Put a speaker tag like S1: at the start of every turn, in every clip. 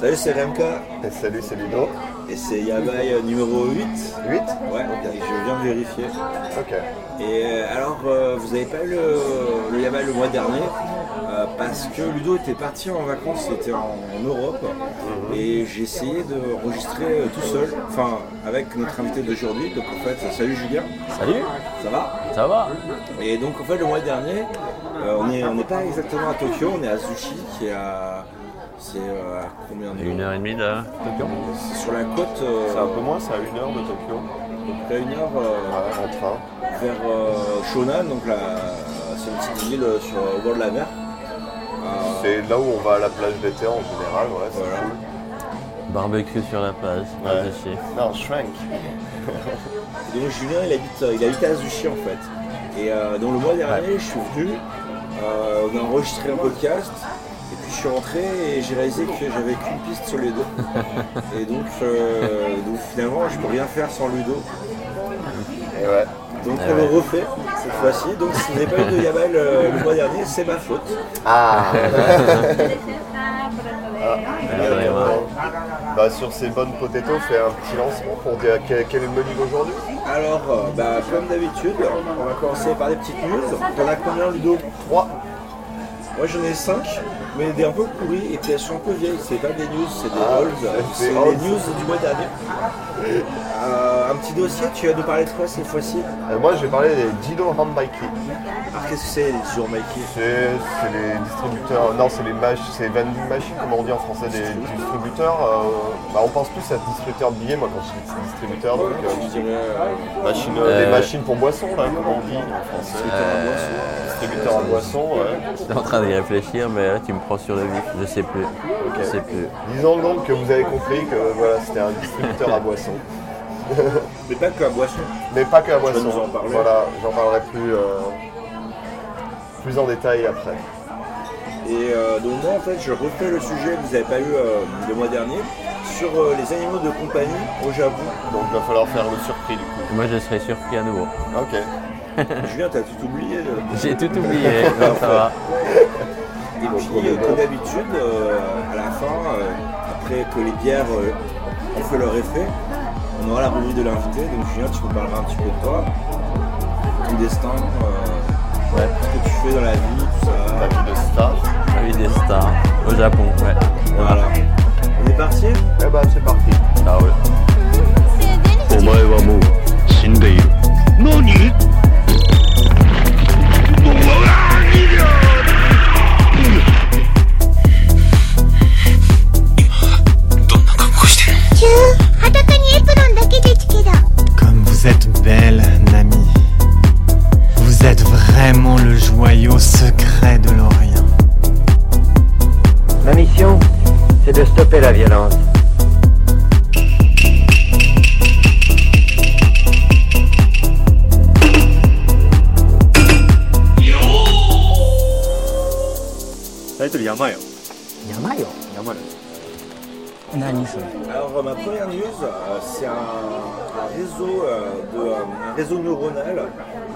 S1: Salut, c'est Remka
S2: Et salut, c'est Ludo.
S1: et c'est Yabai euh, numéro 8.
S2: 8
S1: Ouais, et je viens de vérifier.
S2: Ok.
S1: Et euh, alors, euh, vous n'avez pas eu le, le Yabai le mois dernier euh, parce que Ludo était parti en vacances, c'était en, en Europe,
S2: Mhm.
S1: et j'ai essayé d'enregistrer euh, tout seul, enfin avec notre invité d'aujourd'hui. Donc en fait, salut Julien,
S3: Salut,
S1: ça va
S3: ça va
S1: Et donc en fait le mois dernier, euh, on n'est on n'est pas exactement à Tokyo, on est à Sushi qui est à. C'est euh, à combien de
S3: Une heure et demie de
S2: Tokyo
S1: C'est sur la côte, euh,
S2: C'est un peu moins, c'est à une heure de Tokyo.
S1: à une heure euh,
S2: Ouais, en train.
S1: vers euh, Shonan, donc la- c'est une petite ville euh, sur, au bord de la mer. Euh,
S2: C'est là où on va à la plage d'été en général, ouais, c'est
S1: Voilà.
S2: cool.
S3: barbecue sur la plage, pas de souci.
S2: Non, Shrank.
S1: Et donc Julien il habite, euh, il habite à Azuchi en fait. Et euh, donc le mois dernier je suis venu, euh, on a enregistré un podcast, et puis je suis rentré et j'ai réalisé que j'avais qu'une piste sur les deux. et donc, euh, donc finalement je peux rien faire sans Ludo.
S2: Et ouais.
S1: Donc
S3: Ah
S1: on le
S3: ouais.
S1: refait cette fois-ci. Donc si vous n'avez pas eu de Yabal euh, le mois dernier, c'est ma faute.
S2: Ah
S3: Ah, ouais, ouais.
S2: Bah, sur ces bonnes potatoes, fais un petit lancement pour dire quel, quel est le menu d'aujourd'hui.
S1: Alors, euh, bah, comme d'habitude, on va commencer par des petites news. T'en as combien Ludo
S2: 3.
S1: Moi j'en ai 5, mais des un peu pourris et puis elles sont un peu vieilles. C'est pas des news, c'est des
S2: Ah,
S1: old.
S2: c'est
S1: C'est
S2: des
S1: les
S2: old.
S1: news du mois dernier. Euh, un petit dossier, tu vas nous parler de quoi cette fois-ci
S2: Euh, moi, je vais parler des Dino Hanbaiki.
S1: Alors qu'est-ce que c'est les jours Mikey
S2: C'est c'est les distributeurs, non, c'est les mach, c'est les vending machines, comment on dit en français, des distributeurs. euh, bah, on pense plus à distributeur de billets, moi, quand je dis distributeur, donc euh, machine, euh, des
S3: Euh,
S2: machines pour boissons, là, comment on dit en français.
S1: Euh,
S2: Distributeur à boissons, ouais.
S3: J'étais en train d'y réfléchir, mais là tu me prends sur le vif, je sais plus. Je sais plus.
S2: Disons donc que vous avez compris que voilà, c'était un distributeur à boissons.
S1: Mais pas que à boisson.
S2: Mais pas que à
S1: vas
S2: boissons.
S1: nous en parler.
S2: Voilà, j'en parlerai plus, euh, plus en détail après.
S1: Et euh, donc moi en fait je refais le sujet que vous n'avez pas eu euh, le mois dernier sur euh, les animaux de compagnie au Japon.
S2: Donc il va falloir faire le surpris du coup.
S3: Moi je serais surpris à nouveau.
S2: Ok.
S1: Julien t'as tout oublié. euh.
S3: J'ai tout oublié, donc ça va.
S1: Et puis, euh, comme d'habitude, euh, à la fin, euh, après que les bières euh, ont fait leur effet, on aura la rubrique de l'invité. Donc, Julien, tu nous parleras un petit peu de toi, ton destin, euh,
S2: Ouais.
S1: ce que tu fais dans la vie, tout
S2: La
S1: ça.
S2: vie de star.
S3: La vie des stars au Japon, ouais.
S1: Voilà. On est parti
S2: Eh ben c'est parti.
S1: Ah
S3: Ça roule.
S4: お前はもう死んでいる何
S5: 急裸にエプロンだけですけど
S6: Comme vous êtes belle, Nami. Vous êtes vraiment le joyau secret de l'Orient.
S7: Ma mission, c'est de stopper la violence.
S1: Alors, euh, ma première news, euh, c'est un, un réseau, euh, de, euh, un réseau neuronal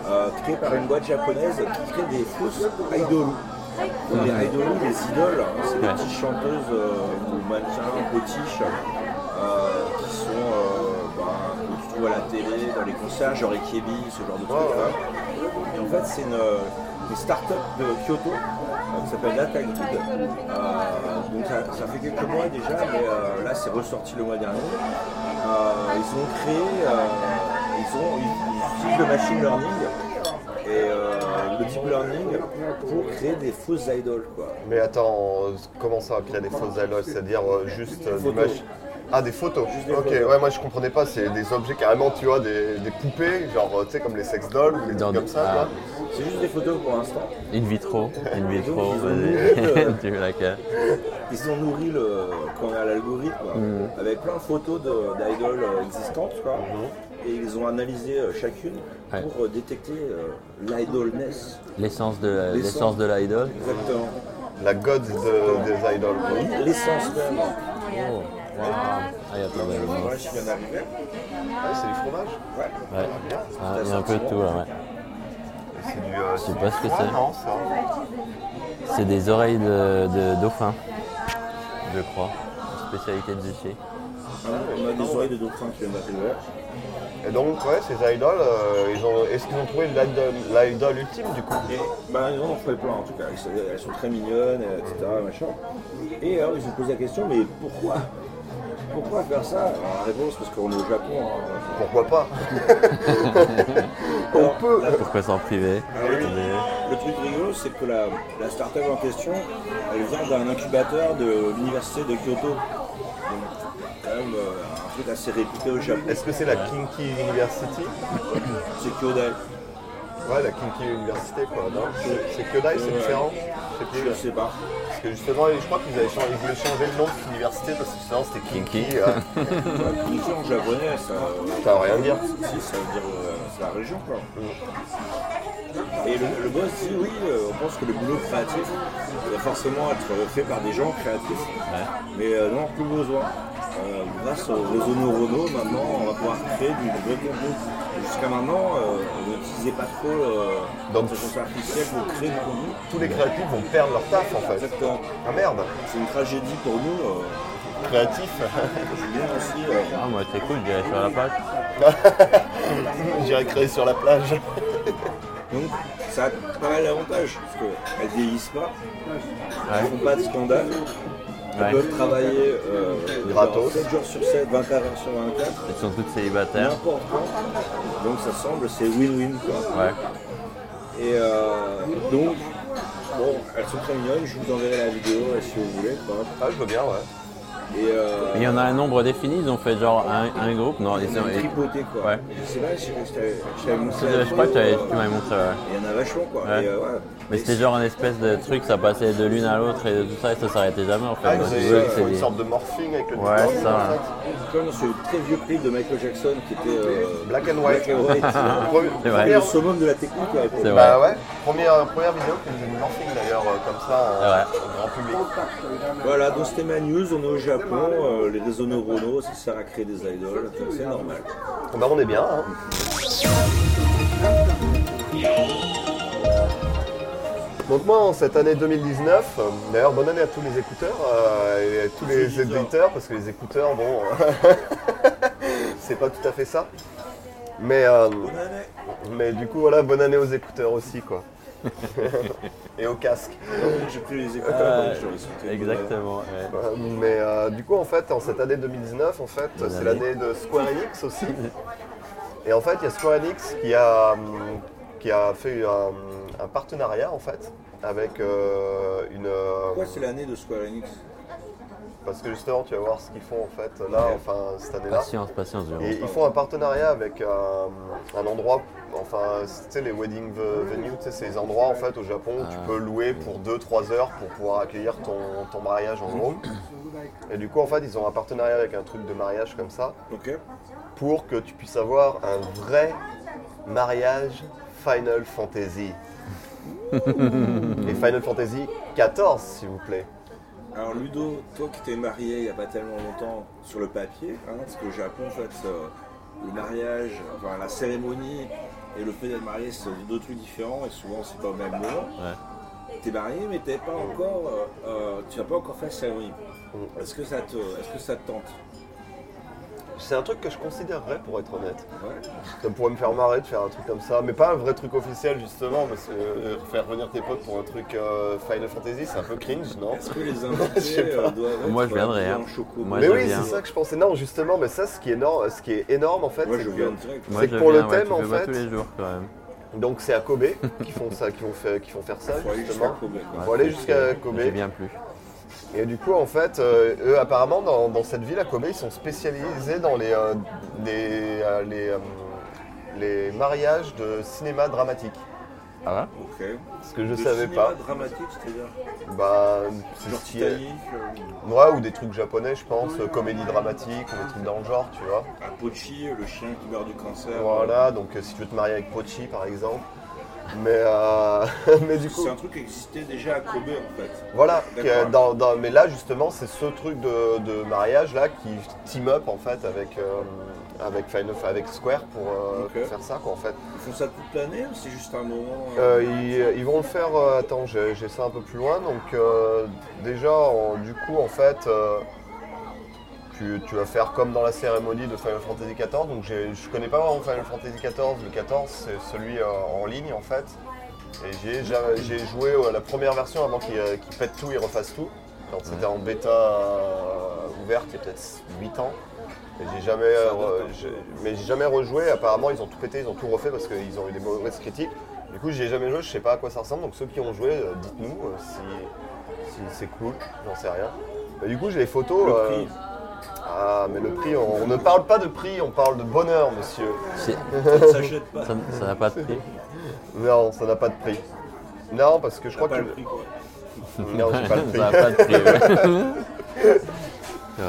S1: euh, créé par une boîte japonaise qui crée des fausses idoles. Donc, Les idoles, les idoles, hein, c'est des
S3: Ouais.
S1: petites chanteuses euh, ou mannequins, potiches, euh, qui sont euh, bah, que tu trouves à la télé, dans les concerts, genre Ekebi, ce genre de trucs-là. Et en fait, c'est une, une start-up de Kyoto euh, qui s'appelle Data Grid. Euh, donc ça, ça fait quelques mois déjà, mais euh, là c'est ressorti le mois dernier. Euh, ils ont créé, euh, ils, ont, ils- ils utilisent le machine learning et euh, le deep learning pour créer des fausses idoles. Quoi.
S2: Mais attends, euh, comment ça, qu'il y a des fausses alloys C'est-à-dire euh, juste euh, des
S1: Photos.
S2: mach- Ah, des photos
S1: Juste des
S2: Ok,
S1: photos.
S2: ouais, moi je comprenais pas, c'est des objets carrément, tu vois, des, des poupées, genre, euh, tu sais, comme les sex dolls ou des trucs
S3: Dans des-
S2: comme ça,
S3: ah.
S2: là.
S1: C'est juste des photos pour l'instant.
S3: In vitro, in vitro,
S1: Ils ont
S3: vas-y. tu veux laquelle
S1: Ils ont nourri le, quand on a l'algorithme avec plein de photos de- d'idoles euh, existantes. quoi. Et ils ont analysé euh, chacune
S3: Ouais.
S1: pour euh, détecter euh, l'idolness.
S3: L'essence de
S1: L'essence.
S3: l'essence de l'idol.
S1: Exactement.
S2: La god de- des idoles. quoi.
S1: L'essence même.
S3: Oh, wow. Ah, il y a plein d'éléments.
S1: Voilà, je viens d'arriver.
S2: Ah, c'est du fromage
S1: Ouais.
S3: Ouais. Ah, Il y a un peu de tout, ouais. ouais.
S2: C'est du. euh, c'est
S3: sais
S2: du
S3: pas ce que
S2: foie,
S3: c'est.
S2: Non, ça.
S3: C'est des oreilles de, de dauphin, je crois. Un spécialité de Vichy.
S1: Ah, On a des oreilles de dauphin qui viennent d'arriver.
S2: Et donc, ouais, ces idoles, euh, ils ont- est-ce qu'ils ont trouvé l'idole l'idole ultime du coup
S1: Et bah, ils en ont fait plein en tout cas. Elles sont- Elles sont très mignonnes, euh, etc. Machin. Et alors ils se posent la question, mais pourquoi Pourquoi faire ça Alors, La réponse, parce qu'on est au Japon. hein.
S2: Pourquoi pas
S1: Alors, la-
S3: Pourquoi s'en priver Attendez.
S1: Ah Le truc rigolo, c'est que la, la start-up en question, elle vient d'un incubateur de l'université de Kyoto. Donc, quand même euh, un truc assez réputé au Japon.
S2: Est-ce que c'est la Kinky University
S1: C'est Kyodai.
S2: Ouais, la Kinky University quoi, non C'est- C'est Kyodai, c'est
S1: Ouais.
S2: différent Je sais
S1: Je
S2: plus.
S1: sais pas.
S2: Parce que justement, je crois qu'ils avaient changé, ils voulaient changer le nom de cette université parce que sinon c'était Kinky.
S3: Kinky.
S2: euh,
S1: La culture en japonais, ça.
S2: Ça veut rien dire.
S1: Si, ça veut dire. euh, c'est la région, quoi. Et le, le boss dit oui, euh, on pense que le boulot créatif doit forcément être fait par des gens créatifs. Mais euh, non, plus besoin. Euh, grâce au réseau neuronaux, maintenant, on va pouvoir créer du vrai contenu. Jusqu'à maintenant, euh, on n'utilisait pas trop euh,
S2: Donc-
S1: l'intelligence artificielle pour créer du contenu.
S2: tous les créatifs vont perdre leur taf en fait.
S1: Exactement.
S2: Ah merde
S1: C'est une tragédie pour nous. euh,
S2: Créatif
S1: Julien aussi. euh,
S3: Ah, moi, c'est cool, j'irai sur la page.
S2: J'irai créer sur la plage.
S1: Donc ça a pas mal d'avantages, parce qu'elles vieillissent pas, elles font pas de scandale, elles
S3: Ouais.
S1: peuvent travailler euh,
S2: Gratos.
S1: 7 jours sur 7, 24 heures sur 24,
S3: Ils sont toutes célibataires.
S1: n'importe quand. Donc ça semble, c'est win-win quoi.
S3: Ouais.
S1: Et euh, donc, bon, elles sont très mignonnes, je vous enverrai la vidéo euh, si vous voulez. quoi.
S2: Ah, je veux bien, ouais.
S1: Et euh,
S3: Mais il y en a un nombre défini, ils ont fait genre un, un groupe. Non, ils
S1: elles
S3: ont.
S1: ont tripoté quoi.
S3: Ouais.
S1: Et C'est là que je t'avais- je t'avais montré. la
S3: Je crois que tu avais-
S1: photo,
S3: tu m'avais montré. ouais.
S1: euh, Il y en a vachement quoi.
S3: Ouais.
S1: Et, euh, ouais.
S3: Mais
S1: Et
S3: c'était genre un espèce de truc, ça passait de l'une à l'autre et de tout ça, et ça s'arrêtait jamais en fait.
S2: Ah, ils
S3: Donc,
S2: ont-
S3: c'est
S2: ils
S3: vrai que
S2: font
S3: c'est
S2: une
S3: des-
S2: sorte de morphing avec le
S3: Ouais,
S2: design,
S3: ça,
S2: en
S3: ouais.
S2: fait.
S1: Comme dans ce très vieux clip de Michael Jackson qui était euh,
S2: Black and white.
S1: and white.
S2: Premier-
S3: C'est vrai.
S1: Et
S2: première-
S1: le summum de la technique. ouais.
S3: C'est vrai.
S2: Bah ouais, première, première vidéo qui faisait du morphing d'ailleurs, euh, comme ça, euh, au grand public.
S1: Voilà, donc c'était ma news, on est au Japon, euh, les réseaux neuronaux, ça sert à créer des idoles, donc c'est normal.
S2: Bah on est bien, hein. Donc moi, en cette année 2019, euh, d'ailleurs bonne année à tous les écouteurs euh, et à tous les
S1: Éditeurs.
S2: éditeurs, parce que les écouteurs, bon, euh, c'est pas tout à fait ça. Mais, euh, mais du coup, voilà, bonne année aux écouteurs aussi, quoi. et aux casques.
S1: J'ai pris les écouteurs,
S3: Ouais,
S1: donc j'aurais sauté.
S3: Exactement. ouais.
S2: Ouais, Mais euh, du coup, en fait, en cette année 2019, en fait, c'est
S3: année.
S2: l'année de Square Enix aussi. Et en fait, il y a Square Enix qui a, hum, qui a fait un, un partenariat, en fait, avec euh, une... euh,
S1: Pourquoi c'est l'année de Square Enix
S2: parce que justement, tu vas voir ce qu'ils font, en fait, là, enfin, cette année-là.
S3: Patience, patience, Jérôme.
S2: Et ils font un partenariat avec un, un endroit, enfin, tu sais, les wedding ve- venues, tu sais, ces endroits, en fait, au Japon, où tu peux louer pour 2-3 heures pour pouvoir accueillir ton, ton mariage, en gros. Et du coup, en fait, ils ont un partenariat avec un truc de mariage comme ça,
S1: Ok.
S2: pour que tu puisses avoir un vrai mariage Final Fantasy. Et Final Fantasy 14, s'il vous plaît.
S1: Alors Ludo, toi qui t'es marié il n'y a pas tellement longtemps sur le papier, hein, parce que au Japon, en fait, euh, le mariage, enfin la cérémonie et le fait d'être marié, c'est deux trucs différents, et souvent c'est pas au même moment. T'es marié, mais t'es pas encore, euh, euh, tu n'as pas encore fait la cérémonie.
S2: Mm.
S1: Est-ce que ça te, est-ce que ça te tente
S2: C'est un truc que je considérerais, pour être honnête.
S1: Ouais.
S2: Ça pourrait me faire marrer de faire un truc comme ça, mais pas un vrai truc officiel justement, parce que euh, faire venir tes potes pour un truc euh, Final Fantasy, c'est un peu cringe, non
S1: Est-ce que les
S2: Je sais
S1: invités
S2: pas.
S1: euh, doivent être
S3: Moi, je viendrai,
S1: habillés
S3: hein.
S1: en choco
S3: Moi,
S2: Mais
S3: je
S2: oui,
S3: viens.
S2: c'est ça que je pensais. Non, justement, mais ça, ce qui est énorme, ce qui est énorme en fait,
S1: Moi,
S2: c'est
S1: je
S2: que-
S1: viens direct.
S3: Moi,
S2: c'est
S3: je
S2: que pour le
S3: viens, ouais,
S2: thème,
S3: tu
S2: en
S3: peux pas
S2: fait-
S3: tous les jours quand même.
S2: donc c'est à Kobe qui font ça, qui vont faire, qui font faire ça
S1: Faut aller jusqu'à
S2: justement.
S1: Kobe, quoi.
S2: Faut aller jusqu'à Kobe.
S3: J'y viens plus.
S2: Et du coup, en fait, euh, eux, apparemment, dans, dans cette ville à Kobe, ils sont spécialisés dans les euh, les, euh, les, euh, les mariages de cinéma dramatique.
S3: Ah
S1: Ok.
S2: Ce que je
S1: Le
S2: savais
S1: cinéma
S2: pas.
S1: dramatique, c'est-à-dire
S2: Bah, c'est
S1: genre
S2: ce qui est-
S1: Titanic, euh,
S2: Ouais, ou des trucs japonais, je pense, euh, comédie dramatique, ou des trucs dans le genre, tu vois.
S1: Apochy, le chien qui meurt du cancer.
S2: Voilà, donc euh, si tu veux te marier avec Pochi, par exemple. Mais, euh, mais du coup,
S1: C'est un truc qui existait déjà à Kobe en fait.
S2: voilà. que, euh,
S1: D'accord.
S2: dans- dans- mais là, justement, c'est ce truc de, de mariage là qui team up en fait avec euh, avec Final- avec Square pour, euh,
S1: Ok.
S2: pour faire ça, quoi, en fait.
S1: Ils font ça toute l'année ou c'est juste un moment euh,
S2: Euh, ils, ils vont le faire. euh, attends, j'ai j'ai ça un peu plus loin. Donc euh, déjà, en- du coup, en fait, euh, tu, tu vas faire comme dans la cérémonie de Final Fantasy XIV. Donc j'ai- je connais pas vraiment Final Fantasy XIV. Le 14, c'est celui euh, en ligne en fait. Et j'y ai ja- j'y ai joué à la première version avant qu'il euh, qu'il pète tout, il refasse tout. Quand c'était en bêta euh, ouverte, il y a peut-être 8 ans. Et j'ai jamais, euh,
S1: hein.
S2: re- j'ai- mais j'ai jamais rejoué. Apparemment, ils ont tout pété, ils ont tout refait parce qu'ils ont eu des mauvaises critiques. Du coup, j'y ai jamais joué, je sais pas à quoi ça ressemble. Donc ceux qui ont joué, euh, dites-nous euh, si, si c'est cool, j'en sais rien. Et du coup, j'ai les photos.
S1: Le
S2: euh,
S1: prix.
S2: Ah, mais le prix, on, on ne parle pas de prix, on parle de bonheur, monsieur.
S3: C'est-
S1: Ça ne s'achète pas.
S3: Ça ça n'a pas de prix.
S2: Non, ça n'a pas de prix. Non, parce que je crois
S1: pas
S2: que.
S1: le prix, quoi.
S2: Non, j'ai pas le prix.
S3: Ça n'a pas de prix. ouais.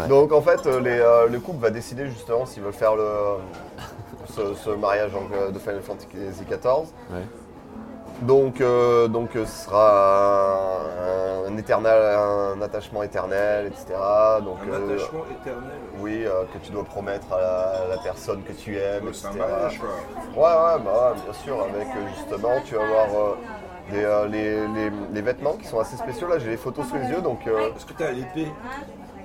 S2: Donc en fait, euh, les, euh, le couple va décider justement s'ils veulent faire le, ce, ce mariage donc, euh, de Final Fantasy XIV.
S3: Ouais.
S2: Donc, euh, donc euh, ce sera un, un éternel, un attachement éternel, etc. Donc,
S1: Un
S2: euh,
S1: attachement éternel.
S2: oui, euh, que tu dois promettre à la, à la personne que tu aimes,
S1: C'est
S2: etc.
S1: un mariage, quoi.
S2: Ouais, ouais, bah ouais, bien sûr, avec euh, justement, tu vas avoir euh, des, euh, les, les- les vêtements qui sont assez spéciaux. Là, j'ai les photos sous les yeux, donc... euh,
S1: Est-ce que t'as l'épée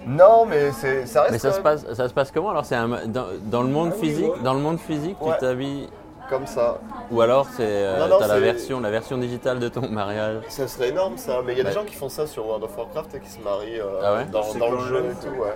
S2: Non, mais c'est- ça reste
S3: Mais ça se
S2: quand même
S3: passe, ça se passe comment alors C'est un- dans, dans le monde
S1: Ah oui,
S3: physique,
S1: ouais.
S3: dans le monde physique,
S2: Ouais.
S3: tu t'habilles
S2: comme ça.
S3: ou alors c'est euh,
S2: Non, non,
S3: t'as la
S2: c'est-
S3: version, la version digitale de ton mariage.
S2: Ça serait énorme ça, mais il y a des
S3: Ouais.
S2: gens qui font ça sur World of Warcraft et qui se marient euh,
S3: Ah ouais
S2: dans,
S1: Second
S2: dans le jeu
S1: Life,
S2: et tout. Ouais.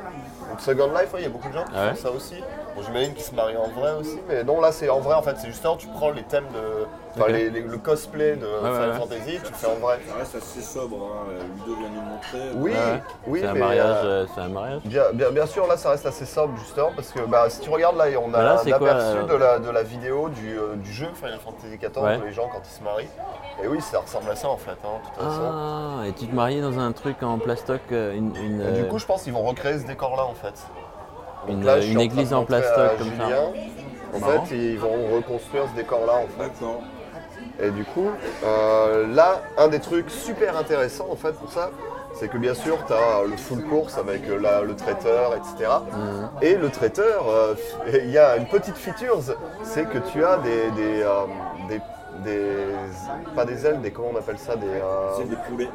S2: Donc Second Life, ouais, il y a beaucoup de gens qui
S3: Ah ouais
S2: font ça aussi. Bon, J'imagine qu'ils se marient en vrai aussi, mais non, là c'est en vrai en fait, c'est justement tu prends les thèmes de. Enfin,
S3: Ok.
S2: les- les- le cosplay de
S3: ouais,
S2: Final
S3: ouais.
S2: Fantasy, tu le fais en vrai.
S1: Ça reste assez sobre, hein. Ludo vient nous montrer.
S2: Oui,
S3: Ouais, ouais.
S2: oui,
S3: c'est un
S2: mais.
S3: mariage,
S2: euh,
S3: euh, c'est un mariage.
S2: Bien, bien, bien sûr, là ça reste assez sobre justement parce que bah, si tu regardes là, on a
S3: Bah là,
S2: un
S3: c'est quoi,
S2: aperçu
S3: euh,
S2: de, la, de la vidéo du, euh, du jeu Final Fantasy XIV,
S3: Ouais.
S2: de les gens quand ils se marient. Et oui, ça ressemble à ça en fait, hein, de toute façon.
S3: Ah, et tu te mariais dans un truc en plastoc, euh, une, une,
S2: Et Du
S3: euh,
S2: coup, je pense qu'ils vont recréer ce décor-là en fait. Donc
S3: Une-
S2: là, je
S3: une
S2: suis train de
S3: église en
S2: montrer à
S3: plastoc, comme ça.
S2: Julien. En
S3: Marrant.
S2: fait, ils vont reconstruire ce décor-là en fait.
S1: D'accord.
S2: Et du coup, euh, là, un des trucs super intéressants en fait pour ça, c'est que bien sûr, tu as le full course avec euh, la- le traiteur, etc.
S3: Mhm.
S2: Et le traiteur, euh, il y a une petite feature, c'est que tu as des, des, euh, des- des- pas des ailes, des comment on appelle ça, des euh,
S1: C'est des poulets.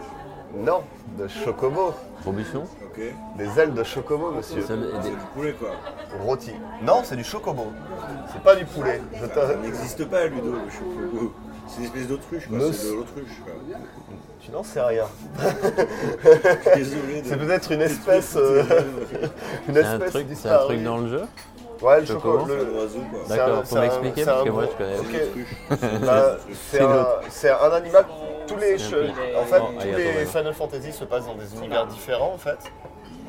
S2: non, de chocobo,
S3: Robuchon
S1: Ok.
S2: des ailes de chocobo, monsieur.
S3: Ça- et
S1: C'est
S3: des-
S1: du poulet, quoi.
S2: Rôti. Non, c'est du chocobo. C'est pas du poulet. Je
S1: Ça, ça
S2: te-
S1: n'existe pas, Ludo, le chocobo. C'est une espèce d'autruche, quoi.
S2: Me-
S1: C'est de l'autruche, quoi.
S2: Tu n'en sais rien.
S1: Je suis Désolé. de-
S2: C'est peut-être une
S1: des
S2: espèce,
S1: trucs,
S2: euh,
S1: c'est-
S2: Une
S3: C'est un
S2: espèce
S3: truc, c'est un
S2: disparue.
S3: truc dans le jeu.
S2: Ouais, le
S3: Chocobo.
S2: chocobo.
S1: C'est
S2: le-
S1: un oiseau, quoi.
S2: c'est un-
S3: D'accord, faut
S2: c'est un-
S3: m'expliquer
S2: c'est
S3: parce
S2: un
S3: que moi je
S2: mot.
S3: connais.
S1: C'est une
S2: ok.
S1: autruche.
S2: Bah, C'est un, c'est un animal. Tous les
S3: C'est
S2: che-
S3: un peu-
S2: en fait,
S3: Oh,
S2: tous
S3: allez,
S2: les
S3: attendez.
S2: Final Fantasy se passent dans des univers différents en fait,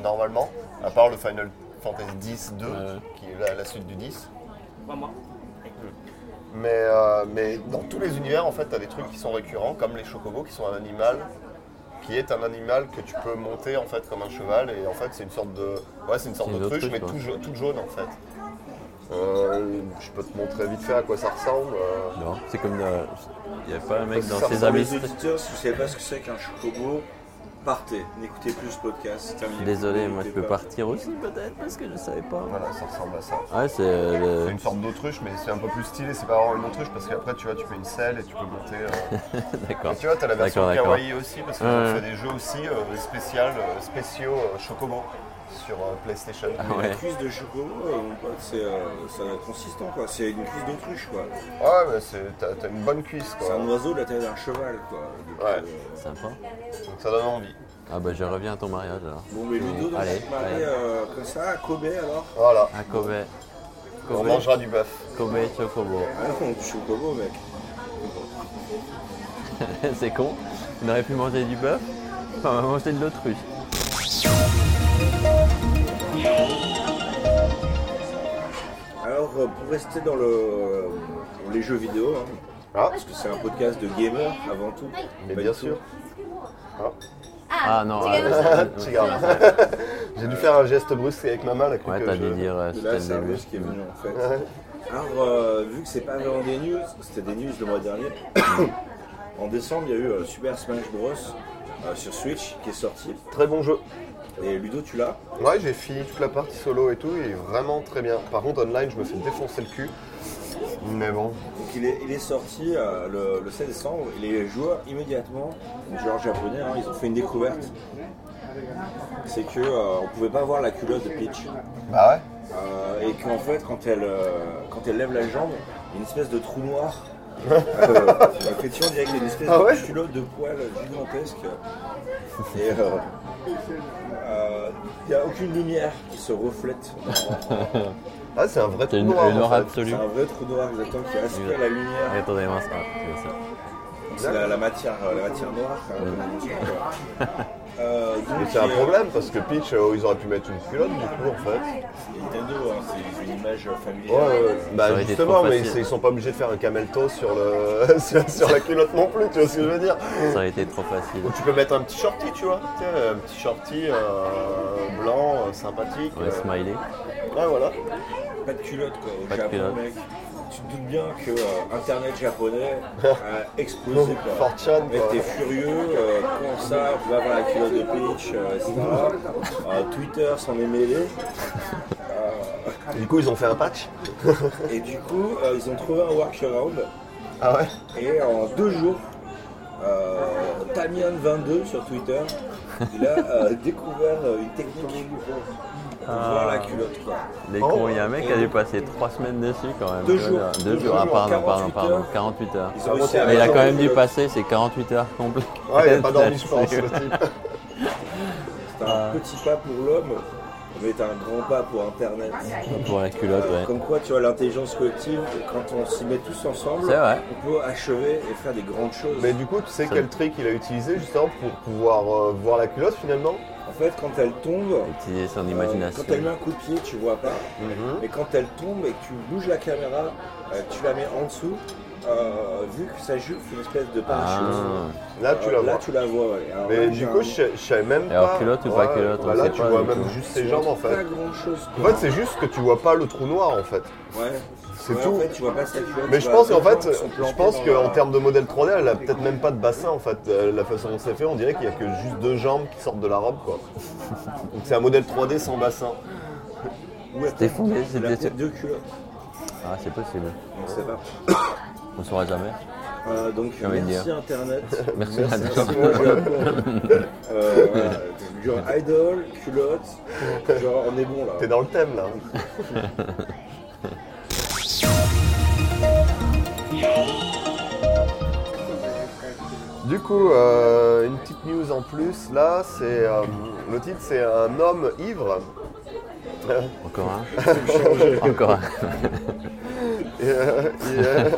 S2: normalement. À part le Final Fantasy 10 2
S3: Ouais.
S2: qui est la, la suite du 10. Mais, euh, mais dans tous les univers, en fait, tu as des trucs qui sont récurrents, comme les chocobos, qui sont un animal, qui est un animal que tu peux monter en fait comme un cheval, et en fait, c'est une sorte de, ouais, c'est une sorte
S3: C'est
S2: de
S3: une
S2: truche,
S3: autruche,
S2: mais
S3: quoi.
S2: tout, ja- toute jaune en fait. Euh, je peux te montrer vite fait à quoi ça ressemble. euh.
S3: Non, c'est comme dans- il n'y a pas un mec dans
S2: Ça
S3: ses
S2: ressemble
S1: Pour
S3: habits.
S1: les auditeurs, si vous ne savez pas ce que c'est qu'un chocobo, partez. N'écoutez plus ce podcast. c'est terminé.
S3: Désolé, moi je
S1: N'écoutez
S3: peux
S1: pas.
S3: partir aussi peut-être parce que je savais pas.
S2: Voilà, ça ressemble à ça.
S3: Ouais, c'est euh,
S2: C'est
S3: le-
S2: une sorte d'autruche, mais c'est un peu plus stylé. C'est pas vraiment une autruche parce qu'après, tu vois, tu fais une selle et tu peux monter. euh.
S3: d'accord.
S2: Et tu vois, t'as la version
S3: D'accord, d'accord.
S2: kawaii aussi parce qu'ils ont
S3: Ouais.
S2: fait des jeux aussi euh, spécial, euh, spéciaux euh, Chocobo sur euh, PlayStation.
S3: Ah
S1: La
S3: ouais.
S1: cuisse de chocobo, euh, mon pote, c'est euh, ça doit être consistant, quoi. C'est une cuisse d'autruche, quoi.
S2: Ah Ouais, mais c'est- t'as t'as une bonne cuisse
S1: C'est
S2: quoi.
S1: un oiseau de la taille d'un cheval, quoi. Donc,
S2: Ouais.
S1: euh,
S3: Sympa.
S2: Donc ça donne envie.
S3: Ah bah je reviens à ton mariage alors.
S1: Bon, mais Ludo, donc,
S3: Mmh. Allez,
S1: on se marie,
S3: allez.
S1: euh, comme ça, à Kobe, alors
S2: Voilà,
S3: À Ah, Kobe.
S2: on
S3: Kobe,
S2: mangera du bœuf.
S3: Kobe Chocobo.
S1: Ah non, du chocobo, mec.
S3: c'est con. On aurait pu manger du bœuf. Enfin, on va manger de l'autruche.
S1: Alors, euh, pour rester dans le, euh, dans les jeux vidéo, hein,
S2: Ah,
S1: parce que c'est un podcast de gamers avant tout.
S2: mais
S1: Pas
S2: bien
S1: du
S2: sûr.
S3: Ah non. ah,
S2: Tu regardes. J'ai dû faire un geste brusque avec ma main là. cru
S3: Ouais,
S2: que
S3: t'as
S2: je-
S3: dû dire euh,
S1: tout.
S3: c'était
S1: Là, c'est
S3: le
S1: un
S3: début.
S1: bus qui est venu en fait. Alors, euh, vu que c'est pas vraiment des news, c'était des news le mois dernier. en décembre, il y a eu euh, Super Smash Bros. euh, sur Switch qui est sorti.
S2: Très bon jeu.
S1: Et Ludo, tu l'as
S2: Ouais, j'ai fini toute la partie solo et tout, il est vraiment très bien. Par contre, online, je me fais défoncer le cul. Mais bon.
S1: Donc il est, il est sorti euh, le, le 16 décembre et les joueurs immédiatement, les joueurs japonais, hein, ils ont fait une découverte. c'est que euh, on pouvait pas voir la culotte de Peach.
S2: Bah ouais
S1: Euh, et qu'en fait, quand elle, euh, quand elle lève la jambe, il y a une espèce de trou noir. euh, la fêtion, on dirait qu'il y a une espèce
S2: Ah ouais
S1: de culotte de poil gigantesque. Et euh, euh, il n'y a aucune lumière qui se reflète.
S2: Ah, c'est un vrai trou
S3: C'est une,
S2: noir.
S3: une
S2: en
S3: aura
S2: fait.
S1: C'est
S3: absolue.
S1: un vrai trou noir exactement qui aspire la
S3: Ah,
S1: lumière.
S3: attendez, mince. Ah, tu vois ça.
S1: C'est la, la matière, la matière noire. euh, comme on dit, quoi. Euh, donc,
S2: Mais c'est un
S1: euh,
S2: problème parce que Peach, euh, ils auraient pu mettre une culotte du coup en fait.
S1: Nintendo, hein, c'est une image familière.
S2: Ouais, ouais.
S3: Ça
S2: Bah
S3: aurait été
S2: justement,
S3: trop
S2: mais
S3: facile.
S2: ils, ils sont pas obligés de faire un camelto sur, le... sur sur la culotte non plus, tu vois ce que je veux dire
S3: Ça aurait été trop facile.
S2: Ou tu peux mettre un petit shorty, tu vois, tu sais, un petit shorty euh, blanc, euh, sympathique.
S3: Ouais,
S2: euh,
S3: smiley.
S2: ouais, voilà.
S1: Pas de culotte quoi, au
S3: Pas de
S1: Japon
S3: culotte.
S1: mec. Tu te doutes bien que euh, internet japonais a explosé quoi.
S2: Fortune,
S1: Mec
S2: quoi.
S1: t'es furieux, euh, comment ça, tu vas avoir la culotte de Peach, euh, etc. Euh, Twitter s'en est mêlé.
S2: Du coup, ils ont fait un patch.
S1: Et du coup euh, ils ont trouvé un workaround
S2: Ah ouais
S1: et en deux jours, euh, Tamian22 sur Twitter, il a euh, découvert euh, une technique pour voir la culotte quoi.
S3: Les
S2: Oh.
S3: cons, il y a un mec qui a dû passer 3 semaines dessus quand même.
S1: Deux
S3: Tu vois,
S1: jours.
S3: là. Deux
S1: Deux jours
S3: jours, ah
S1: en
S3: pardon,
S1: 48
S3: pardon, pardon,
S1: heures.
S3: 48 heures.
S1: Ils ont réussi à
S3: Ah, Mais il a
S1: mettre
S3: quand
S1: en
S3: même dû
S1: culotte.
S3: passer ses 48 heures complètes.
S2: Ouais, il a pas dormi, je
S3: Là-dessus.
S2: pense, le type.
S1: C'est un petit pas pour l'homme, mais c'est un grand pas pour internet.
S3: Pour la culotte,
S1: Euh,
S3: ouais.
S1: Comme quoi, tu vois, l'intelligence collective, quand on s'y met tous ensemble,
S3: C'est vrai.
S1: on peut achever et faire des grandes choses.
S2: Mais du coup, tu sais quel trick il a utilisé justement pour pouvoir euh, voir la culotte finalement
S1: En fait, quand elle tombe, euh,
S3: Utiliser son imagination.
S1: quand elle met un coup de pied, tu vois pas.
S3: Mhm.
S1: Mais quand elle tombe et que tu bouges la caméra, euh, tu la mets en dessous, euh, vu que sa jupe fait une espèce de parachute.
S3: Ah.
S2: Là, tu la
S1: Euh,
S2: vois.
S1: Là, tu la vois, ouais. Alors,
S2: Mais
S1: là,
S2: du
S1: j'ai
S2: coup,
S1: un-
S2: je, sais- je savais même
S3: Et alors,
S2: pas.
S3: culotte ou pas culotte, on
S2: bah Là,
S3: sait
S2: tu
S3: pas,
S2: vois
S3: du
S2: même
S3: coup.
S2: juste ses jambes en
S1: Pas
S2: fait.
S1: grand chose.
S2: En fait, c'est juste que tu vois pas le trou noir en fait.
S1: Ouais.
S2: C'est
S1: Ouais,
S2: tout.
S1: En fait, tu vois pas sa culotte,
S2: Mais
S1: tu
S2: je
S1: vois
S2: pense qu'en
S1: deux gens
S2: fait,
S1: qui sont
S2: je
S1: plantés
S2: pense
S1: dans
S2: qu'en
S1: la-
S2: termes de modèle 3D, elle a peut-être même pas de bassin en fait. Euh, La façon dont c'est fait, on dirait qu'il y a que juste deux jambes qui sortent de la robe quoi. Donc c'est un modèle 3D sans bassin.
S1: Ouais,
S3: C'était fondé,
S1: elle a
S3: c'était-
S1: peut-être deux culottes.
S3: Ah, c'est possible.
S1: On sait pas.
S3: On saura jamais.
S1: Euh, donc
S3: Ah oui,
S1: merci
S3: dire.
S1: Internet.
S3: Merci,
S1: Merci
S3: Internet.
S1: au Japon. Euh, voilà. Genre idol, culotte, genre on est bon là.
S2: T'es dans le thème là. Du coup, euh, une petite news en plus là, c'est euh, le titre, c'est un homme ivre.
S3: Encore un. Encore un.
S2: Et, euh, et, euh,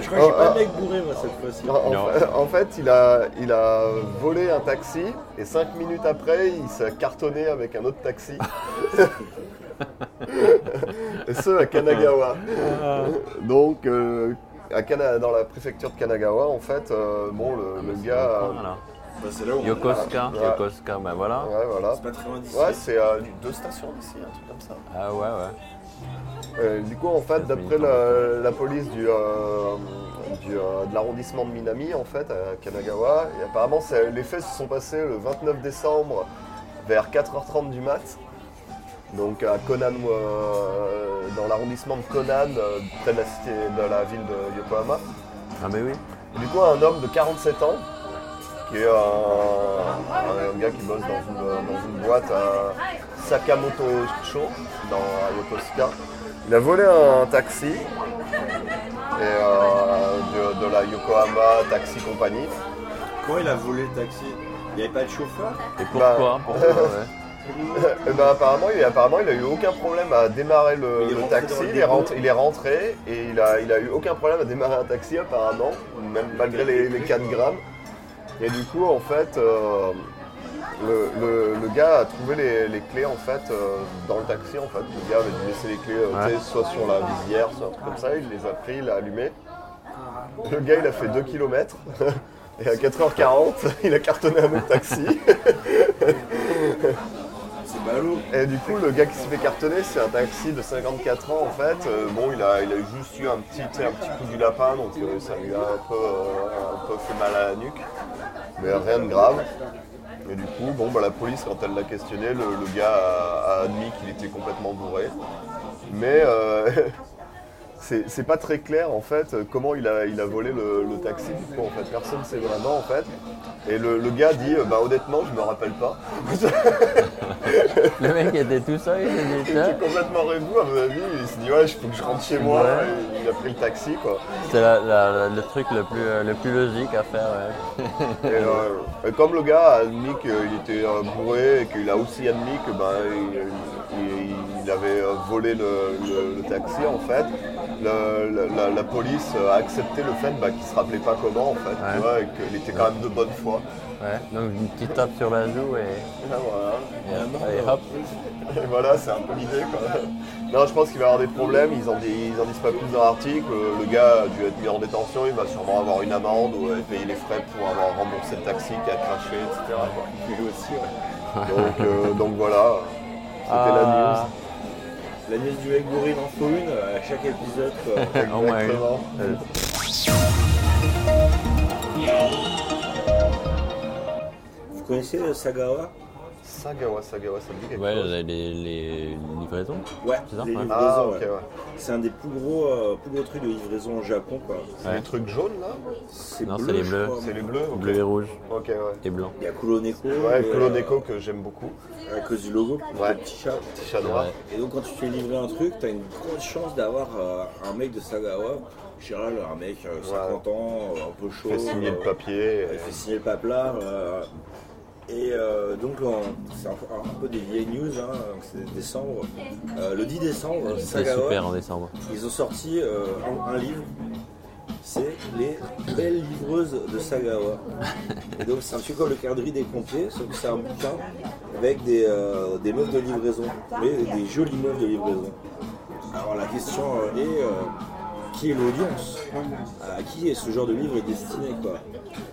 S1: Je crois que j'ai
S2: Oh,
S1: pas
S2: ah.
S1: de mec bourré moi cette fois-ci.
S2: En, en
S3: Non.
S2: fait, en fait, il a, il a volé un taxi et cinq minutes après, il s'est cartonné avec un autre taxi. et ce, à Kanagawa. Donc, euh, à Kana- dans la préfecture de Kanagawa, en fait, euh, bon,
S3: Ah,
S2: le, le gars.
S3: Voilà.
S1: Bah, c'est là où on
S3: euh, Yokosuka,
S2: Ouais.
S3: Yokosuka, bah
S2: euh,
S3: voilà.
S2: Ouais, voilà.
S1: C'est pas très loin d'ici.
S2: Ouais, c'est euh, deux stations d'ici, un truc comme ça.
S3: Ah ouais, ouais.
S2: Euh, du coup, en fait, d'après la, la police du, euh, du, euh, de l'arrondissement de Minami, en fait, à Kanagawa, et apparemment, ça- les faits se sont passés le 29 décembre vers 4h30 du mat. Donc à Konan, euh, dans l'arrondissement de Konan, euh, près de la, cité, de la ville de Yokohama.
S3: Ah mais oui.
S2: Du coup, un homme de 47 ans, qui est un, un gars qui bosse dans une, dans une boîte à Sakamoto Cho, dans à Yokosuka, il a volé un taxi et, euh, de, de la Yokohama Taxi Company.
S1: Quand il a volé le taxi, il n'y avait pas de chauffeur.
S3: Et
S2: Bah.
S3: pourquoi Pourquoi ouais.
S2: Et ben, apparemment, il, apparemment, il a eu aucun problème à démarrer le,
S1: Il est
S2: le
S1: rentré
S2: taxi.
S1: dans le
S2: Il est,
S1: dépôt.
S2: rentré, il est rentré et il a, il a eu aucun problème à démarrer un taxi apparemment, même malgré les, les 4 grammes. Et du coup, en fait, euh, le, le- le gars a trouvé les, les clés en fait euh, dans le taxi. En fait, le gars avait dû laisser les clés, euh, tu sais, soit sur la visière, soit un truc comme ça. Il les a pris, il l'a allumé. Le gars, il a fait 2 km. Et à 4h40, il a cartonné un autre taxi.
S1: C'est ballot.
S2: Et du coup, le gars qui s'est fait cartonner, c'est un taxi de 54 ans en fait. Euh, bon, il a, il a juste eu un petit, tu sais, un petit coup du lapin, donc euh, ça lui a un peu, euh, un peu fait mal à la nuque. Mais rien de grave. Et du coup, bon, bah, la police, quand elle l'a questionné, le, le gars a, a admis qu'il était complètement bourré. Mais euh, c'est c'est pas très clair en fait euh, comment il a, il a volé le, le taxi du coup en fait personne sait vraiment en fait et le, le gars dit euh, bah honnêtement je me rappelle pas
S3: Le mec était tout seul, il s'est dit
S2: il
S3: ça.
S2: était complètement rebou à mon avis il se dit ouais je faut que je rentre chez moi
S3: Ouais.
S2: Et il a pris le taxi quoi
S3: C'est la- la- la- le truc le plus, euh, le plus logique à faire. ouais.
S2: et, euh, et comme le gars a admis qu'il était euh, bourré et qu'il a aussi admis que bah, il, il- il avait euh, volé le, le- le taxi en fait le- la, la- la police a accepté le fait bah, qu'il se rappelait pas comment en fait tu
S3: Ouais.
S2: vois, et qu'il était quand même de bonne foi
S3: Ouais, Donc une petite tape sur la joue et,
S2: Ah, voilà.
S3: et après, et hop.
S2: Et voilà, c'est un peu l'idée quoi. Non, je pense qu'il va y avoir des problèmes, ils en, dis- ils en disent pas plus dans l'article. Euh, Le le gars a dû être mis en détention, il va sûrement avoir une amende ou euh, payer les frais pour avoir remboursé le taxi qui a craché, etc. quoi. Donc, euh, donc voilà, c'était
S3: Ah.
S1: La nièce du mec bourré en faut une euh, à chaque épisode. quoi.
S2: la news.
S3: Au moins une.
S2: Exactement.
S3: Ah, Euh,
S1: Vous connaissez euh, Sagawa
S2: Sagawa, Sagawa, ça me dit quelque
S3: Ouais,
S2: chose.
S3: les, les livraisons.
S1: Ouais,
S3: C'est ça,
S1: les
S3: ouais.
S1: livraisons,
S2: Ah, ok,
S1: ouais.
S2: ouais.
S1: C'est un des plus gros, euh, plus gros trucs de livraison au Japon. quoi.
S2: C'est les trucs jaunes là
S1: C'est
S3: Non,
S1: bleu,
S3: c'est les
S1: je
S3: bleus.
S1: crois.
S2: C'est les bleus ok.
S3: Bleu et rouge
S2: Ok, ouais.
S3: et blanc.
S1: Il y a Kuloneko.
S2: Ouais,
S1: et,
S2: Colo Neko que j'aime beaucoup,
S1: euh, À cause du logo,
S2: Ouais.
S1: le petit chat.
S2: petit chat noir.
S3: Ouais.
S1: Et donc quand tu te fais livrer un truc, t'as une grosse chance d'avoir euh, un mec de Sagawa. En général, un mec euh, 50 ans, euh, un peu chaud.
S2: Fait signer le
S1: euh,
S2: papier.
S1: Il
S2: et-
S1: fait signer le paplard. euh, et euh, donc, en- c'est un, un peu des vieilles news, hein, donc c'est décembre. Euh, le 10 décembre,
S3: C'est
S1: Sagawa,
S3: super en décembre.
S1: ils ont sorti euh, un, un livre. C'est Les Belles Livreuses de Sagawa. Et donc, c'est un peu comme le quadrille des pompiers, sauf que c'est un bouquin avec des, euh, des meufs de livraison, mais des jolies meufs de livraison. Alors, la question euh, est. euh, qui est l'audience À qui est ce genre de livre est destiné quoi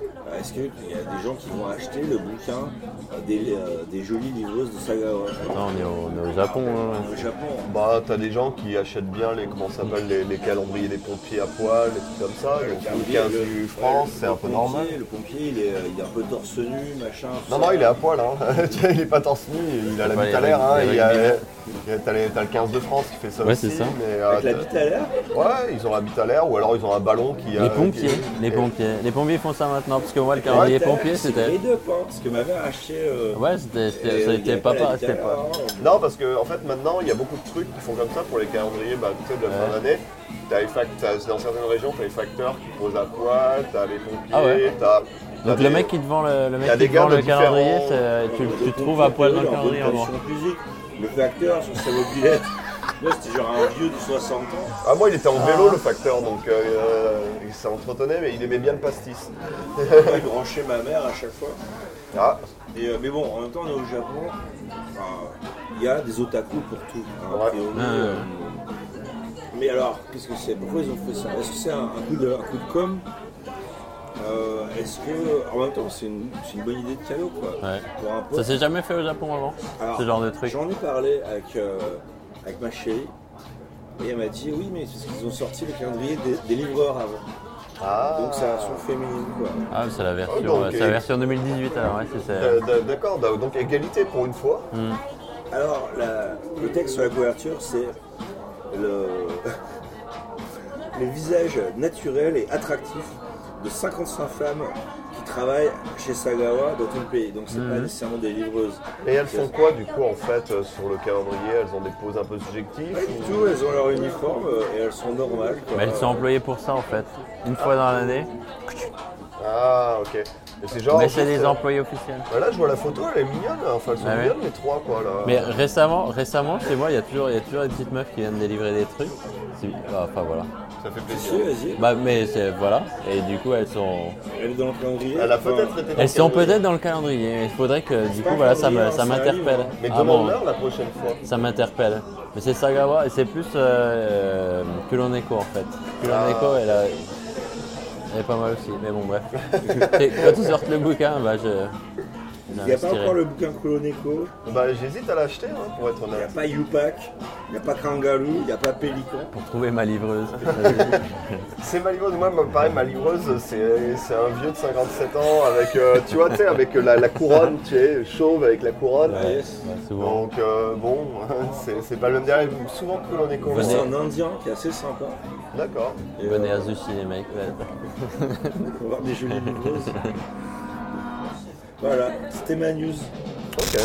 S1: euh, Est-ce qu'il y a des gens qui vont acheter le bouquin euh, des, euh, des jolies livreuses de Sagawa
S3: Non, on est au, on est au Japon. hein.
S1: Au Japon,
S2: Bah, t'as des gens qui achètent bien les, comment ça s'appelle, les, les calendriers des pompiers à poil, et tout comme ça. Donc, le 15 du France, c'est un peu
S1: pompier,
S2: normal.
S1: Le pompier, il est, euh, il est un peu torse nu, machin.
S2: Non, non, il est à poil, hein. Tu vois, il est pas torse nu, il a
S3: C'est
S2: la
S3: pas
S2: bite
S3: les
S2: à l'air, hein.
S3: rugby- les
S2: Il y a-
S3: rugbymen.
S2: il y a- T'as les- t'as le 15 de France qui fait ça
S3: Ouais,
S2: aussi.
S3: c'est ça.
S2: mais, euh,
S1: Avec la bite à l'air
S2: Ouais, ils ont la bite à l'air, ou alors ils ont un ballon qui.
S3: Les
S2: euh,
S3: pompiers,
S2: qui-
S3: les
S2: et-
S3: pompiers, les pompiers font ça maintenant parce que moi le calendrier pompier c'était.
S1: Les hein, parce que m'avait acheté. euh,
S3: Ouais, c'était- c'était
S1: et
S3: ça
S1: il y
S3: était
S1: avait
S3: pas
S1: la
S3: pas-
S1: bite à
S3: c'était
S1: l'air,
S3: pas.
S1: hein.
S2: Non, parce que en fait, maintenant, il y a beaucoup de trucs qui font comme ça pour les calendriers bah, tu sais, de la fin d'année. T'as les fact- t'as- dans certaines régions, t'as les facteurs qui posent à poil, t'as les pompiers,
S3: Ah ouais.
S2: t'as.
S3: Donc
S2: t'as
S3: le
S2: des-
S3: mec qui te vend le, le
S2: y a
S3: mec
S2: des
S3: qui te vend
S2: gars de
S3: le calendrier,
S2: différents-
S3: c'est- euh, tu,
S1: Le
S3: tu
S1: pompier,
S3: trouve à poil dans
S1: il est
S3: le
S1: en bonne
S3: calendrier. moi.
S1: condition physique. Le facteur sur sa mobilette. Moi, c'était genre un vieux de 60 ans.
S2: Ah moi il était en vélo le facteur donc euh, il s'entretenait mais il aimait bien le pastis.
S1: Moi, il branchait ma mère à chaque fois.
S2: Ah
S1: Et, euh, mais bon, en même temps, on est au Japon. Enfin, Il y a des otaku pour tout. hein,
S2: Ouais.
S1: en théorie,
S3: Ah.
S1: euh, Mais alors, qu'est-ce que c'est Pourquoi ils ont fait ça Est-ce que c'est un, un coup de, un coup de com Euh, Est-ce que. En même temps, c'est une, c'est une bonne idée de cadeau, quoi.
S3: Ouais.
S1: Pour un pote.
S3: Ça s'est jamais fait au Japon avant,
S1: Alors,
S3: ce genre de truc.
S1: J'en ai parlé avec, euh, avec ma chérie. Et elle m'a dit oui mais c'est parce qu'ils ont sorti le calendrier des, des livreurs avant.
S2: ah
S1: Donc c'est la version féminine quoi.
S3: Ah, c'est la version,
S2: Oh, donc,
S3: euh, c'est la
S2: et-
S3: version 2018 alors, ouais, c'est ça.
S2: Euh, d- D'accord, d- donc égalité pour une fois.
S1: Alors la- le texte sur la couverture c'est le, le visage naturel et attractif de 55 femmes qui travaillent chez Sagawa dans tout le pays. Donc c'est
S3: Mhm.
S1: pas nécessairement des livreuses.
S2: Et elles font quoi du coup en fait euh, sur le calendrier Elles ont des poses un peu subjectives
S1: Pas du tout, elles ont leur uniforme euh, et elles sont normales. quoi.
S3: Mais Bah, elles sont employées pour ça en fait, une fois dans l'année.
S2: Ah ok. Mais c'est genre.
S3: Mais c'est
S2: juste,
S3: des
S2: euh,
S3: employés officiels.
S2: bah là je vois la photo, elle est mignonne, enfin elles sont
S3: Ah ouais.
S2: mignonnes les trois quoi là.
S3: Mais récemment, récemment chez moi, il y a toujours, il y a toujours des petites meufs qui viennent délivrer des trucs. C'est- ah, Enfin voilà.
S2: Ça fait
S1: Si,
S2: plaisir.
S1: vas-y.
S3: Bah mais c'est voilà. Et du coup elles sont,
S1: Elle est dans le calendrier.
S2: Elle a
S1: Enfin,
S2: peut-être été. dans
S3: elles
S2: le
S3: sont
S2: calendrier.
S3: peut-être dans le calendrier. mais Il faudrait que du
S1: pas
S3: coup
S1: un
S3: voilà ça me,
S1: calendrier,
S3: ça
S1: hein, c'est un
S3: m'interpelle.
S1: livre.
S2: Mais
S3: Ah, bon.
S2: demande-leur la prochaine fois.
S3: Ça m'interpelle. Mais c'est Sagawa et c'est plus euh, euh, Kuloneko en fait. Kuloneko elle, a- elle est pas mal aussi, mais bon bref. Et Quand ils sortent le bouquin, bah je.
S1: Il
S3: Non,
S1: n'y a
S3: c'est
S1: pas
S3: tiré.
S1: encore le bouquin Kuroneko,
S2: Bah, j'hésite à l'acheter, hein, pour être
S1: il n'y a
S2: honnête.
S1: pas Yupak, il n'y a pas Kangaroo, il n'y a pas Pélican.
S3: Pour trouver ma livreuse.
S2: C'est ma livreuse, moi, me paraît ma livreuse, c'est c'est un vieux de 57 ans avec, euh, tu vois, tu sais, avec la, la couronne, tu es chauve avec la couronne.
S3: Ouais, ouais, souvent.
S2: Donc, euh, bon, c'est c'est pas le même derrière. Souvent, que l'on est con.
S1: C'est un Indien qui est assez sympa.
S2: D'accord.
S1: Et,
S3: Venez
S1: euh,
S3: à Zushi les mecs. ouais.
S1: on va voir des jolies livreuses. voilà, c'était ma news.
S2: Ok.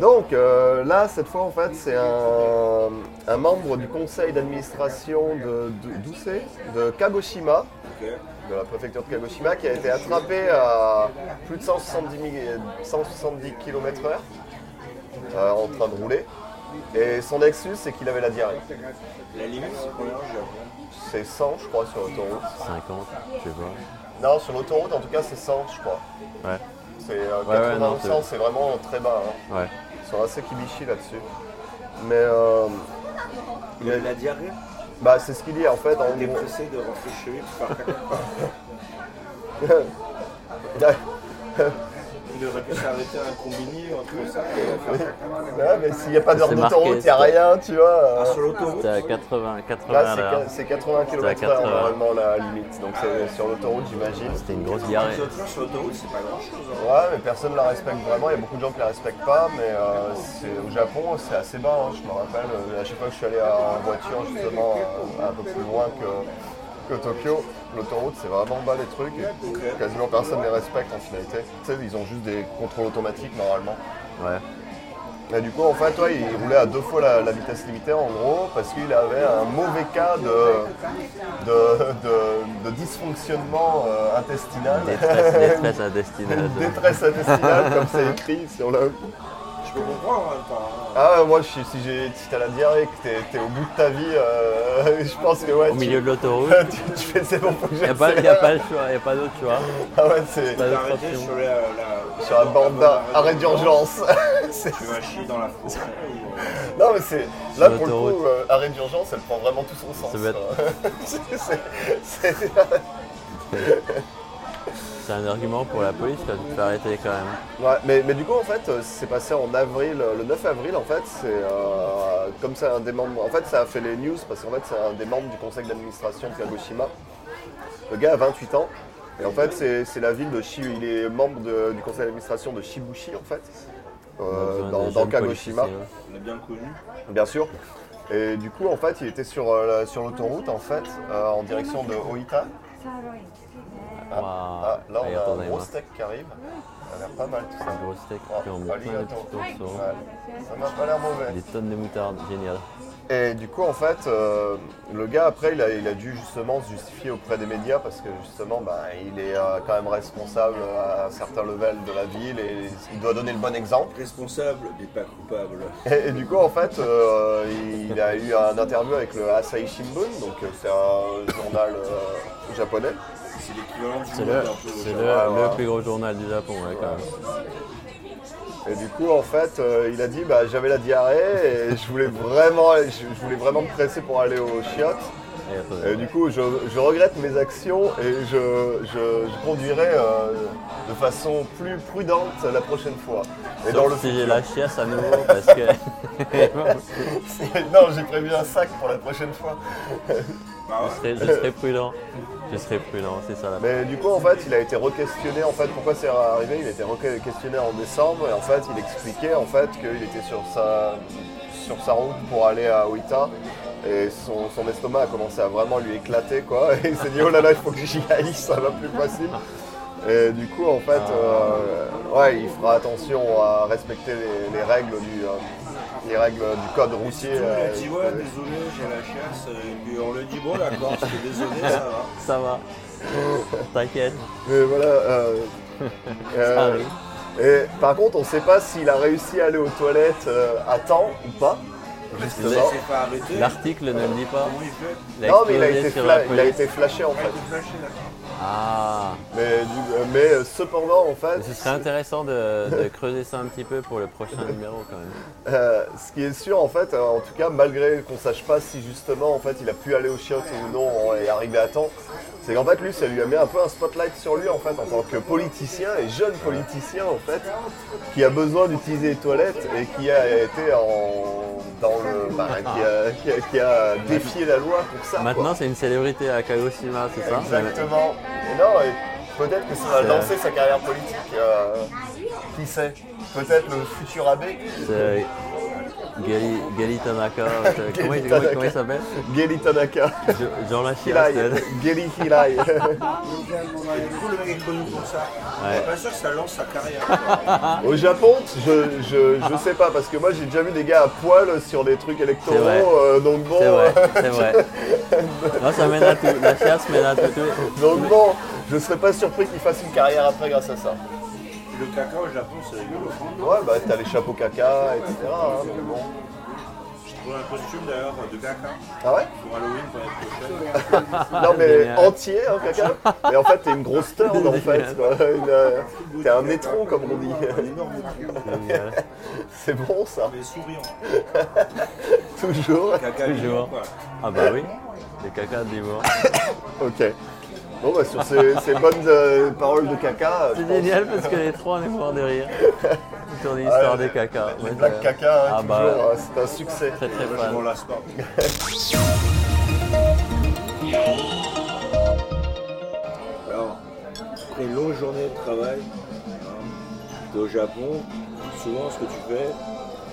S2: Donc euh, là, cette fois, en fait, c'est un, un membre du conseil d'administration de, de, d'où c'est de Kagoshima,
S1: Ok.
S2: de la préfecture de Kagoshima, qui a été attrapé à plus de 170, mi- 170 km/h euh, en train de rouler. Et son excuse, c'est qu'il avait la diarrhée.
S1: La limite, c'est combien au Japon
S2: C'est 100, je crois, sur l'autoroute.
S3: 50, je sais pas.
S2: Non, sur l'autoroute, en tout cas, c'est 100, je crois.
S3: Ouais,
S2: C'est euh,
S3: Ouais, ouais, non,
S2: 91
S3: c'est-
S2: cents, c'est vraiment très bas. hein.
S3: ouais.
S2: Ils sont assez kibichi là-dessus. Mais euh,
S1: Il a de la diarrhée
S2: bah, c'est ce qu'il dit en fait. En
S1: Il est
S2: gros.
S1: pressé de rentrer chez lui pour faire caca. Il aurait pu s'arrêter à un combini ou un truc comme ça. et faire caca.
S2: Ouais, mais s'il n'y a pas d'heure
S3: C'est marqué,
S2: d'autoroute, il n'y a
S3: ça.
S2: rien, tu vois.
S1: Ah,
S2: euh.
S1: sur l'autoroute
S3: C'était à 80, 80
S2: Là, c'est
S3: Ah, là.
S2: qua- c'est 80
S3: à
S2: km/h
S3: 80.
S2: normalement la limite. Donc c'est sur l'autoroute, j'imagine.
S3: C'était une grosse
S1: Les
S3: diarrhée.
S1: autres, sur l'autoroute, c'est pas grand chose.
S2: Ouais, mais personne ne la respecte vraiment. Il y a beaucoup de gens qui la respectent pas, mais euh, c'est- au Japon, c'est assez bas. hein, je me rappelle, euh, à chaque fois que je suis allé à- en voiture, justement, euh, un peu plus loin que, que Tokyo, l'autoroute, c'est vraiment bas les trucs. et quasiment personne ne les respecte en finalité. Tu sais, ils ont juste des contrôles automatiques normalement.
S3: Ouais.
S2: Et du coup, en fait, ouais, il roulait à deux fois la, la vitesse limitaire, en gros, parce qu'il avait un mauvais cas de, de, de- de dysfonctionnement euh, intestinal.
S3: Détresse, détresse à
S2: Une
S3: destination.
S2: détresse intestinale, comme c'est écrit sur le.
S1: Je peux comprendre en même temps. hein.
S2: Ah, ouais, moi, je suis- si, j'ai- si t'as la diarrhée et que t'es- t'es au bout de ta vie, euh, je pense que ouais.
S3: Au
S2: tu-
S3: milieu de l'autoroute.
S2: tu, tu fais c'est bon, faut que
S3: Il n'y a pas,
S2: j'accélère.
S3: y a pas le choix, y a pas d'autre choix.
S2: Ah, ouais, c'est
S1: Il
S3: Pas
S1: a
S3: d'autre
S1: arrêté
S3: option.
S1: sur la. la-
S2: sur la bande d'un- arrêt d'urgence. C'est-
S1: Tu vas chier dans la forêt. et, euh,
S2: non, mais c'est. Là, pour le
S3: l'autoroute.
S2: coup, euh, arrêt d'urgence, elle prend vraiment tout son sens.
S3: Ça va être-
S2: quoi. C'est- c'est- c'est-
S3: C'est un argument pour la police quand tu te fais arrêter quand même.
S2: Ouais, mais, mais du coup, en fait, euh, c'est passé en avril, euh, le 9 avril, en fait, c'est euh, comme c'est un des membres. En fait, ça a fait les news parce qu'en fait, c'est un des membres du conseil d'administration de Kagoshima. Le gars a 28 ans. Et en fait, c'est c'est la ville de Shi. Il est membre de- du conseil d'administration de Shibushi, en fait, euh,
S3: On a besoin
S2: dans,
S3: des
S2: dans
S3: jeunes
S2: Kagoshima.
S3: policiers, hein. ouais.
S1: On a bien connu.
S2: Bien sûr. Et du coup, en fait, il était sur, euh, la- sur l'autoroute, en fait, euh, en direction de Oita. Ah, ah, là,
S3: Allez,
S2: on a un
S3: attendez,
S2: gros
S3: moi.
S2: steak qui arrive. Ça a l'air pas mal, tout ça.
S3: Un gros steak,
S2: Ah,
S3: puis on met plein de
S2: alligator.
S3: petits tourteaux.
S2: Ouais, Ça m'a pas l'air mauvais.
S3: Des tonnes de moutarde, génial.
S2: Et du coup, en fait, euh, le gars, après, il a, il a dû justement se justifier auprès des médias parce que justement, bah, il est euh, quand même responsable à un certain level de la ville et il doit donner le bon exemple.
S1: Responsable, mais pas coupable.
S2: Et, et du coup, en fait, euh, il, il a eu un interview avec le Asahi Shimbun, donc euh, c'est un journal euh, japonais.
S1: C'est l'équivalent du
S3: C'est
S1: monde
S3: le,
S1: un peu au
S3: c'est le,
S1: Japon.
S2: ouais.
S3: le plus gros journal du Japon, ouais, quand même.
S2: Et du coup, en fait, euh, il a dit bah, j'avais la diarrhée et je voulais vraiment, je, je voulais vraiment me presser pour aller au chiottes.
S3: Allez, attendez.
S2: Et du coup, je, je regrette mes actions et je, je- je conduirai euh, de façon plus prudente la prochaine fois. Et
S3: Sauf si j'ai la chiasse à nouveau, parce que.
S2: non, j'ai prévu un sac pour la prochaine fois.
S1: Bah ouais.
S3: je, serai, je serai prudent. Je serai prudent, c'est ça la
S2: Mais du coup, en fait, il a été re-questionné. En fait, pourquoi c'est arrivé Il a été re-questionné en décembre et en fait, il expliquait en fait qu'il était sur sa, sur sa route pour aller à Oita. Et son, son estomac a commencé à vraiment lui éclater, quoi. Et il s'est dit, oh là là, il faut que j'y aille, ça va plus facile. Et du coup, en fait, euh,
S1: Ah.
S2: ouais, il fera attention à respecter les, les règles du, euh, les règles du code routier.
S1: Tout le monde
S2: euh,
S1: a dit ouais, désolé, j'ai la chasse. Et puis on le dit bon, d'accord, parce que désolé, ça va.
S3: Ça va. T'inquiète.
S2: Mais voilà. euh,
S3: ça
S2: euh,
S3: arrive.
S2: Et par contre, on ne sait pas s'il a réussi à aller aux toilettes euh, à temps ou pas.
S1: Il
S2: Justement.
S1: s'est pas arrêté.
S3: L'article ne le dit pas.
S1: Comment il fait
S3: Il a
S2: Non, mais il a,
S3: explosé
S2: été
S3: sur
S2: fla- il
S3: la
S2: a
S3: police.
S2: été flashé en
S1: Ah,
S2: fait.
S1: il est flashé, d'accord.
S3: Ah,
S2: Mais, du- euh, mais euh, cependant, en fait,
S3: Ce serait intéressant de, de creuser ça un petit peu pour le prochain numéro quand même.
S2: Euh, ce qui est sûr, en fait, euh, en tout cas, malgré qu'on sache pas si justement, en fait, il a pu aller au chiottes ou non et arriver à temps, c'est qu'en fait, lui, ça lui a mis un peu un spotlight sur lui, en fait, en tant que politicien et jeune politicien, en fait, qui a besoin d'utiliser les toilettes et qui a été en dans le, bah, qui, a, qui a- qui a défié la loi pour ça. quoi.
S3: Maintenant, c'est une célébrité à Kagoshima, c'est ça
S2: Exactement. Et non, et peut-être que ça va
S3: C'est-
S2: lancer sa carrière politique. euh, qui sait Peut-être le futur abbé.
S3: C'est Gali, Gali euh, Tanaka, c'est- comment, il-
S2: Gali
S3: comment-
S2: Tanaka.
S3: comment il s'appelle
S2: Geli Tanaka.
S3: Jo- Jean Lachia,
S2: Hilai.
S3: c'est-
S2: Geli Hilai.
S1: Du coup, le mec est connu pour ça. Je suis pas sûr que ça lance sa carrière.
S2: Au Japon, je, je, je sais pas, parce que moi j'ai déjà vu des gars à poil sur des trucs
S3: C'est
S2: électoraux,
S3: vrai.
S2: euh, donc bon,
S3: c'est vrai,
S2: euh,
S3: c'est vrai. Non, ça mène à tout, la chasse mène à tout.
S2: donc bon, je serais pas surpris qu'ils fassent une carrière après grâce à ça.
S1: Le caca au Japon, c'est rigolo. hein.
S2: Ouais, bah t'as les chapeaux caca, etc. hein, mais bon.
S1: J'ai trouvé un costume d'ailleurs de caca
S2: Ah ouais
S1: pour Halloween pour l'année prochaine.
S2: Non mais
S3: Ah, Génial.
S2: entier, hein, caca. Et en fait t'es une grosse turde en fait. quoi. Une, euh, T'es un étron comme on dit.
S1: Un énorme truc,
S2: C'est bon ça,
S1: mais souriant.
S2: toujours.
S1: Caca
S3: Toujours.
S1: vivant, quoi.
S3: Ah bah oui, les caca du mort.
S2: Ok. Bon bah sur ces, ces bonnes euh, paroles de caca. je
S3: C'est
S2: pense-
S3: génial parce que les trois, on est morts de rire. Sur l'histoire des caca.
S2: Les
S3: Ouais,
S2: blagues
S3: c'est-
S2: caca, hein,
S3: Ah bah,
S2: toujours, euh, c'est un succès.
S3: Très très
S1: Je m'en
S3: fan.
S1: lasse pas. Alors, après une longue journée de travail, hein, t'es au Japon, souvent ce que tu fais,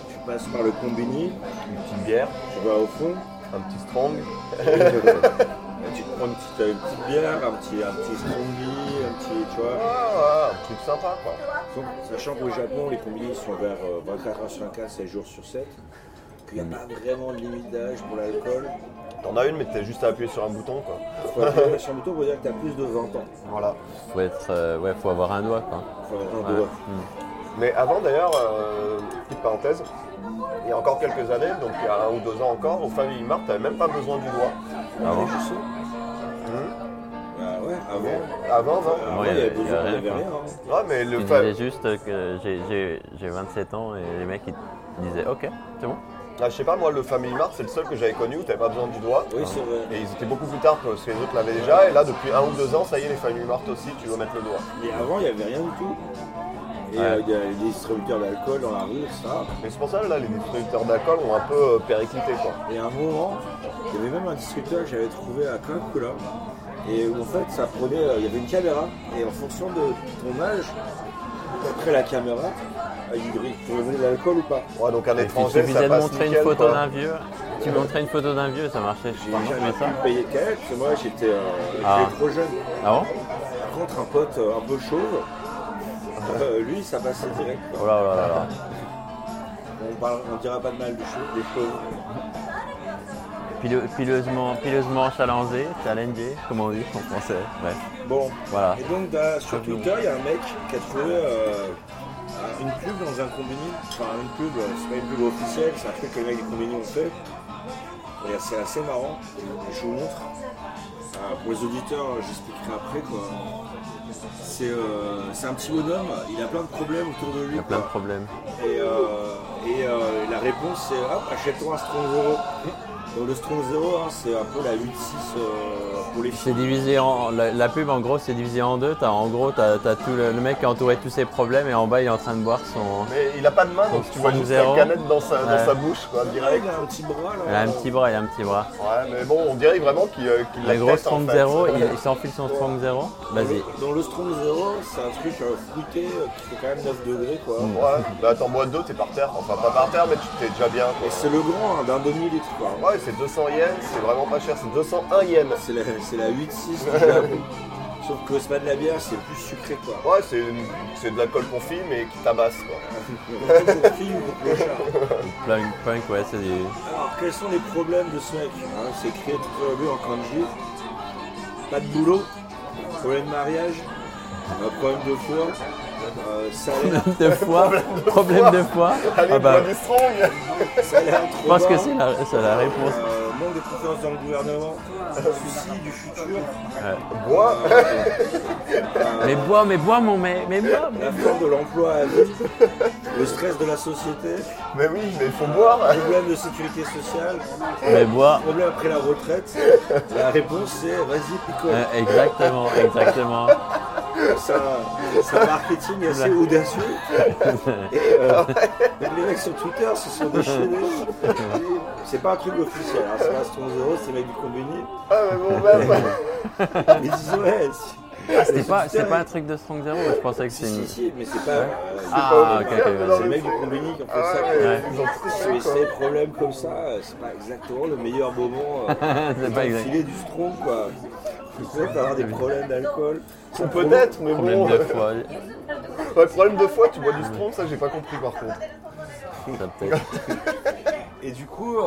S1: tu passes par le combini,
S2: Une petite bière,
S1: tu vas au fond,
S2: un petit strong.
S1: et Euh, tu te prends une petite, euh, une petite bière, un petit, un petit strongi, un petit, tu vois.
S2: Ah, un truc sympa quoi.
S1: Donc, sachant qu'au Japon, les combis sont vers euh, 24 h 54, 7 jours sur 7, qu'il n'y a pas vraiment de limite d'âge pour l'alcool.
S2: T'en as une mais t'as juste à appuyer sur un bouton quoi.
S1: Faut appeler sur le bouton pour dire que t'as plus de 20 ans.
S2: Voilà.
S3: Faut être, euh, ouais, faut avoir un doigt quoi.
S1: Faut avoir un
S3: Ouais.
S1: doigt.
S2: Mais avant d'ailleurs, euh, petite parenthèse, il y a encore quelques années, donc il y a un ou deux ans encore, au Family Mart, t'avais même pas besoin du doigt.
S3: Avant,
S1: Je sais. Bah ouais, avant.
S2: Avant, non
S1: Avant,
S3: Ouais,
S1: il y avait
S3: il y
S1: besoin, il
S3: avait
S1: n'y avait
S3: rien,
S1: rien. hein.
S2: Ouais, mais le
S3: Tu
S2: fa-
S3: disais juste que j'ai- j'ai j'ai 27 ans et les mecs ils disaient ok, c'est bon.
S2: Ah, je sais pas, moi, le Family Mart, c'est le seul que j'avais connu où t'avais pas besoin du doigt.
S1: Oui, c'est vrai.
S2: Et ils étaient beaucoup plus tard parce que les autres l'avaient déjà. Et là, depuis un ou deux ans, ça y est, les Family Mart aussi, tu dois mettre le doigt.
S1: Mais avant, il n'y avait rien du tout. Et
S3: Ouais.
S1: euh, il y a des distributeurs d'alcool dans la rue, ça.
S2: Mais c'est pour ça, là, les distributeurs d'alcool ont un peu euh, périclité, quoi.
S1: Et à un moment, il y avait même un distributeur que j'avais trouvé à Kankula. Et où en fait, ça prenait, euh, il y avait une caméra. Et en fonction de ton âge, après la caméra, euh, il pouvait donner de l'alcool ou pas.
S2: Ouais, donc un
S3: Il
S2: étranger,
S3: suffisait
S2: ça
S3: de
S2: passe
S3: montrer une
S2: nickel,
S3: photo
S2: quoi.
S3: d'un vieux. Tu montrais une photo d'un vieux, ça marchait. Je sais
S1: J'ai
S3: pas,
S1: jamais
S3: mais ça.
S1: pu payer cash, parce que moi j'étais euh,
S3: Ah.
S1: j'étais trop jeune.
S3: Ah bon
S1: Par contre, un pote euh, un peu chauve, euh, lui, ça passait direct. quoi.
S3: Oh là là là là.
S1: On, parle, on dira pas de mal du chauve, des chauves.
S3: Pile- pileusement, pileusement challengé, challengé, comment on dit en français. Bref,
S1: Bon,
S3: voilà.
S1: et donc là, sur
S3: Champion.
S1: Twitter, il y a un mec qui a trouvé euh, une pub dans un combini. Enfin, une pub, euh, c'est pas une pub officielle, c'est un truc que les mecs du combini ont fait. Et c'est assez marrant. Je vous montre. Euh, pour les auditeurs, j'expliquerai après quoi. C'est euh, c'est un petit bonhomme, il a plein de problèmes autour de
S3: Il
S1: lui.
S3: y a plein de
S1: quoi.
S3: problèmes.
S1: Et, euh, et, euh, la réponse c'est hop, achète-toi un Strong Zero. Donc le Strong Zero, hein, c'est un peu la 8-6 euh, pour les filles.
S3: C'est divisé en. La, la pub en gros c'est divisé en deux. T'as- en gros, t'as as tout le, le mec qui est entouré de tous ses problèmes et en bas il est en train de boire son.
S2: Mais il a pas de main, donc
S3: Donc,
S2: tu vois juste la
S3: 0.
S2: canette dans sa, dans
S3: Ouais.
S2: sa bouche, quoi,
S1: Ah,
S2: direct.
S1: Il a un petit bras là.
S3: Il a un petit bras, il a un petit bras.
S2: Ouais, mais bon, on dirait vraiment qu'il euh, qu'il la
S3: Le gros
S2: tête, en
S3: strong
S2: fait.
S3: zero, il, il s'enfile son strong zero.
S1: Dans
S3: Vas-y.
S1: le, dans le Strong Zero, c'est un truc euh, fruité euh, qui fait quand même 9 degrés quoi.
S2: Ouais, bah t'en bois deux, t'es par terre. Enfin, pas par terre, mais tu t'es déjà bien.
S1: Et c'est le grand hein, d'un demi-litre quoi.
S2: quoi. Ouais, c'est 200 yens, c'est vraiment pas cher, c'est 201 yens.
S1: C'est la, c'est la 8-6 du Japon. Sauf que c'est pas de la bière, c'est plus sucré quoi.
S2: Ouais, c'est c'est de l'alcool confit, mais qui tabasse, quoi.
S1: Pour filles ou pour clochards.
S3: Punk, punk, ouais, c'est du.
S1: Alors, quels sont les problèmes de ce mec hein C'est écrit tout au début en kanji. Pas de boulot, problème de mariage, euh, problème de foi, euh, salaire,
S3: Problème de foie, problème de foie.
S2: Allez,
S3: Ah bah,
S2: bois du strong
S1: salaire trop
S3: je pense que
S1: bas,
S3: c'est la, c'est la réponse.
S1: euh, manque de confiance dans le gouvernement, souci du futur,
S2: Bois
S1: euh,
S3: Mais bois, mais bois mon mec, mais bois. mais-
S1: La fin de l'emploi à vie, le stress de la société,
S2: Mais oui, mais il faut boire.
S1: le problème de sécurité sociale,
S3: Mais bois.
S1: le problème après la retraite. La réponse c'est vas-y picole.
S3: Euh, exactement, exactement.
S1: C'est un- c'est un marketing assez audacieux. Et, euh, donc les mecs sur Twitter se sont déchaînés. C'est pas un truc officiel, hein, c'est pas Strong Zero, c'est les mecs du combini.
S2: Ah, mais bon, même.
S1: Ils disent ouais. si-
S3: Ah, C'était pas,
S1: Twitter,
S3: c'est pas un
S1: ils-
S3: truc de Strong Zero, je pensais que
S1: Si,
S3: c'était une.
S1: si, si, mais c'est pas. euh, c'est
S3: Ah, ok, ok,
S1: pas-
S3: vas-y.
S1: c'est les mecs du combini qui ont fait
S2: Ah
S1: ça.
S2: ouais,
S3: Ouais.
S2: ils ont tout fait,
S1: Mais
S2: quoi.
S1: ces problèmes comme ça, euh, c'est pas exactement le meilleur moment euh,
S3: C'est
S1: pour
S3: pas exact.
S1: filer du strong quoi. Peut-être avoir des problèmes d'alcool.
S2: Ou Peut-être, mais
S3: Problème
S2: bon.
S3: de foie.
S2: Ouais, problème de foie, tu bois du strong, ça j'ai pas compris par contre.
S3: Ça peut-être.
S1: Et du coup, euh,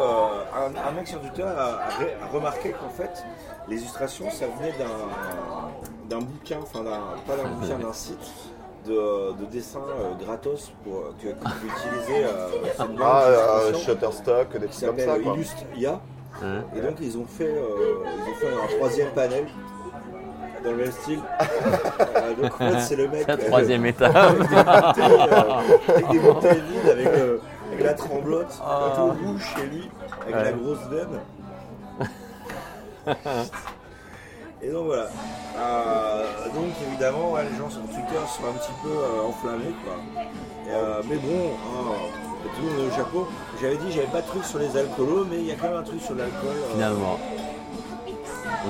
S1: un, un mec sur Twitter a, a ré- a remarqué qu'en fait, l'illustration, ça venait d'un, d'un bouquin, enfin d'un, pas d'un bouquin, d'un site de, de dessin euh, gratos pour, que, que peut utiliser euh, cette bande
S2: Ah, euh,
S1: d'illustration
S2: Shutterstock,
S1: qui
S2: des trucs comme
S1: s'appelle
S2: ça quoi.
S1: Illustre IA.
S3: Hein.
S1: Et donc ils ont fait, euh, ils ont fait un troisième panel dans le même style. Euh, donc en fait c'est le mec
S3: La
S1: euh,
S3: troisième étape.
S1: avec des bouteilles, euh, avec des bouteilles vides, avec, euh, avec la tremblote,
S3: Ah.
S1: tout rouge chez lui, avec
S3: Ouais.
S1: la grosse veine. Et donc voilà. Euh, donc évidemment, ouais, les gens sur Twitter sont un petit peu euh, enflammés. Quoi. Et, euh, mais bon, hein, tout le monde est au chapeau. J'avais dit, j'avais pas de truc sur euh, les alcoolos, mais il y a quand même un truc sur l'alcool. euh,
S3: Finalement.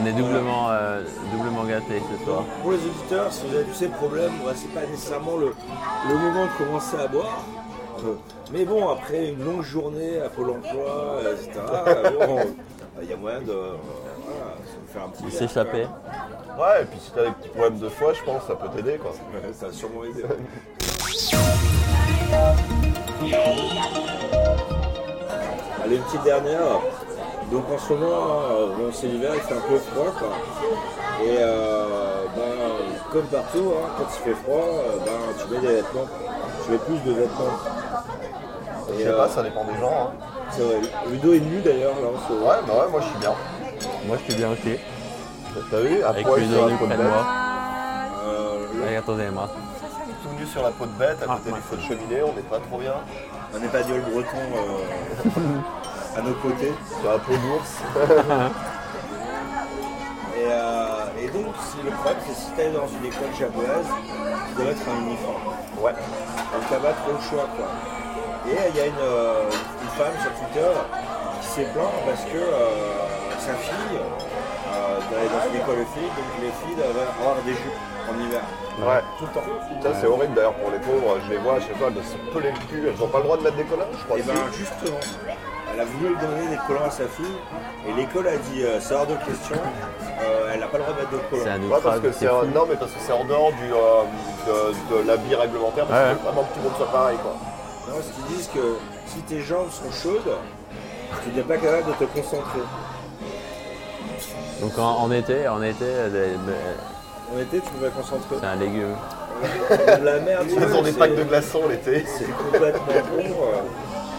S3: On est doublement, euh, doublement gâtés ce soir.
S1: Pour les auditeurs, si vous avez tous ces problèmes, ouais, c'est pas nécessairement le, le moment de commencer à boire. Euh, Mais bon, après une longue journée à Pôle emploi, euh, etc., euh, bon, euh, il y a moyen de euh, voilà, se faire un petit.
S3: Il
S1: verre,
S3: s'échappait.
S2: Ouais, et puis si t'as des petits problèmes de foie, je pense que ça peut t'aider quoi.
S1: quoi. Ouais, Ça a sûrement aidé. Allez, une petite dernière. Donc en ce moment, hein, bon, c'est l'hiver, il fait un peu froid. quoi. Et euh, ben, comme partout, hein, quand il fait froid, euh, ben, tu mets des vêtements. Tu mets plus de vêtements.
S2: Je
S1: Et,
S2: sais
S1: euh,
S2: pas, ça dépend des gens. hein.
S1: C'est vrai. Ludo est nu d'ailleurs là en ce moment.
S2: Ouais, mais ouais, moi je suis bien.
S3: Moi je suis bien ok.
S2: T'as vu À
S3: Avec
S2: poil
S3: mes
S2: sur
S3: oreilles
S2: la peau de
S3: près de
S2: bête,
S3: moi.
S1: Euh,
S3: Allez, attendez, les bras.
S2: tout nu sur la peau de bête, à
S3: Ah,
S2: côté
S3: ouais.
S2: du feu de cheminée, on n'est pas trop bien.
S1: un épadiol breton euh, à nos côtés.
S2: Sur la peau d'ours.
S1: Et, euh, et donc, si le problème, c'est si t'es dans une école japonaise, tu dois mettre un uniforme.
S2: Ouais.
S1: Donc t'as pas trop le choix, quoi. Et euh, il y a une, euh, une femme sur Twitter qui s'est plainte parce que euh, sa fille, euh, dans dans une école de filles, donc les filles doivent avoir des jupes en hiver,
S2: Ouais.
S1: tout le temps.
S2: Ça c'est horrible d'ailleurs pour les pauvres, je les vois à chaque fois, elles doivent se peler le cul, elles ont pas le droit de mettre des collants, je crois.
S1: Et
S2: si.
S1: bien justement, elle a voulu donner des collants à sa fille et l'école a dit euh, c'est hors de question, euh, elle n'a pas le droit de mettre de
S3: C'est
S1: collants.
S3: un
S2: Ouais, parce
S3: outrage.
S2: que
S3: c'est
S2: c'est un-
S3: Ah, fou.
S2: non mais parce que c'est en dehors du euh, de, de l'habit réglementaire parce
S3: Ouais,
S2: que vraiment que tout le monde soit pareil quoi.
S1: Non, parce qu'ils disent que si tes jambes sont chaudes, tu n'es pas capable de te concentrer.
S3: Donc en, en été, en été, euh, les- euh,
S1: En été, tu peux pas te concentrer.
S3: c'est un légume.
S1: De la merde, tu
S2: Ils
S1: vois,
S2: ont des
S1: c'est-
S2: packs de glaçons l'été.
S1: C'est complètement con. euh,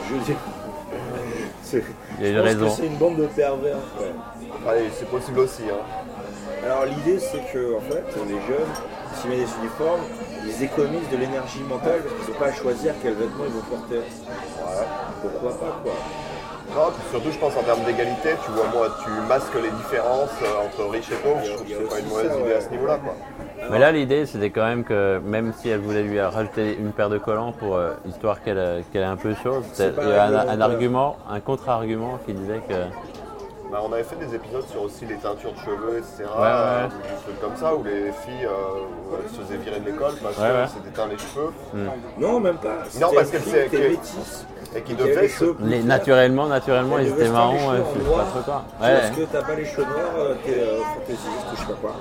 S1: Je veux dire. c'est-
S3: Il y
S1: je
S3: a une
S1: pense que
S3: raison.
S1: C'est une bande de pervers. quoi.
S2: Allez, c'est possible aussi hein.
S1: Alors l'idée c'est que en fait les jeunes s'ils mettent des uniformes, ils économisent de l'énergie mentale parce qu'ils n'ont pas à choisir quel vêtement ils vont porter. Pourquoi pas quoi
S2: Non, Ah, puis surtout je pense en termes d'égalité, tu vois moi tu masques les différences euh, entre riches et pauvres, je trouve
S1: Il y a
S2: que c'est pas
S1: aussi
S2: une mauvaise
S1: ça,
S2: idée
S1: ouais.
S2: à ce niveau là quoi.
S3: Mais là l'idée c'était quand même que même si elle voulait lui rajouter une paire de collants pour euh, histoire qu'elle euh, qu'elle ait un peu chaud, c'est-
S1: pas
S3: il y a un,
S1: réglementaire.
S3: un argument, un contre-argument qui disait que
S2: Bah, on avait fait des épisodes sur aussi les teintures de cheveux, etc.
S3: ouais.
S2: euh, Des trucs comme ça où les filles euh, où elles se faisaient virer de l'école parce
S3: Ouais, ouais. Mm.
S2: qu'elles s'étaient teintes les cheveux
S1: Non même pas.
S2: Non, parce qu'elle sait que-
S1: métisse.
S2: et qui
S1: et qu'elle a les
S2: devaient se.
S1: cheveux plus
S3: les-
S1: clairs.
S3: naturellement, naturellement
S1: Elle
S3: ils
S1: devait
S3: étaient
S1: se faire les
S3: marrons, euh,
S1: cheveux en
S3: je sais pas
S1: noir.
S3: trop quoi.
S1: Tu vois,
S3: Ouais.
S1: Parce que t'as pas les cheveux noirs, euh, t'es euh, fantaisiste ou je sais pas quoi.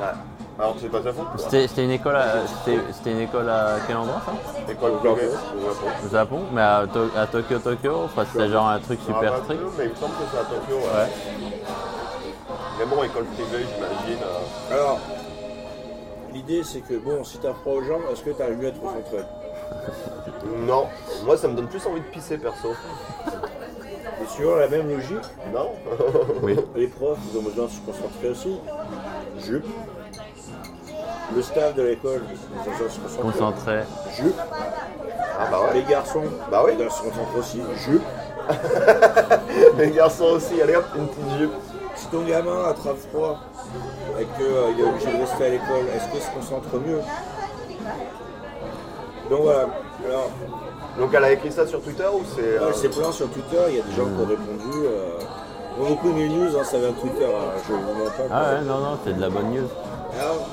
S2: Alors c'est pas ta faute quoi.
S3: C'était c'était une école, à- c'était c'était une école à quel endroit ça
S2: C'est quoi le progrès au Japon
S3: Au Japon, mais à, To- à Tokyo, Tokyo, enfin c'était genre un truc
S2: Ah,
S3: super
S2: pas
S3: strict.
S2: plus, Mais il me semble que c'est à Tokyo, ouais.
S3: Ouais.
S2: Mais bon, école privée, j'imagine. euh,
S1: Alors l'idée c'est que bon si t'as froid aux jambes, est-ce que t'arrives mieux à te concentrer
S2: Non, moi ça me donne plus envie de pisser perso.
S1: Et suivant la même logique,
S2: Non
S1: les profs ils ont besoin de se concentrer aussi. Jupe. le staff de l'école, les agents se concentrent.
S3: Concentré.
S1: Jupe.
S2: Ah bah ouais.
S1: Les garçons,
S2: Bah oui.
S1: les gars se concentrent aussi. Jupe.
S2: Les garçons aussi, allez hop, une petite jupe.
S1: Si ton gamin attrape froid et qu'il est obligé de rester à l'école, est-ce qu'il se concentre mieux Donc voilà. Alors,
S2: Donc elle a écrit ça sur Twitter ou c'est. euh,
S1: moi, c'est plein sur Twitter, il y a des gens qui ont répondu. euh, moi, beaucoup de mes news, hein, ça vient de Twitter, hein, je vous mens pas.
S3: Ah ouais, non, non, c'est de la bonne news.
S1: Alors,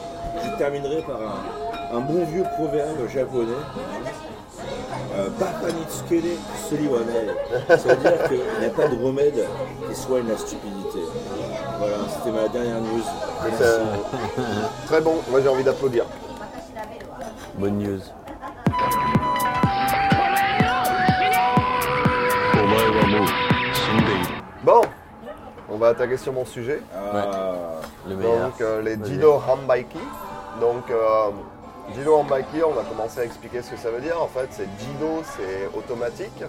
S1: je terminerai par un, un bon vieux proverbe japonais. Euh, Baka ni tsukere kusuri wa nai. Ça veut dire qu'il n'y a pas de remède qui soigne la stupidité. Voilà, c'était ma dernière news.
S2: c'est, euh, Très bon, moi j'ai envie d'applaudir.
S3: Bonne news.
S4: お前はもう死んでいる
S2: Bon, on va attaquer sur mon sujet.
S1: Ah,
S3: Le meilleur.
S2: Donc euh, les
S3: Vas-y.
S2: Jido Hambaiki. Donc euh, Jido Hambaiki, on a commencé à expliquer ce que ça veut dire. En fait, c'est Jido, c'est automatique.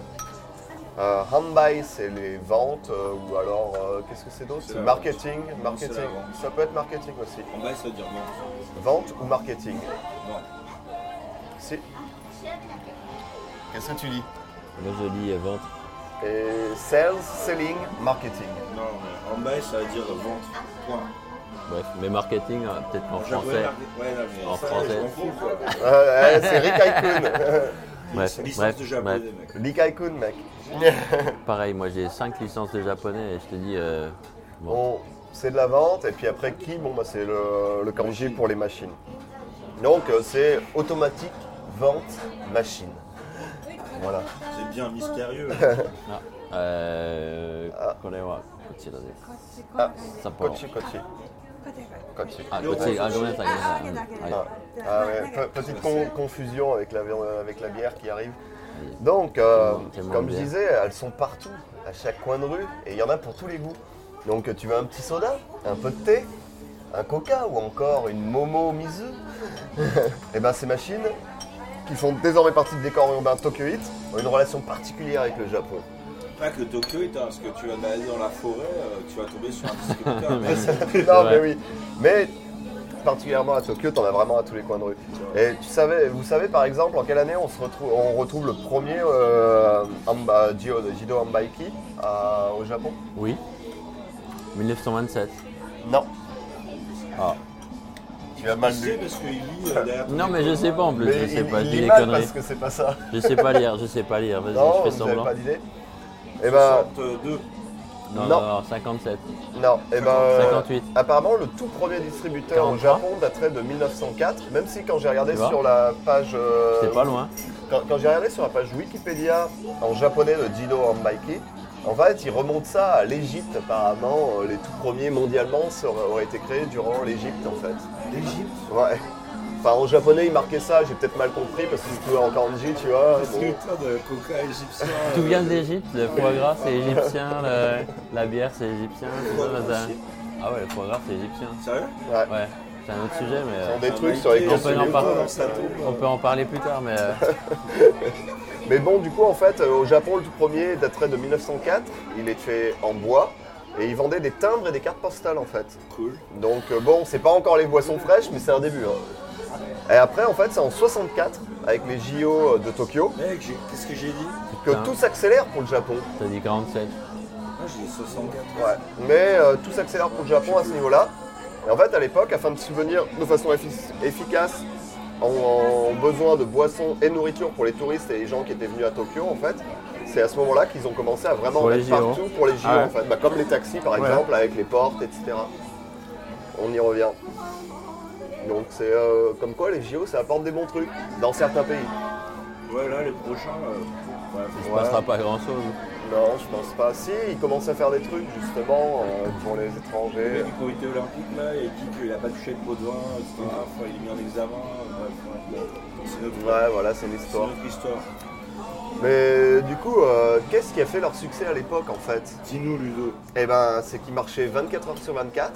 S2: Euh, Hambai, c'est les ventes euh, ou alors euh, qu'est-ce que c'est d'autre
S1: C'est
S2: C'est
S1: la
S2: marketing,
S1: vente. C'est
S2: marketing.
S1: la vente.
S2: Ça peut être marketing aussi.
S1: on va se dire non.
S2: Vente ou marketing
S1: Non.
S2: Si. Qu'est-ce que tu dis
S3: Moi je lis euh, ventre.
S2: Et sales, selling, marketing.
S1: Non, mais en bas, ça veut dire vente. Point.
S3: Bref, mais marketing, euh, peut-être en
S1: japonais,
S3: français.
S1: marque- Ouais, non, mais
S3: En
S1: ça,
S3: français.
S1: je m'en fous, quoi.
S2: Euh, eh, c'est Rick Aikun.
S3: Bref,
S1: Licence
S3: bref,
S1: de japonais,
S3: bref.
S1: mec.
S2: Rick Aikun, mec.
S3: Pareil, moi j'ai 5 licences de japonais et je te dis. euh, bon.
S2: Bon, c'est de la vente et puis après qui Bon bah c'est le, le kanji pour les machines. Donc euh, c'est automatique, vente, machine. Voilà.
S1: C'est bien mystérieux.
S3: Ah, euh,
S2: Ah.
S3: Korewa, kochira desu.
S2: Ah,
S3: Sapporo.
S2: kochi, kochi. Kochi.
S3: Ah, kochi, ah, gomen nasai, gomen nasai. Ouais.
S2: Ah, ah ouais, pe- petite con- confusion avec la, avec la bière qui arrive. Donc, euh,
S3: Tellement- tellement
S2: comme
S3: de
S2: je
S3: bière.
S2: disais, elles sont partout, à chaque coin de rue, et il y en a pour tous les goûts. Donc, tu veux un petit soda, un peu de thé, un coca ou encore une momo mizu Et ben, ces machines, qui font désormais partie du décor urbain Tokyoïte, ont une relation particulière avec le Japon.
S1: Pas que Tokyo est un, parce que tu vas aller dans la forêt, euh, tu vas tomber sur un distributeur.
S3: Mais-
S2: non, mais
S3: vrai.
S2: oui. Mais particulièrement à Tokyo, t'en as vraiment à tous les coins de rue. Et tu savais, vous savez par exemple en quelle année on, se retrouve, on retrouve le premier euh, Amba- Jido, Jido Ambaiki à- au Japon
S3: Oui. 1927.
S2: Non.
S3: Ah.
S2: Tu vas mal
S1: Tu sais, parce qu'il lit euh, derrière ton
S3: Non, mais je sais pas en plus, je
S2: Mais
S3: sais
S2: il,
S3: pas,
S2: il
S3: je
S2: lit
S3: dis des
S2: mal
S3: conneries.
S2: parce que c'est pas ça.
S3: Je sais pas lire, je sais pas lire, vas-y,
S2: Non,
S3: je fais
S2: vous avez
S3: semblant.
S2: pas d'idée Eh ben,
S1: 62.
S3: Non,
S2: Non.
S3: non, 57.
S2: non, eh ben, euh,
S3: 58.
S2: apparemment le tout premier distributeur au
S3: 43.
S2: Japon daterait de 1904, même si quand j'ai regardé
S3: Tu vois
S2: sur la page... euh,
S3: C'est pas loin.
S2: Quand, quand j'ai regardé sur la page Wikipédia en japonais de Jido Ambaiki, en fait, il remonte ça à l'Égypte. Apparemment, euh, les tout premiers mondialement seraient- auraient été créés durant l'Égypte, en fait.
S1: L'Égypte
S2: Ouais. Enfin, en japonais, il marquait ça. J'ai peut-être mal compris parce que c'était en kanji, tu vois.
S1: Parce
S2: ah, bon.
S1: que putain de coca égyptien.
S3: Tout
S1: euh,
S3: vient d'Égypte, le foie gras c'est égyptien, le- la bière c'est égyptien, tout ça,
S1: gras
S3: ça.
S1: aussi.
S3: Ah ouais, le foie gras c'est égyptien.
S1: Sérieux
S3: Ouais, c'est un autre sujet, mais
S2: Ce sont
S3: euh,
S2: des
S1: Ah,
S2: trucs
S1: bah,
S2: sur lesquels
S1: on
S3: peut en
S2: les
S3: parler.
S2: gens, ça-
S3: on peut en parler plus tard, mais euh,
S2: Mais bon, du coup, en fait, euh, au Japon, le tout premier daterait de 1904. Il était en bois et il vendait des timbres et des cartes postales, en fait.
S1: Cool.
S2: Donc euh, bon, c'est pas encore les boissons fraîches, mais c'est un début. hein. Et après, en fait, c'est en 64, avec les JO de Tokyo,
S1: Mec, j'ai- qu'est-ce que j'ai dit
S2: que
S3: Putain.
S2: tout s'accélère pour le Japon.
S3: t'as dit 47.
S1: Ah, j'ai dit 64.
S2: Ouais. Mais euh, tout s'accélère pour le Japon à ce niveau-là. Et en fait, à l'époque, afin de subvenir de façon effi- efficace en, en besoin de boissons et nourriture pour les touristes et les gens qui étaient venus à Tokyo, en fait, c'est à ce moment-là qu'ils ont commencé à vraiment
S3: Pour
S2: en
S3: les
S2: mettre
S3: JO.
S2: partout pour les JO,
S3: Ah ouais.
S2: en fait. Bah, comme les taxis, par
S3: Ouais.
S2: exemple, avec les portes, etc. On y revient. Donc c'est euh, comme quoi les JO, ça apporte des bons trucs dans certains pays.
S1: Ouais, là, les prochains. euh, ouais,
S3: Il se
S2: Ouais.
S3: passera pas grand chose.
S2: Non, je pense pas. Si, ils commencent à faire des trucs justement euh, pour les
S1: Le
S2: étrangers.
S1: mec du comité olympique là, il dit qu'il a pas touché de pot de vin, etc. Enfin, il est mis en examen. Bref, ouais. C'est notre,
S2: Ouais, voilà, c'est
S1: c'est
S2: l'histoire.
S1: notre histoire.
S2: Mais du coup, euh, qu'est-ce qui a fait leur succès à l'époque en fait
S1: Dis-nous, Ludo.
S2: Eh ben, c'est qu'ils marchaient 24 heures sur 24,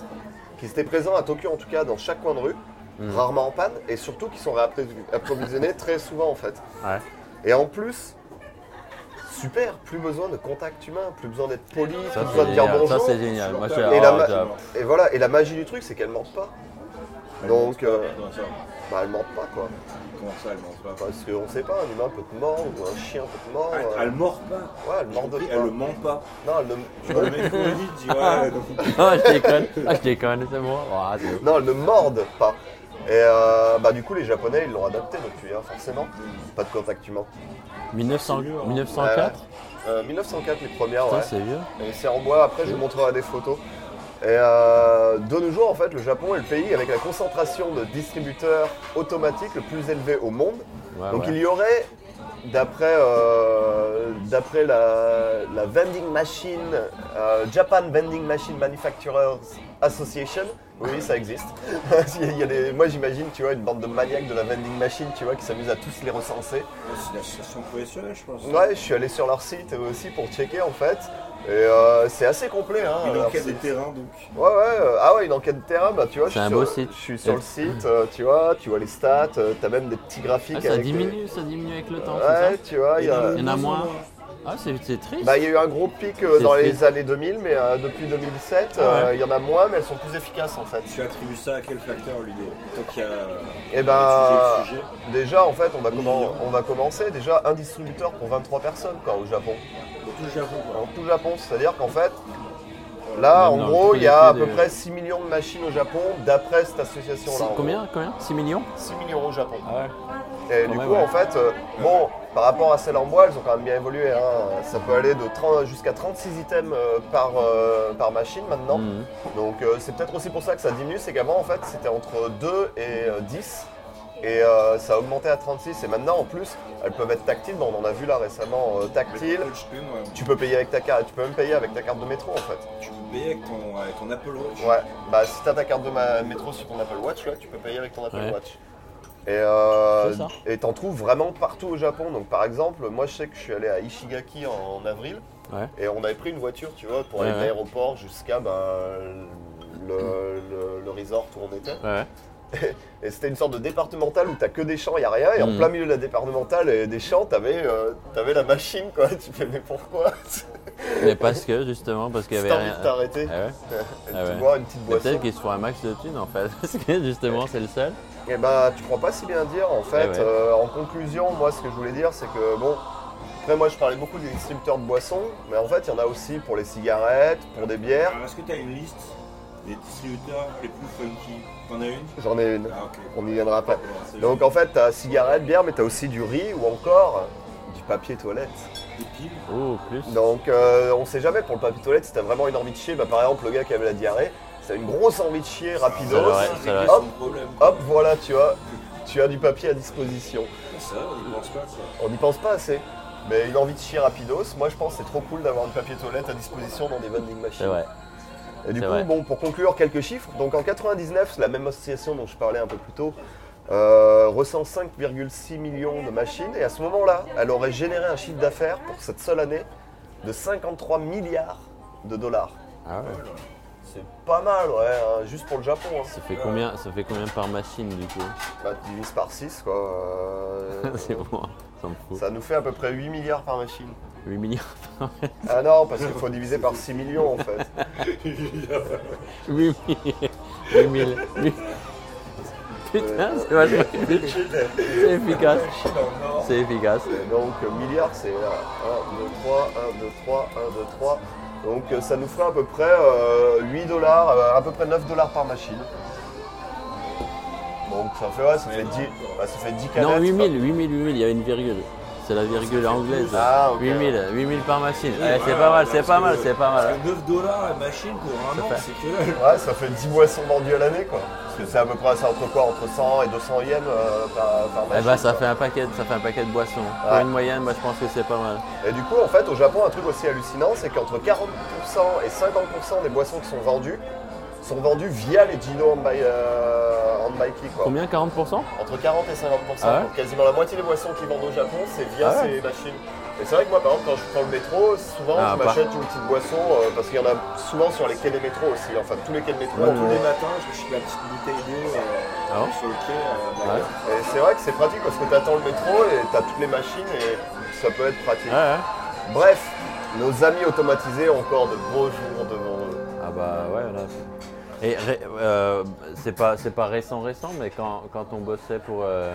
S2: qu'ils étaient présents à Tokyo en tout cas dans chaque coin de rue,
S3: Hmm.
S2: rarement en panne, et surtout qu'ils sont réapprovisionnés très souvent en fait.
S3: Ouais.
S2: Et en plus, super, plus besoin de contact humain, plus besoin d'être poli,
S3: Ça
S2: plus besoin
S3: c'est
S2: de dire
S3: génial,
S2: bonjour.
S3: ça c'est génial. euh, Moi je suis
S1: Et
S2: et, la
S3: ah,
S2: ma-
S3: j'adore.
S2: et voilà, et la magie du truc, c'est qu'elle mentent pas. Donc, euh,
S1: Comment ça
S2: bah, elle ment pas, quoi.
S1: Comment ça, elle ment pas
S2: Parce qu'on sait pas, un humain peut te mordre, ou un chien peut te mordre.
S1: Elle,
S2: euh,
S1: Ah, elle mord pas.
S2: Ouais, elle mord de
S1: Oui,
S2: pas.
S1: Elle le ment pas.
S2: Non, elle ne... tu vois,
S1: Le mec, on dit, dit, ouais, non.
S3: Ah, je déconne. Ah, je déconne, c'est moi. Ah, c'est-
S2: Non, elles ne mordent pas. Et euh, bah du coup les japonais ils l'ont adapté depuis hein, forcément. Pas de contact humain.
S3: 1900
S1: vieux, hein.
S3: 1904
S2: Euh, 1904 les premières
S3: Putain,
S2: ouais.
S3: c'est vieux.
S2: Et c'est en bois, après je vous montrerai des photos. Et euh, de nos jours en fait le Japon est le pays avec la concentration de distributeurs automatiques le plus élevée au monde.
S3: Ouais,
S2: Donc
S3: Ah ouais.
S2: il y aurait, d'après euh, d'après la, la vending machine, euh, Japan Vending Machine Manufacturers Association, oui ça existe. Il y a- il y a des- moi j'imagine tu vois une bande de maniaques de la vending machine tu vois qui s'amusent à tous les recenser.
S1: C'est une association professionnelle, je pense.
S2: Ouais, je suis allé sur leur site euh, aussi pour checker en fait. Et euh, c'est assez complet hein.
S1: Une
S2: leur
S1: enquête des
S2: site.
S1: terrains, donc.
S2: Ouais, ouais, euh, ah ouais, une enquête de terrain, bah tu vois, je
S3: C'est
S2: suis,
S3: un
S2: sur,
S3: beau site.
S2: je suis sur le site, euh, tu vois, tu vois les stats, euh, t'as même des petits graphiques.
S3: Ah, ça
S2: avec les-
S3: diminue, ça diminue avec le temps,
S2: Ouais,
S3: c'est ça
S2: tu vois, il y a.
S3: Il y en a moins. Ah, c'est c'est triste.
S2: Bah, il y a eu un gros pic euh,
S3: C'est
S2: dans
S3: fait.
S2: les années 2000, mais euh, depuis 2007,
S3: Ah ouais.
S2: euh, il y en a moins, mais elles sont plus efficaces en fait.
S1: Tu attribues ça à quel facteur, l'idée Tant qu'il y a.
S2: Et ben,
S1: le sujet, le sujet.
S2: déjà en fait, on va,
S1: Oui,
S2: commen-
S1: bien.
S2: on va commencer déjà un distributeur pour 23 personnes quoi, au Japon,
S1: Dans tout le Japon, quoi.
S2: dans tout le Japon. C'est-à-dire qu'en fait, là,
S3: Même
S2: en
S3: dans
S2: gros,
S3: tous
S2: il
S3: les
S2: y a à
S3: pays
S2: peu
S3: des-
S2: près 6 millions de machines au Japon d'après cette association
S3: Six-
S2: là.
S3: combien, combien 6 millions
S2: 6 millions au Japon.
S3: Ah ouais.
S2: Et
S3: Quand
S2: du
S3: même,
S2: coup,
S3: ouais.
S2: en fait, euh, bon, par rapport à celles en bois, elles ont quand même bien évolué. hein. Ça peut aller de 30 jusqu'à 36 items euh, par, euh, par machine maintenant.
S3: Mhm.
S2: Donc euh, c'est peut-être aussi pour ça que ça diminue, c'est qu'avant en fait c'était entre 2 et euh, 10 et euh, ça a augmenté à 36 et maintenant en plus elles peuvent être tactiles, Bon, on en a vu là récemment euh,
S1: Mais
S2: tactile.
S1: le coach, une, ouais.
S2: Tu peux payer avec ta carte, tu peux même payer avec ta carte de métro en fait.
S1: Tu peux payer avec ton, avec ton Apple Watch.
S2: Ouais, bah si t'as ta carte de ma- métro sur ton Apple Watch, ouais, tu peux payer avec ton Apple
S3: Ouais.
S2: Watch. Et euh,
S3: C'est ça.
S2: et t'en trouves vraiment partout au Japon. Donc par exemple, moi je sais que je suis allé à Ishigaki en, en avril
S3: Ouais.
S2: et on avait pris une voiture, tu vois, pour
S3: Ouais,
S2: aller de
S3: ouais.
S2: l'aéroport jusqu'à bah, le- le- le resort où on était.
S3: Ouais.
S2: Et c'était une sorte de départementale où t'as que des champs, y a rien. Et en
S3: Mhm.
S2: plein milieu de la départementale et des champs, t'avais euh, t'avais la machine, quoi. Tu fais, mais pourquoi
S3: Mais parce que, justement, parce qu'il y
S2: Si
S3: avait
S2: t'as envie
S3: rien.
S2: de t'arrêter,
S3: Ah ouais.
S2: et de
S3: ah
S2: te
S3: ouais.
S2: boire une petite
S3: Mais
S2: boisson.
S3: Peut-être qu'ils se font un max de thunes en fait, parce que justement c'est le seul.
S2: Et bah, tu crois pas si bien dire, en fait.
S3: ouais.
S2: Euh, en conclusion, moi, ce que je voulais dire, c'est que, bon, après, moi, je parlais beaucoup des distributeurs de boissons, mais en fait, il y en a aussi pour les cigarettes, pour des bières.
S1: Alors, est-ce que t'as une liste des distributeurs les plus funky T'en as une
S2: J'en ai une,
S1: Ah, ok.
S2: on y viendra après.
S1: Ouais, c'est
S2: Donc, en fait, t'as cigarettes, bière, mais t'as aussi du riz ou encore du papier toilette.
S1: des piles.
S3: Oh, plus.
S2: Donc euh, on sait jamais pour le papier toilette si t'as vraiment une envie de chier, bah, par exemple le gars qui avait la diarrhée, c'est une grosse envie de chier rapidos,
S3: Ça l'aurait- ça l'aurait-
S2: Hop.
S1: C'est un problème, quoi.
S2: hop voilà tu as, tu as du papier à disposition.
S1: Ça, on y pense pas, ça.
S2: On n'y pense pas assez. Mais une envie de chier rapidos, moi je pense que c'est trop cool d'avoir du papier toilette à disposition dans des vending
S3: C'est
S2: machines.
S3: vrai.
S2: Et du
S3: C'est
S2: coup,
S3: vrai.
S2: bon, pour conclure, quelques chiffres. Donc en 99, c'est la même association dont je parlais un peu plus tôt, euh, recense 5,6 millions de machines. Et à ce moment-là, elle aurait généré un chiffre d'affaires pour cette seule année de 53 milliards de dollars.
S3: Ah ouais.
S2: C'est pas mal, ouais, hein, juste pour le Japon. hein.
S3: Ça fait combien, ça fait combien par machine du coup
S2: Bah, tu divises par 6, quoi. euh,
S3: C'est bon, ça me fout.
S2: ça nous fait à peu près 8 milliards par machine.
S3: 8 millions.
S2: Ah non, parce qu'il faut diviser par 6 millions, en fait.
S3: 8 000. 8 000. Putain, c'est vachement efficace.
S2: Ah,
S3: C'est
S1: hein.
S3: efficace. C'est efficace.
S2: Et donc euh, milliard c'est 1, 2, 3, 1, 2, 3, 1, 2, 3. Donc euh, ça nous ferait à peu près euh, 8 dollars, euh, à peu près 9 dollars par machine. Donc ça fait, ouais, ça fait 10, bah, ça fait 10 canettes.
S3: Non, 8 000,
S2: quoi.
S3: 8 000, 8 000, il y a une virgule. C'est la virgule anglaise.
S2: Ah, ok.
S3: 8 000, 8 000 par machine. Eh, c'est
S1: Ouais,
S3: pas mal,
S1: ouais,
S3: c'est
S1: parce
S3: pas
S1: que-
S3: mal, c'est pas mal.
S1: Parce que 9 dollars la machine pour un an,
S3: fait-
S1: c'est que dalle.
S2: Ouais, ça fait 10 boissons vendues à l'année quoi. Parce que c'est à peu près, c'est entre quoi Entre 100 et 200 yens euh, par, par machine.
S3: Eh ben, ça
S2: quoi.
S3: fait un paquet, ça fait un paquet de boissons. Pour
S2: Ouais.
S3: une moyenne, moi je pense que c'est pas mal.
S2: Et du coup, en fait, au Japon, un truc aussi hallucinant, c'est qu'entre 40% et 50% des boissons qui sont vendues sont vendues via les Gino on by, euh, on by Key, quoi.
S3: Combien 40%
S2: Entre 40 et 50%.
S3: Ah ouais
S2: donc quasiment la moitié des boissons qu'ils vendent au Japon, c'est via
S3: Ah
S2: ces
S3: ouais
S2: machines. Et c'est vrai que moi, par exemple, quand je prends le métro, souvent, je
S3: Ah, bah.
S2: m'achète une petite boisson, euh, parce qu'il y en a souvent sur les quais des métros aussi. Enfin, tous les quais de métro.
S1: Moi,
S2: on-
S1: tous les matins, je me suis fait la petite bouteille d'eau euh,
S3: Ah bon
S1: sur le quai. euh, de la
S3: Ouais.
S1: gare.
S2: Et c'est vrai que c'est pratique, parce que t'attends le métro et t'as toutes les machines, et ça peut être pratique.
S3: Ouais, ouais.
S2: Bref, nos amis automatisés ont encore de beaux jours devant eux.
S3: Ah bah ouais, là. Et ré- euh, c'est pas c'est pas récent récent, mais quand, quand on bossait pour euh,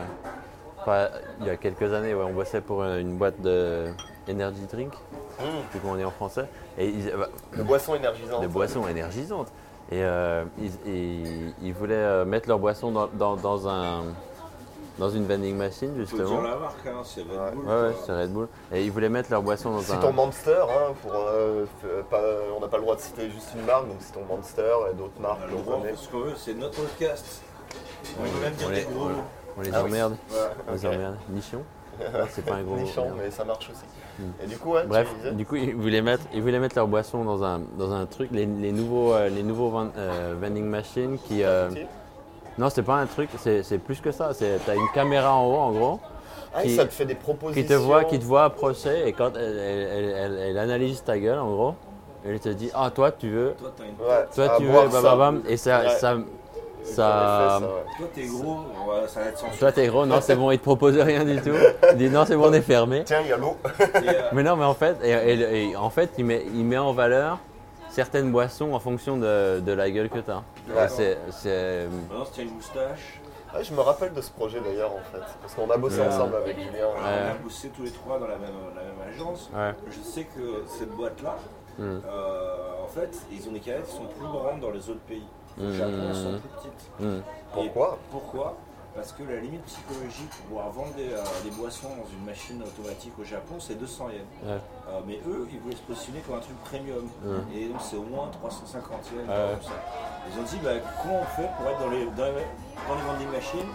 S3: pas- il y a quelques années, ouais, on bossait pour euh, une boîte de energy drink, je
S2: Hmm.
S3: sais plus comment on dit en français, et ils, euh,
S2: De boissons énergisantes.
S3: des boissons énergisantes. Et euh, ils, ils- ils voulaient euh, mettre leurs boissons dans, dans- dans un dans une vending machine
S1: Faut dire
S3: justement.
S1: la marque, hein, c'est Red Bull.
S3: Ouais, ouais, c'est Red Bull. Et ils voulaient mettre leurs boissons dans
S2: Si
S3: un.
S2: ton monster, hein, pour, euh, f- pas- on n'a pas le droit de citer juste une marque, donc si ton monster et d'autres
S1: On a
S2: marques
S1: le
S2: qu'on
S1: droit,
S2: connaît.
S1: parce que eux, c'est notre podcast. On peut même dire
S3: on
S1: des
S3: les,
S1: gros
S3: on-
S1: mots.
S3: on les
S2: Ah oui.
S3: emmerde. On
S2: ok.
S3: les emmerde. Nichon Non, C'est pas un gros mot,
S2: Nichon,
S3: merde.
S2: mais ça marche aussi. Et du coup, ouais, tu
S3: Hmm. Bref,
S2: disais
S3: du coup, ils voulaient mettre, ils voulaient mettre leur boisson dans un, dans un truc, les, les nouveaux, euh, les nouveaux vend- euh, vending machines qui. euh,
S2: Si.
S3: non, c'est pas un truc, c'est c'est plus que ça. C'est- T'as une caméra en haut, en gros,
S2: Ah,
S3: qui-
S2: ça te fait des propositions.
S3: qui te voit, qui te voit approcher et quand elle, elle- elle- elle- elle analyse ta gueule, en gros, elle te dit Ah, toi, tu veux.
S1: Toi, t'as une-
S2: Ouais,
S3: Toi,
S2: à
S3: tu
S2: boire
S3: veux.
S2: ça.
S3: Bam, bam, bam. Et ça.
S2: Ouais.
S3: ça,
S2: Ça
S3: ça-
S2: fait ça, ouais.
S1: toi, t'es gros, on va- ça va être censuré.
S3: Toi, t'es gros, non, c'est bon, ils te proposent rien du tout. Ils disent Non, c'est bon, on est fermé.
S2: Tiens, il y a l'eau.
S1: Et, euh,
S3: Mais non, mais en fait, et- et- et en fait il, met, il met en valeur certaines boissons en fonction de, de la gueule que t'as. Et c'est- c'est-
S1: maintenant, si t'as une moustache,
S2: Ouais, je me rappelle de ce projet d'ailleurs, en fait. Parce qu'on a bossé
S3: Ouais.
S2: ensemble avec Julien.
S1: Ah, on a
S3: Ouais.
S1: bossé tous les trois dans la même, la même agence.
S3: euh, Ouais. Hmm.
S1: Je sais que cette boîte-là, euh, en fait, ils ont des canettes qui sont plus grandes dans les autres pays.
S3: Hmm.
S1: Au Japon, elles sont plus petites.
S3: Mm.
S2: Pourquoi
S1: Et Pourquoi Parce que la limite psychologique pour pouvoir vendre des, euh, des boissons dans une machine automatique au Japon, c'est 200 yens.
S3: Ouais. Hmm.
S1: Euh, mais eux, ils voulaient se positionner comme un truc premium. Et donc, c'est au moins 350 yens.
S3: Ah ouais.
S1: comme ça. Ils ont dit, bah, comment on fait pour être dans les, dans les, dans les vending machines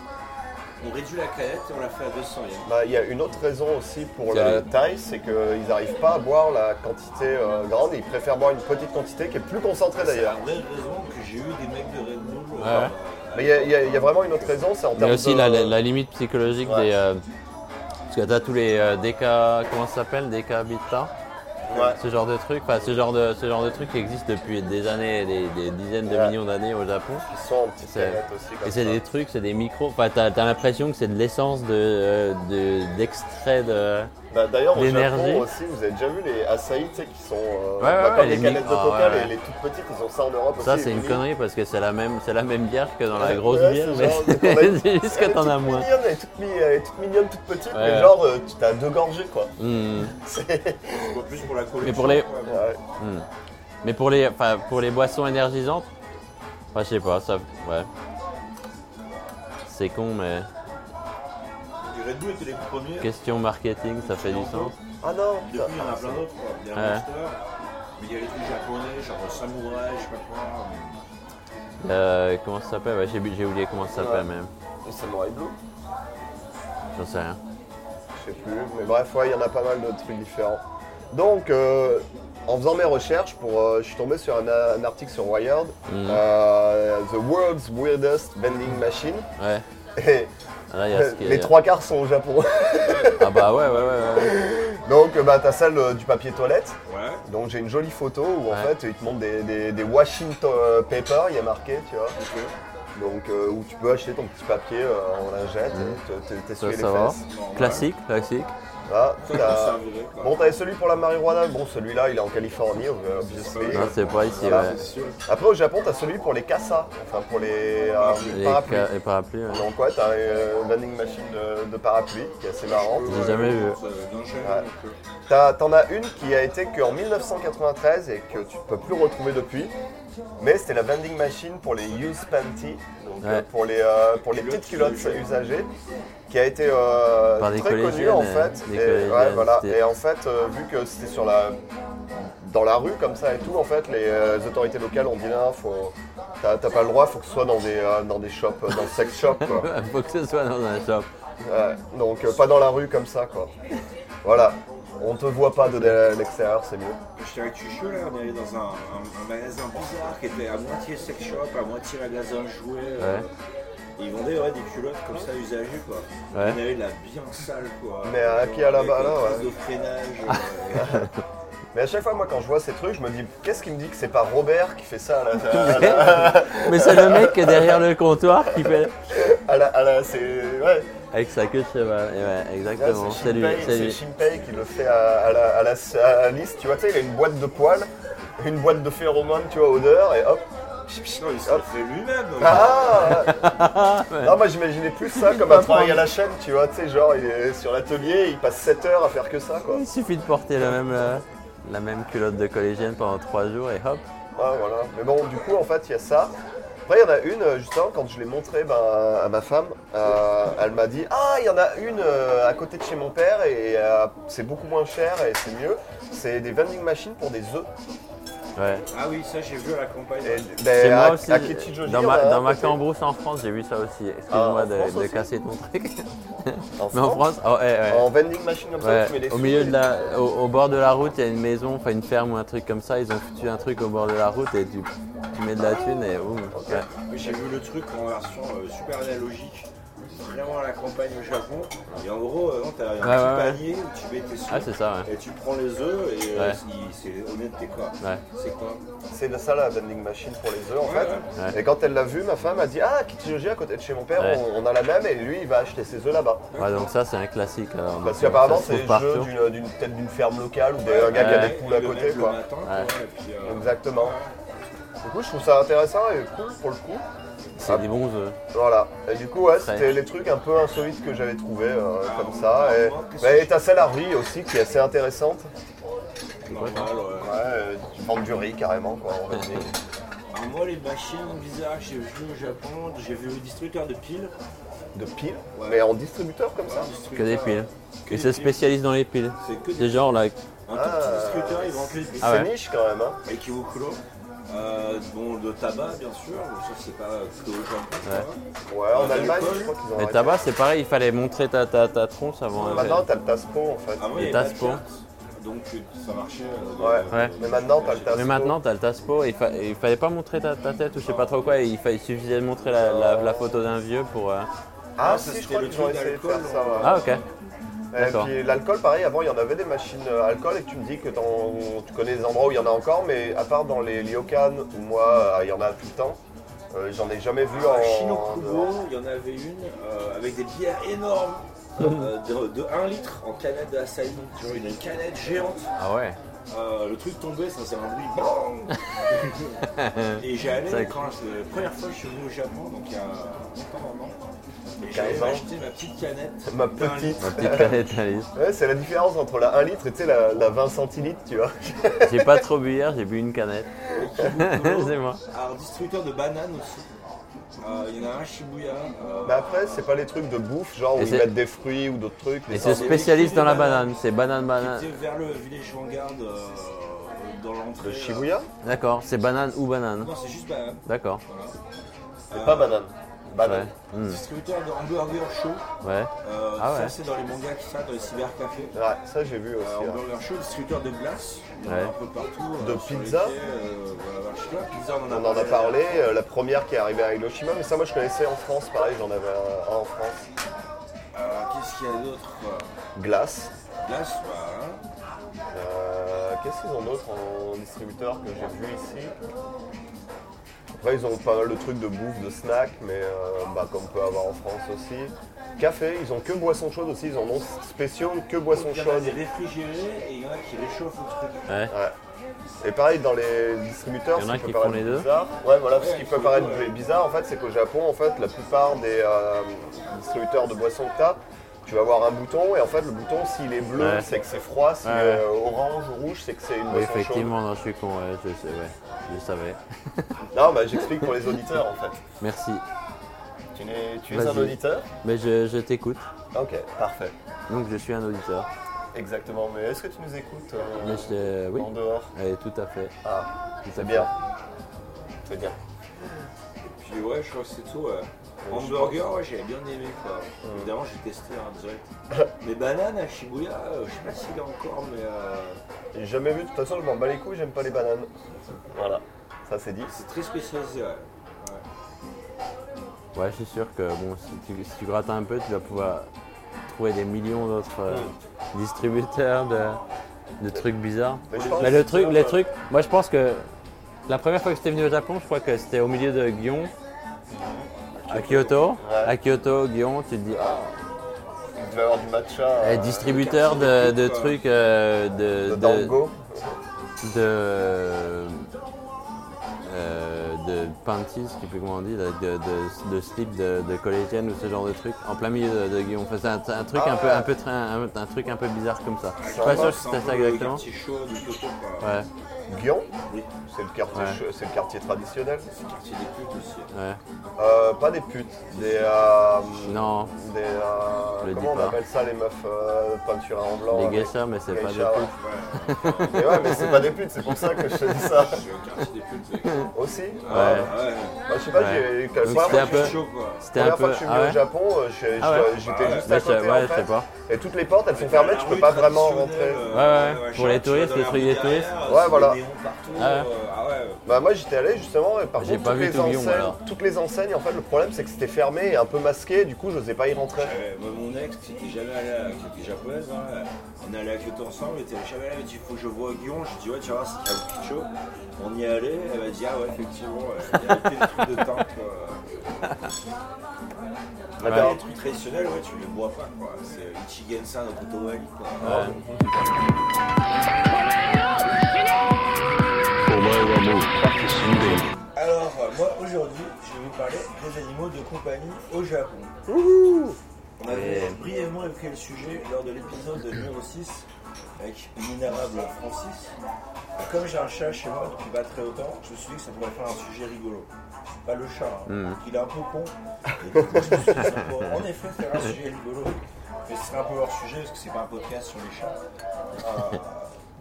S1: On réduit la canette et on la fait à 200 yens.
S2: Bah, Il y a une autre raison aussi pour
S3: C'est
S2: la
S3: le-
S2: taille, c'est qu'ils n'arrivent pas à boire la quantité euh, grande, ils préfèrent boire une petite quantité qui est plus concentrée
S1: Ah, C'est la
S2: d'ailleurs.
S1: vraie raison que j'ai eu des mecs de Red Bull. euh,
S3: Ouais.
S2: Mais il y a- il y, a- il y a vraiment une autre raison, c'est en termes
S3: Mais aussi
S2: de-
S3: la, la- la limite psychologique
S2: Ouais.
S3: des. euh, parce que t'as tous les euh, déca. Comment ça s'appelle Déca Habitat
S2: Ouais.
S3: Ce genre de truc. Enfin, ce genre de, ce genre de truc qui existe depuis des années, des, des dizaines de
S2: Ouais.
S3: millions d'années au Japon.
S2: Ils sont en petites
S3: C'est-
S2: canettes aussi. Comme
S3: Et c'est
S2: ça.
S3: des trucs, c'est des micros. Enfin, t'as t'as l'impression que c'est de l'essence d'extrait de, d'extrait de.
S2: Bah, D'ailleurs, au
S3: d'énergie.
S2: Japon aussi, vous avez déjà vu les açaïs tu sais, qui sont euh,
S3: Ouais, ouais,
S2: bah, comme
S3: ouais,
S2: les
S3: les
S2: canettes de
S3: mi- ah,
S2: coca,
S3: ouais, ouais.
S2: Les, les toutes petites, ils ont ça en Europe
S3: Ça,
S2: aussi.
S3: c'est
S2: les
S3: une
S2: mini.
S3: connerie parce que c'est la même, c'est la même bière que dans la
S2: Ouais,
S3: grosse
S2: ouais,
S3: bière,
S2: c'est
S3: mais
S2: genre-
S3: c'est juste
S2: Elle
S3: que
S2: est
S3: t'en
S2: toute
S3: as moins.
S2: mignonne, Elle est toute, mi- elle est toute mignonne, toute petite,
S3: Ouais.
S2: mais genre, euh, tu t'as deux gorgées quoi.
S3: Hmm.
S2: C'est-
S1: En plus pour la collection.
S3: Mais pour les-
S1: ouais,
S2: Ouais.
S3: Mais pour les, enfin, pour les boissons énergisantes, enfin, je sais pas, ça, ouais. C'est con, mais
S1: Les Red Bull étaient les premiers.
S3: question marketing, ça fait du sens.
S2: Ah non, putain.
S1: Depuis, il y en a plein d'autres. quoi. Il y a
S3: Ouais.
S1: Monster, mais il y a les trucs japonais, genre samouraï, je sais pas quoi.
S3: Euh, comment ça s'appelle Ouais, J'ai j'ai oublié comment ça s'appelle
S2: Ouais.
S3: même.
S2: Le Samurai Blue
S3: J'en sais rien.
S2: Je sais plus, mais bref, ouais, il y en a pas mal de trucs différents. Donc, euh, en faisant mes recherches, pour, euh, je suis tombé sur un, a- un article sur Wired,
S3: Mhm.
S2: euh, The World's Weirdest Vending Machine.
S3: Ouais.
S2: Et
S3: Là, il y a ce qui est-
S2: les trois quarts sont au Japon.
S3: Ah bah ouais, ouais, ouais. ouais.
S2: Donc, euh, bah, t'as celle euh, du papier toilette.
S1: Ouais.
S2: Donc, j'ai une jolie photo où en
S3: Ouais.
S2: fait, ils te montrent des, des, des washing to- euh, paper, il y a marqué, tu vois. Donc, euh, où tu peux acheter ton petit papier euh, en lingette, et te- te- t'essuyer
S3: Mhm. Ça,
S2: les
S3: ça va.
S2: fesses.
S3: Classique, classique.
S2: Ah,
S1: Ça,
S2: t'as-
S1: ça servirait, quoi.
S2: Bon, t'avais celui pour la marijuana, bon, celui-là, il est en Californie, euh, obviously.
S3: Non, c'est pas ici,
S2: Voilà.
S3: ouais.
S2: Après, au Japon, t'as celui pour les cassas, enfin, pour les euh,
S3: Les
S2: parapluies.
S3: ca- les parapluies, ouais.
S2: Donc, ouais, t'as euh, une vending machine de, de parapluie qui est assez marrante.
S3: J'ai jamais vu.
S1: Ça, non, j'ai
S2: Ouais.
S1: jamais vu.
S2: T'as- T'en as une qui a été qu'en 1993 et que tu peux plus retrouver depuis. Mais c'était la vending machine pour les used panties, donc
S3: Ouais.
S2: euh, pour les, euh, pour les petites
S1: Culottes
S2: culottes usagées, qui a été euh,
S3: Par des
S2: très connue
S3: collégiennes,
S2: en
S3: euh,
S2: fait.
S3: des
S2: Et,
S3: collégiennes,
S2: ouais, voilà.
S3: c'était-
S2: Et en fait, euh, vu que c'était sur la dans la rue comme ça et tout, en fait, les euh, autorités locales ont dit non, faut t'as t'as pas le droit, faut que ce soit dans des euh, dans des shops, euh, dans le sex shop. quoi.
S3: Faut que ce soit dans un shop.
S2: Ouais, donc euh, pas dans la rue comme ça quoi. Voilà, on te voit pas de de l'extérieur, c'est mieux.
S1: J'étais avec Tuchot là, on est allé dans un, un- un magasin bizarre qui était à moitié sex shop, à moitié magasin de jouets. euh,
S3: Ouais.
S1: Ils vendaient ouais, des culottes comme ça usagées quoi.
S3: Ouais.
S1: On avait la bien sale quoi.
S2: Mais à
S1: Genre,
S2: pied à la
S1: avec
S2: balle,
S1: une
S2: là,
S1: trace
S2: ouais.
S1: de freinage. euh,
S2: Mais à chaque fois, moi, quand je vois ces trucs, je me dis, qu'est-ce qui me dit que c'est pas Robert qui fait ça à la, à la-
S3: Mais c'est le mec qui est derrière le comptoir qui fait.
S2: à la- à la- c'est ouais,
S3: Avec sa queue de cheval. Et ouais,
S2: là,
S3: exactement.
S2: Ah, c'est
S3: C'est lui,
S2: Shinpei-
S3: c'est
S2: c'est
S3: lui.
S2: Shinpei qui le fait à, à la, à la- à la liste. Tu vois, tu sais, il a une boîte de poils, une boîte de phéromones, tu vois, odeur, et hop,
S1: Putain, il se le fait lui-même.
S2: Ah Non, moi j'imaginais plus ça comme un travail à la chaîne, tu vois, tu sais, genre il est sur l'atelier, il passe 7 heures à faire que ça, quoi.
S3: Il suffit de porter la même, euh, la même culotte de collégienne pendant trois jours et hop.
S2: Ouais, Ah, voilà. Mais bon, du coup, en fait, il y a ça. Après, il y en a une, euh, justement, quand je l'ai montré ben, à ma femme, euh, elle m'a dit Ah, il y en a une euh, à côté de chez mon père et euh, c'est beaucoup moins cher et c'est mieux. C'est des vending machines pour des œufs.
S3: Ouais.
S1: Ah oui, ça j'ai vu à la campagne.
S2: Et, ben,
S3: C'est
S2: à-
S3: moi aussi.
S2: à hein, Kichijoji,
S3: dans
S2: on
S3: ma,
S2: a un
S3: dans ma
S2: côté-
S3: cambrousse en France, j'ai vu ça aussi.
S2: bah, Ah,
S3: Excuse-moi
S2: en France
S3: de, de
S2: aussi
S3: casser ton truc.
S2: En
S3: Mais en
S2: France,
S3: France, oh, eh, ouais.
S2: En vending machine comme ça,
S3: Ouais,
S2: tu mets des
S3: au
S2: sous
S3: milieu
S2: et-
S3: de la, au, au bord de la route, il y a une maison, enfin une ferme ou un truc comme ça. Ils ont foutu un truc au bord de la route et tu, tu mets de la thune et boum. ouais.
S1: Oui, J'ai vu le truc en version euh, super analogique, vraiment à la campagne au Japon. Et en gros, euh, non, t'as un petit
S3: ouais, ouais.
S1: panier où tu mets tes sous.
S3: Ah c'est ça. Ouais.
S1: et tu prends les œufs et euh,
S3: Ouais.
S1: il- c'est honnêteté quoi.
S3: Ouais.
S1: C'est quoi
S2: C'est de ça la vending machine pour les œufs en fait.
S3: ouais.
S2: Et quand elle l'a vu, ma femme a dit Ah, Kichijoji à côté de chez mon père,
S3: Ouais.
S2: on, on a la même et lui il va acheter ses œufs là-bas.
S3: Ouais, donc ça c'est un classique. alors. Donc,
S2: Parce
S3: euh,
S2: qu'apparemment
S3: ça se
S2: c'est le
S3: trouve
S2: jeu
S3: partout.
S2: d'une- d'une- peut-être d'une ferme locale ou d'un gars qui a des poules à
S1: Le
S2: côté
S1: mec,
S2: quoi.
S1: Le matin,
S3: Ouais.
S1: quoi, et puis, euh,
S2: Exactement. Du coup je trouve ça intéressant et cool pour le coup.
S3: C'est des bons œufs.
S2: Voilà. Et du coup ouais,
S3: Très.
S2: c'était les trucs un peu insolites que j'avais trouvé comme ça.
S1: Ah,
S2: Et,
S1: moi, qu'est-ce
S2: mais
S1: que-
S2: t'as celle à riz aussi qui est assez intéressante.
S1: normal, ouais.
S2: Ouais, euh, tu vends du riz carrément quoi en vending.
S1: Alors Ah, moi les machines bizarres que j'ai vues au Japon, j'ai vu le distributeur de piles.
S2: De pile,
S1: Ouais.
S2: mais en distributeur comme ça.
S3: Que des piles.
S1: Que
S3: Ils
S1: des
S3: se
S1: piles.
S3: spécialisent dans les piles.
S1: C'est que des
S3: C'est genre là.
S1: Un tout
S2: Ah.
S1: petit distributeur, ils vendent que des piles.
S3: Ah ouais.
S2: C'est niche quand même hein.
S1: Et Kiwokuro. Euh, bon, de tabac, bien sûr, ça c'est pas que au Japon.
S3: Ouais.
S1: quoi.
S2: Ouais, en
S1: Ouais,
S2: Allemagne,
S1: l'alcool.
S2: je crois qu'ils ont
S3: Mais
S2: arrêté.
S3: tabac c'est pareil, il fallait montrer ta, ta, ta tronce avant.
S2: Maintenant, t'as le Taspo en fait.
S1: Avant,
S3: Et
S1: Ah il y avait pas de
S3: Taspo.
S1: carte, donc euh, ça marchait. euh,
S2: Ouais.
S1: dans-
S3: Ouais.
S2: Mais maintenant, t'as le Taspo.
S3: Mais maintenant, t'as le taspo et il, fa- et il fallait pas montrer ta, ta tête ou je sais pas trop quoi. et Il, fa- il suffisait de montrer la, la- la photo d'un vieux pour. euh,
S2: Ah,
S1: Ah, ça,
S2: si, je
S1: c'était
S2: crois
S1: le
S2: qu'ils ont
S1: truc
S2: essayé de
S1: d'alcool,
S2: faire ça.
S1: on-
S2: ouais.
S3: Ah ok.
S2: et
S3: d'accord.
S2: puis l'alcool, pareil, avant, il y en avait des machines euh, alcool et que tu me dis que t'en- tu connais des endroits où il y en a encore, mais à part dans les Lyokan, où moi, euh, il y en a tout le temps, euh, j'en ai jamais vu
S1: À
S2: en.
S1: Shinokubo, il y en avait une euh, avec des bières énormes. euh, de, de 1 litre en canette de Asahi, tu vois, une une canette géante.
S3: Ah ouais.
S1: Euh, le truc tombait, ça faisait un bruit. bang. et j'allais,
S3: C'est-
S1: quand c'est la première fois que je suis venu au Japon, donc il y a longtemps maintenant, et
S2: 15
S1: j'avais
S2: ans.
S1: acheté ma petite canette.
S2: Ma
S1: d'un
S2: petite.
S1: litre.
S3: Ma petite canette Alice.
S2: Ouais, c'est la différence entre la 1 litre et tu sais, la, la 20 centilitres, tu vois.
S3: J'ai pas trop bu hier, j'ai bu une canette. C'est moi.
S1: Alors, distributeur de bananes aussi. Euh, Il y en a un à Shibuya. euh,
S2: Mais Bah, après, c'est pas les trucs de bouffe, genre où
S3: Et
S2: ils
S3: c'est-
S2: mettent des fruits ou d'autres trucs. des
S3: Et se
S2: sortes-
S3: spécialise dans la banane, c'est banane banane.
S1: C'était vers le village Vanguard euh, dans l'entrée.
S2: de
S1: là.
S2: Shibuya
S3: D'accord, c'est banane ou banane.
S1: Non, c'est juste banane.
S3: D'accord.
S2: C'est pas banane.
S3: Ouais.
S2: Banane.
S3: Hmm,
S1: Distributeur de hamburger chaud.
S3: ouais.
S1: Euh,
S3: Ah ouais.
S1: Ça, c'est dans les mangas qui ça, dans les cybercafés.
S2: Ouais, ça j'ai vu aussi. hein.
S1: Euh,
S2: ouais.
S1: hamburger chaud, distributeur de glace. Il y en a
S3: Ouais.
S1: un peu partout.
S2: De
S1: sur les
S2: pizza.
S1: quais, euh, voilà, voilà, je sais pas. Pizza, on en
S2: On
S1: a
S2: en a parlé, euh, la première qui est arrivée à Hiroshima, mais ça moi je connaissais en France, pareil j'en avais un, un en France.
S1: Euh, Qu'est-ce qu'il y a d'autre quoi
S2: Glace.
S1: Glace, bah. hein.
S2: Euh, Qu'est-ce qu'ils ont d'autre en distributeur que j'ai vu ici Après ils ont pas mal de trucs de bouffe, de snacks, mais euh, bah, comme on peut avoir en France aussi. Café, ils ont que boissons chaudes aussi, ils en ont spéciaux que boissons
S1: Il y en a
S2: chaudes.
S1: des réfrigérés et il y en a qui réchauffent le truc.
S3: Ouais.
S2: Ouais. Et pareil, dans les distributeurs,
S3: Il y en
S2: ce
S3: a
S2: qui
S3: qui
S2: peut paraître
S3: font les deux.
S2: bizarre, ouais, voilà, ce
S1: Ouais,
S2: qui
S1: ils
S2: peut
S1: font
S2: paraître
S1: les deux, ouais.
S2: bizarre, en fait, c'est qu'au Japon, en fait, la plupart des euh, distributeurs de boissons que t'as, tu vas avoir un bouton, et en fait, le bouton, s'il est bleu,
S3: Ouais.
S2: c'est que c'est froid, s'il
S3: Ouais,
S2: est
S3: ouais.
S2: euh, orange ou rouge, c'est que c'est une
S3: Oui,
S2: boisson chaude.
S3: effectivement, non, je suis con, ouais, je sais, ouais. Je savais.
S2: Non, bah, j'explique pour les auditeurs, en fait.
S3: Merci.
S2: Tu es, tu es
S3: Vas-y.
S2: un auditeur
S3: Mais je, je t'écoute,
S2: Ok, parfait.
S3: donc je suis un auditeur.
S2: Exactement, mais est-ce que tu nous écoutes euh,
S3: Mais je, euh, oui,
S2: en dehors
S3: Eh, tout à fait.
S2: Ah,
S3: Tout à
S2: c'est
S3: fait.
S2: bien. C'est bien.
S1: Puis ouais, je crois que c'est tout.
S3: Euh,
S1: ouais. Hamburger, ouais, j'avais bien aimé quoi. Évidemment, j'ai testé en direct. mais bananes à Shibuya, euh, je sais pas s'il y a encore, mais euh,
S2: J'ai jamais vu, de toute façon, je m'en bats les couilles, j'aime pas les bananes. Voilà, ça c'est dit.
S1: c'est très spécialisé. ouais.
S3: Ouais, je suis sûr que bon, si, tu, si tu grattes un peu, tu vas pouvoir trouver des millions d'autres euh, distributeurs de, de trucs bizarres.
S2: Hmm. Mais je pense
S3: Mais le
S2: que-
S3: truc, les trucs, moi je pense que la première fois que j'étais venu au Japon, je crois que c'était au milieu de Gion, à Kyoto.
S2: Ouais.
S3: À Kyoto, Gion, tu te dis, ah,
S2: Il devait avoir du matcha.
S3: eh,
S2: euh,
S3: distributeur de, de trucs euh,
S2: de
S3: de, de,
S2: dango.
S3: de, euh, de de panties, je sais plus comment on dit, de, de, de, de slip de, de collégienne ou ce genre de truc, en plein milieu de, de Guillaume. Enfin, c'est un, un truc
S2: Ah
S3: un peu,
S2: ouais.
S3: un peu, tra- un, un truc un peu bizarre comme ça. Je suis
S2: va,
S3: pas sûr si c'était ça exactement.
S1: C'est chaud du coton, quoi.
S3: Ouais,
S2: Guyon,
S1: Oui,
S2: c'est le quartier,
S3: Ouais.
S2: ch- c'est le quartier traditionnel.
S1: c'est le quartier des putes aussi.
S3: ouais.
S2: Euh, pas des putes, des. euh,
S3: Non,
S2: Des, euh,
S3: Le dis
S2: comment on
S3: pas.
S2: appelle ça les meufs euh, peinture en blanc
S3: les
S2: avec-
S3: geishas, mais c'est pas des
S2: geisha,
S3: putes.
S1: Ouais,
S2: ouais. Mais ouais, mais c'est pas des putes, c'est pour ça que je te dis ça.
S1: je suis au quartier des putes, mec. Ouais.
S2: Aussi euh, bah, Je sais pas, j'ai eu
S3: Donc
S2: la
S3: c'était
S2: première
S3: un peu-
S1: C'est chaud, quoi.
S3: C'était un
S2: première fois
S3: peu.
S2: que je suis venu
S3: ah ouais
S2: au Japon, euh, j'ai-
S3: Ah ouais.
S2: j'ai- j'étais
S1: Ouais.
S2: juste
S3: Bah,
S2: à
S3: je sais-
S2: côté
S3: ouais,
S2: en
S3: je sais
S2: fait.
S3: pas.
S2: Et toutes les portes elles sont
S1: Ouais,
S2: fermées,
S1: la
S2: tu
S1: rue
S2: peux pas vraiment
S1: traditionnelle,
S2: rentrer.
S1: euh,
S3: Ouais, ouais,
S1: je
S3: pour les
S1: sais pas, tu vas
S3: touristes,
S1: dans
S3: les
S1: la
S3: trucs
S1: rue
S3: des
S1: derrière,
S3: touristes.
S1: euh,
S2: Ouais,
S1: c'est
S2: voilà.
S1: des néons partout,
S3: Ah ouais.
S1: euh, ah ouais.
S2: Bah moi j'étais allé justement et par
S3: J'ai
S2: contre
S3: pas
S2: toutes
S3: vu
S2: les,
S3: tout Lyon,
S2: enseignes,
S3: alors.
S2: toutes les enseignes en fait le problème c'est que c'était fermé et un peu masqué du coup j'osais pas y rentrer.
S1: Euh, moi, mon ex, qui était jamais allé à, qui était japonaise, hein, on allait à Kyoto ensemble, elle était jamais allée, elle m'a dit faut que je vois Guillaume, je dis ouais tu vas voir c'est à Kyoto. On y est allé, elle m'a dit ah ouais effectivement, ouais. il y avait plein de trucs de tente quoi.
S2: Ouais.
S1: Après, les trucs traditionnels ouais tu les vois pas quoi, c'est Ichigen-san au Potowali quoi. Alors euh, moi aujourd'hui je vais vous parler des animaux de compagnie au Japon. On avait brièvement évoqué le sujet lors de l'épisode numéro 6 avec l'inénarrable Francis. Et Comme j'ai un chat chez moi depuis pas très longtemps, je me suis dit que ça pourrait faire un sujet rigolo. Pas le chat, hein. il est un peu con. Et du coup, je me suis dit que ça pourrait en effet faire un sujet rigolo. Mais ce serait un peu hors sujet parce que c'est pas un podcast sur les chats. Euh,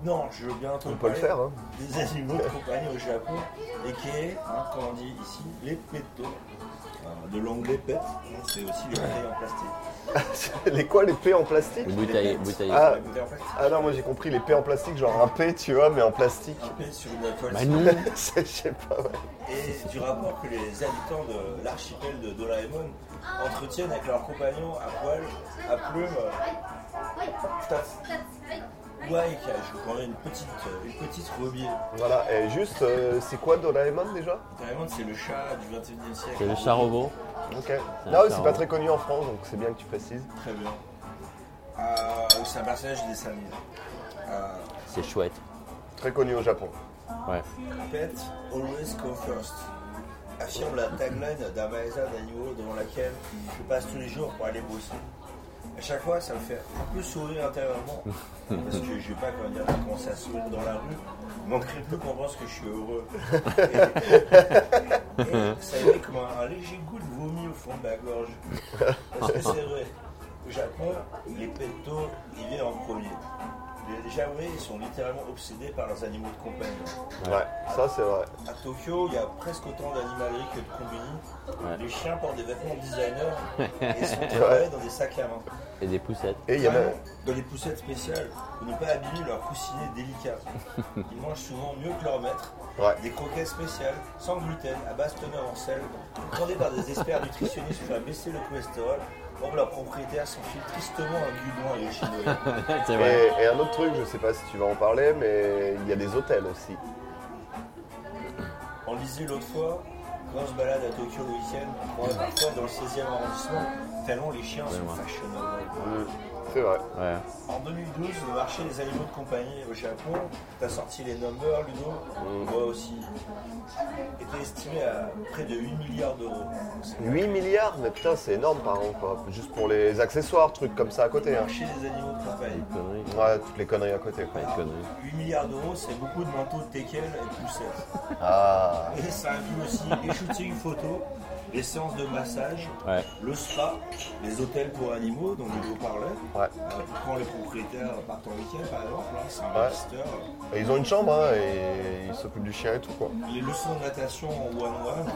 S1: non, je veux bien
S2: On peut le faire hein.
S1: des animaux de compagnie au Japon, et qui est, hein, comme on dit ici, les pétos. Euh, de l'anglais pet, hein, c'est aussi les bouteilles en plastique.
S2: les quoi les paix en plastique
S3: Une Bouteille,
S1: pets.
S3: bouteille.
S2: Ah.
S1: Les bouteilles en plastique.
S2: Ah non moi j'ai compris les paix en plastique genre un paix tu vois mais en plastique.
S1: Un pet sur une toile.
S3: Bah non
S2: C'est- Je sais pas ouais.
S1: Et du rapport que les habitants de l'archipel de Doraemon entretiennent avec leurs compagnons à poil, à plumes. Ouais, je vous prendrai une petite, une petite robier.
S2: Voilà, et juste, euh, c'est quoi Doraemon déjà
S1: Doraemon, c'est le chat du 21 e siècle.
S3: C'est le chat robot.
S2: Ok.
S3: un
S2: Non,
S3: chat,
S2: c'est pas
S3: hein.
S2: très connu en France, donc c'est bien que tu précises.
S1: Très bien. Euh, c'est un personnage des animés. Euh,
S3: C'est chouette.
S2: Très connu au Japon.
S3: Ouais.
S1: Pet always go first. Affirme la tagline d'un magasin d'animaux devant laquelle je passe tous les jours pour aller bosser. À chaque fois, ça me fait un peu sourire intérieurement parce que je vais pas comment dire, commencer à sourire dans la rue. Il manquerait plus qu'on pense que je suis heureux. Et, et ça émet comme un, un léger goût de vomi au fond de la gorge. Parce que c'est vrai, au Japon, les pétos, ils viennent en premier. Les Japonais, ils sont littéralement obsédés par leurs animaux de compagnie.
S2: Ouais, ça c'est vrai.
S1: À Tokyo, il y a presque autant d'animalerie que de combini. Les chiens portent des vêtements designer et sont travaillés dans des sacs à main.
S3: Et des poussettes.
S2: Et il y a
S1: Vraiment,
S2: même.
S1: dans les poussettes spéciales, pour ne pas abîmer leur coussinet délicat. Ils mangent souvent mieux que leur maître.
S2: Ouais.
S1: Des croquettes spéciales, sans gluten, à base de teneur en sel, commandées par des experts nutritionnistes pour faire baisser le cholestérol. Or, leurs propriétaires s'en filent tristement un guidon et au chinois.
S3: c'est
S2: Et,
S3: vrai.
S2: et un autre truc, je sais pas si tu vas en parler, mais il y a des hôtels aussi.
S1: On lisait l'autre fois, quand on se balade à Tokyo le week-end, on croise parfois dans le 16e arrondissement, tellement les chiens sont
S3: moi.
S1: fashionables.
S2: Mm. C'est vrai.
S3: Ouais.
S1: En 2012, le marché des animaux de compagnie au Japon, t'as sorti les numbers, Ludo, moi aussi, était estimé à près de 8 milliards d'euros.
S2: 8 milliards Mais putain, c'est énorme par an, quoi. Juste pour les accessoires, trucs comme ça à côté.
S1: Le
S2: hein.
S1: marché des animaux de compagnie.
S3: Des conneries.
S2: Ouais, toutes les conneries à côté, quoi.
S3: Pas de conneries.
S1: 8 milliards d'euros, c'est beaucoup de manteaux de teckel et de poussettes.
S2: Ah
S1: Et ça inclut aussi les shootings photos, les séances de massage,
S3: Ouais.
S1: le spa, les hôtels pour animaux dont je vous parlais.
S2: Ouais.
S1: Euh, tu prends les propriétaires partent en week-end par exemple, hein, c'est un
S2: Ouais.
S1: master.
S2: Et ils ont une chambre, hein, et ils s'occupent du chien et tout, quoi.
S1: Les leçons de natation en one-one,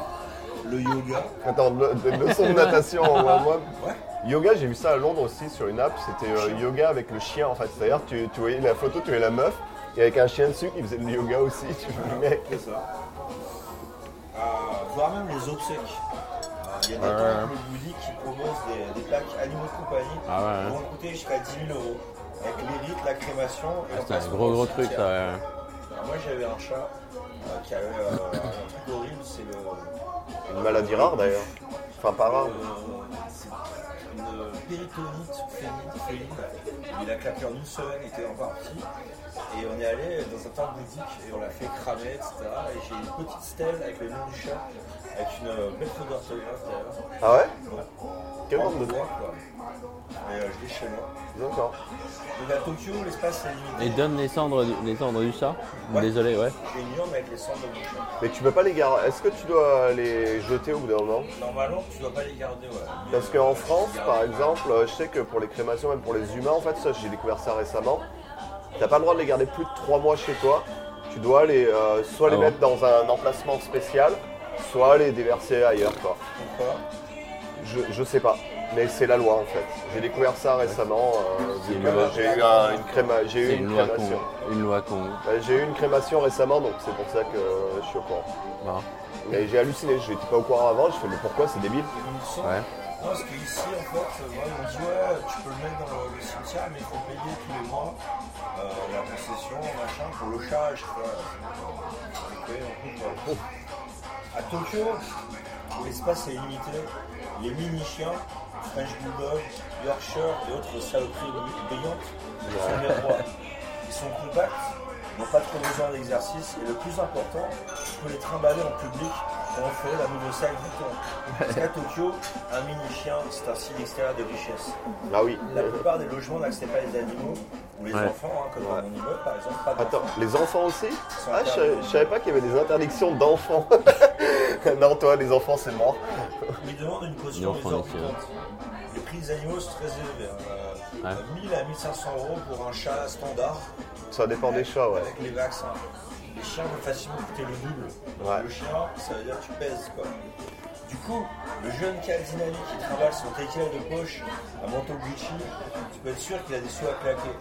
S1: le yoga.
S2: Attends, le, des leçons de natation en one
S1: Ouais.
S2: Yoga, j'ai vu ça à Londres aussi sur une app, c'était euh, yoga avec le chien en fait. C'est-à-dire, tu, tu voyais la photo, tu voyais la meuf, et avec un chien dessus qui faisait le yoga aussi. Tu vois, mec.
S1: C'est ça. Euh, voire même les obsèques. Euh, Il y a des temples bouddhiques qui proposent des, des packs animaux de compagnie
S3: Ah ouais, hein.
S1: qui vont coûter jusqu'à 10 000 euros. Avec les rites, la crémation et
S3: Ah, C'est un gros gros truc ça. ouais.
S1: Alors, moi j'avais un chat euh, qui avait euh, un truc horrible, c'est le.
S2: Une maladie rare d'ailleurs. Enfin, pas
S1: Euh,
S2: rare.
S1: c'est- une péritonite féminine, féline. Il a claqué en une semaine, il était en partie. Et on est allé dans un temple bouddhique et on l'a fait cramer, etc. Et j'ai une petite stèle avec le nom du chat, avec une euh, maître d'orthographe d'ailleurs.
S2: Ah ouais
S1: Ouais.
S2: Quel
S1: En
S2: nombre de
S1: bois, quoi. Mais euh, je l'ai chez moi.
S2: D'accord.
S1: Donc à Tokyo, l'espace est limité.
S3: Et donne les cendres, du- les cendres du chat.
S1: Ouais.
S3: Désolé, ouais.
S1: J'ai une urne avec les cendres de mon chat.
S2: Mais tu peux pas les garder. Est-ce que tu dois les jeter au bout d'un moment
S1: Normalement, tu dois pas les garder, ouais.
S2: Parce qu'en France, par exemple, euh, je sais que pour les crémations, même pour les humains, en fait, ça, j'ai découvert ça récemment, t'as pas le droit de les garder plus de 3 mois chez toi. Tu dois les, euh, soit les
S3: Ah bon
S2: mettre dans un emplacement spécial, soit les déverser ailleurs, quoi.
S1: Pourquoi
S2: Je, je sais pas, mais c'est la loi en fait. J'ai découvert ça récemment. euh,
S3: C'est
S2: vu
S3: une
S2: que
S3: loi.
S2: j'ai eu un- une, créma- j'ai eu
S3: C'est
S2: une
S3: une loi con.
S2: crémation.
S3: Une loi con.
S2: Euh, J'ai eu une crémation récemment, donc c'est pour ça que euh, je suis au courant.
S3: Non.
S2: Mais j'ai halluciné, j'étais pas au courant avant, je fais mais pourquoi c'est débile
S1: Il y a une sonde.
S3: Ouais.
S1: Non, parce que ici, en fait, euh, voilà, on dit ouais, tu peux le mettre dans le, le cimetière, mais il faut payer tous les mois euh, la concession, machin, pour le chat, je sais pas. Ok, on coupe, euh. À Tokyo, où l'espace est limité, les mini-chiens, French Bulldog, Yorkshire et autres saloperies brillantes sont les rois. Ils sont compacts, n'ont pas trop besoin d'exercice, et le plus important, tu peux les trimballer en public quand on fait la nouveau sac du temps. Parce qu'à Tokyo, un mini-chien, c'est un signe extérieur de richesse.
S2: Ah oui.
S1: La plupart des logements n'acceptent pas les animaux ou les
S3: Ouais.
S1: enfants, hein, comme
S2: Ouais.
S1: dans mon immeuble par exemple. Pas
S2: Attends,
S1: d'enfants.
S2: les enfants aussi Ah, je, savais- je savais pas qu'il y avait des interdictions d'enfants. non, toi, les enfants, c'est mort.
S1: Ils demandent une
S3: Les
S1: caution
S3: enfants
S1: exorbitante. Le prix des animaux, c'est très élevé. hein. Euh, 1000 à 1500 euros pour un chat standard
S2: Ça dépend des chats, ouais.
S1: avec les vaccins. Les chiens vont facilement coûter le double.
S2: Ouais.
S1: Le chien, ça veut dire que tu pèses quoi. Du coup, le jeune Cal Dinali qui travaille son tequila de poche à Montoguchi, tu peux être sûr qu'il a des sous à claquer.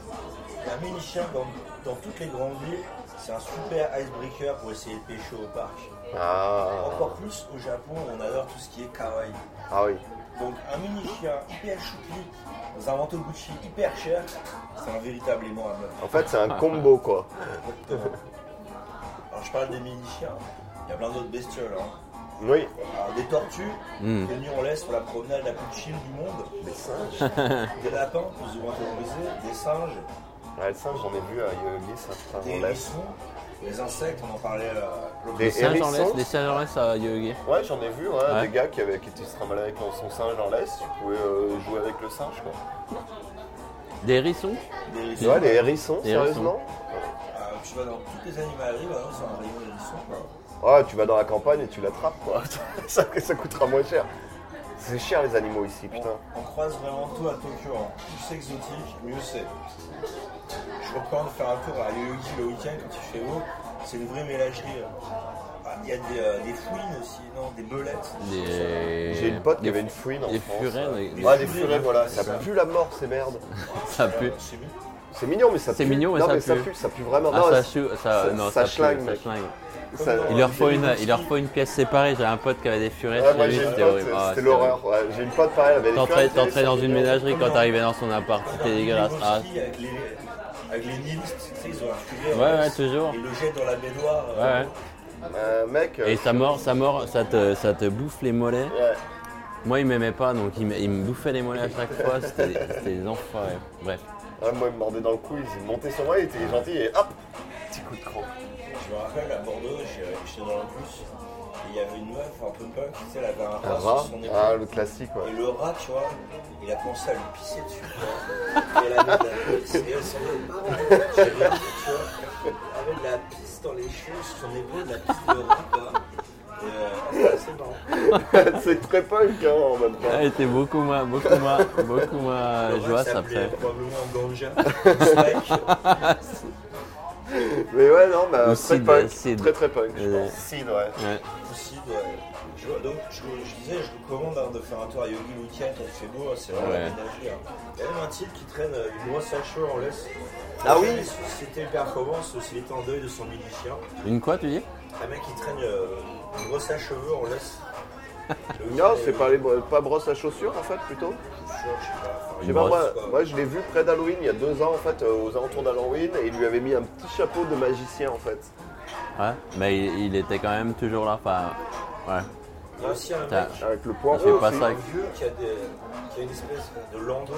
S1: Un mini chien dans, dans toutes les grandes villes, c'est un super icebreaker pour essayer de pécho au parc.
S2: Ah,
S1: Encore plus au Japon, on adore tout ce qui est kawaii.
S2: ah oui.
S1: Donc un mini chien hyper choupi dans un manteau Gucci hyper cher, c'est un véritable aimant à meuf.
S2: En fait, c'est un combo, quoi.
S1: Alors je parle des mini chiens, il y a plein d'autres bestioles. hein.
S2: Oui.
S1: Alors, des tortues,
S3: Hmm.
S1: que nous on laisse pour la promenade la plus chill du monde. Des singes. des lapins, plus ou moins terrorisés. Des singes.
S2: Ah, le singe, j'en ai vu à Yogi, ça, putain,
S1: Des
S2: on laisse.
S1: hérissons. Des insectes, on en parlait euh, l'autre
S2: Des
S1: jour.
S3: Singe en
S2: hérissons
S3: laisse, des singes en laisse à Yogi.
S2: Ouais, j'en ai vu, ouais,
S3: Ouais.
S2: des gars qui, avaient, qui étaient- se trimballaient avec son singe en laisse. Tu pouvais euh, jouer avec le singe, quoi.
S3: Des hérissons
S1: Des hérissons.
S2: Ouais, les hérissons,
S3: Des
S2: sérieusement
S1: Euh, tu vas dans toutes les animaleries, bah, c'est un rayon d'hérissons. quoi.
S2: Ouais, tu vas dans la campagne et tu l'attrapes, quoi. ça, ça coûtera moins cher. C'est cher, les animaux, ici, putain.
S1: On, on croise vraiment tout à Tokyo. hein. Plus c'est exotique, mieux c'est. Je recommande de faire un tour à Yoyogi le week-end quand il fait beau. C'est une vraie ménagerie. hein. Ah, Il y a des, euh, des fouines aussi, non, des belettes.
S3: Des...
S2: J'ai une pote qui
S3: des
S2: avait
S3: fou-
S2: une fouine en
S3: des
S2: France.
S3: furets,
S2: ouais.
S3: des-
S2: Ouais,
S1: des
S2: des
S1: furets,
S2: furets, voilà.
S1: c'est
S2: Ça
S1: ça.
S2: pue la mort, ces merdes.
S3: Ça pue.
S1: C'est mignon.
S2: C'est mignon, mais ça pue.
S3: C'est mignon, mais
S2: non,
S3: ça
S2: mais ça
S3: pue.
S2: pue. Ça pue vraiment.
S3: Ah,
S2: Non,
S3: ça,
S2: c'est-
S3: chou- ça,
S2: ça-
S3: non,
S2: ça
S3: ça,
S2: schlingue,
S3: pue, ça
S2: mec.
S3: schlingue.
S2: ça-
S1: Comme dans
S3: Il leur,
S1: J'ai
S3: faut
S1: vu
S3: une,
S1: un
S3: il leur
S1: ski.
S3: faut une pièce séparée. J'ai un pote qui avait des furets
S2: Ouais, moi,
S3: chez lui,
S2: j'ai une
S3: c'était
S2: pote,
S3: horrible. Ah,
S2: c'était
S3: c'était
S2: l'horreur. ouais. J'ai une pote pareil, elle avait une
S3: T'entrais
S2: furette,
S3: t'entrais dans une
S2: c'était-
S3: ménagerie quand t'arrivais dans son appart, c'était dégueulasse. Ah,
S1: Ski avec les, avec les nihilistes, tu sais, ils ont un furet.
S3: Ouais,
S1: euh,
S3: ouais, toujours.
S1: Ils le jettent dans la baignoire.
S3: ouais,
S1: euh,
S3: ouais.
S2: Euh, mec. euh,
S3: Et ça mord, ça mord, ça te, ça te bouffe les mollets.
S2: ouais.
S3: Moi, il m'aimait pas, donc il, me- il me bouffait les mollets à chaque fois. C'était c'était des enfoirés. Bref.
S2: Ouais, moi, il me mordait dans le cou, il montait sur moi, il était gentil et hop Petit coup de cran.
S1: Je me rappelle à Bordeaux, je- j'étais dans le bus. et Il y avait une meuf un peu punk, tu sais, elle avait un
S2: Un
S1: rat
S2: rat
S1: sur son épaule.
S2: Ah, le classique, ouais.
S1: Et le rat, tu vois, il a pensé à lui pisser dessus. quoi. Et elle avait de la pisse, et elle s'en est marrant. J'ai rien dit, tu vois. Elle avait de la pisse dans les cheveux, sur son épaule, de la pisse de rat, quoi. Et euh, c'était assez marrant.
S2: C'est très punk, hein, en même temps.
S3: Elle Ah, était beaucoup moins, beaucoup moins, beaucoup moins
S1: Le rat
S3: joyeuse
S1: s'appelait
S3: après.
S1: probablement Ganja, Spike,
S2: Mais ouais, non, bah,
S3: Ou
S2: très
S3: Sid,
S2: punk.
S3: Sid.
S2: Très très punk, je
S3: Euh,
S2: pense. Sid, ouais.
S3: Ouais.
S1: Poussid, ouais. Je vois, donc, je, je disais, je vous commande hein, de faire un tour à Yogi le week-end quand il fait beau, hein, c'est vraiment
S3: Ouais.
S1: ménager. hein. Il y a même un type qui traîne euh, une brosse à cheveux en laisse.
S2: Ah oui
S1: C'était une performance, s'il était en deuil de son milicien.
S3: Une quoi, tu dis
S1: Un mec qui traîne euh, une brosse à cheveux, on laisse. Le
S2: Non,
S1: week-end,
S2: c'est pas, les, bro- pas brosse à chaussures, en fait, plutôt
S1: je suis sûr, je sais pas, enfin,
S2: Je
S1: une
S2: sais pas,
S1: brosse,
S2: moi,
S1: quoi.
S2: moi, je l'ai vu près d'Halloween il y a deux ans, en fait, euh, aux alentours d'Halloween, et il lui avait mis un petit chapeau de magicien, en fait.
S3: Ouais. Mais il, il était quand même toujours là. Enfin, ouais.
S1: Il y a aussi un
S3: T'as-
S1: mec
S2: Avec le poireau.
S3: Il fait pas
S2: aussi.
S3: ça.
S1: un vieux qui a, des, qui a une espèce de landau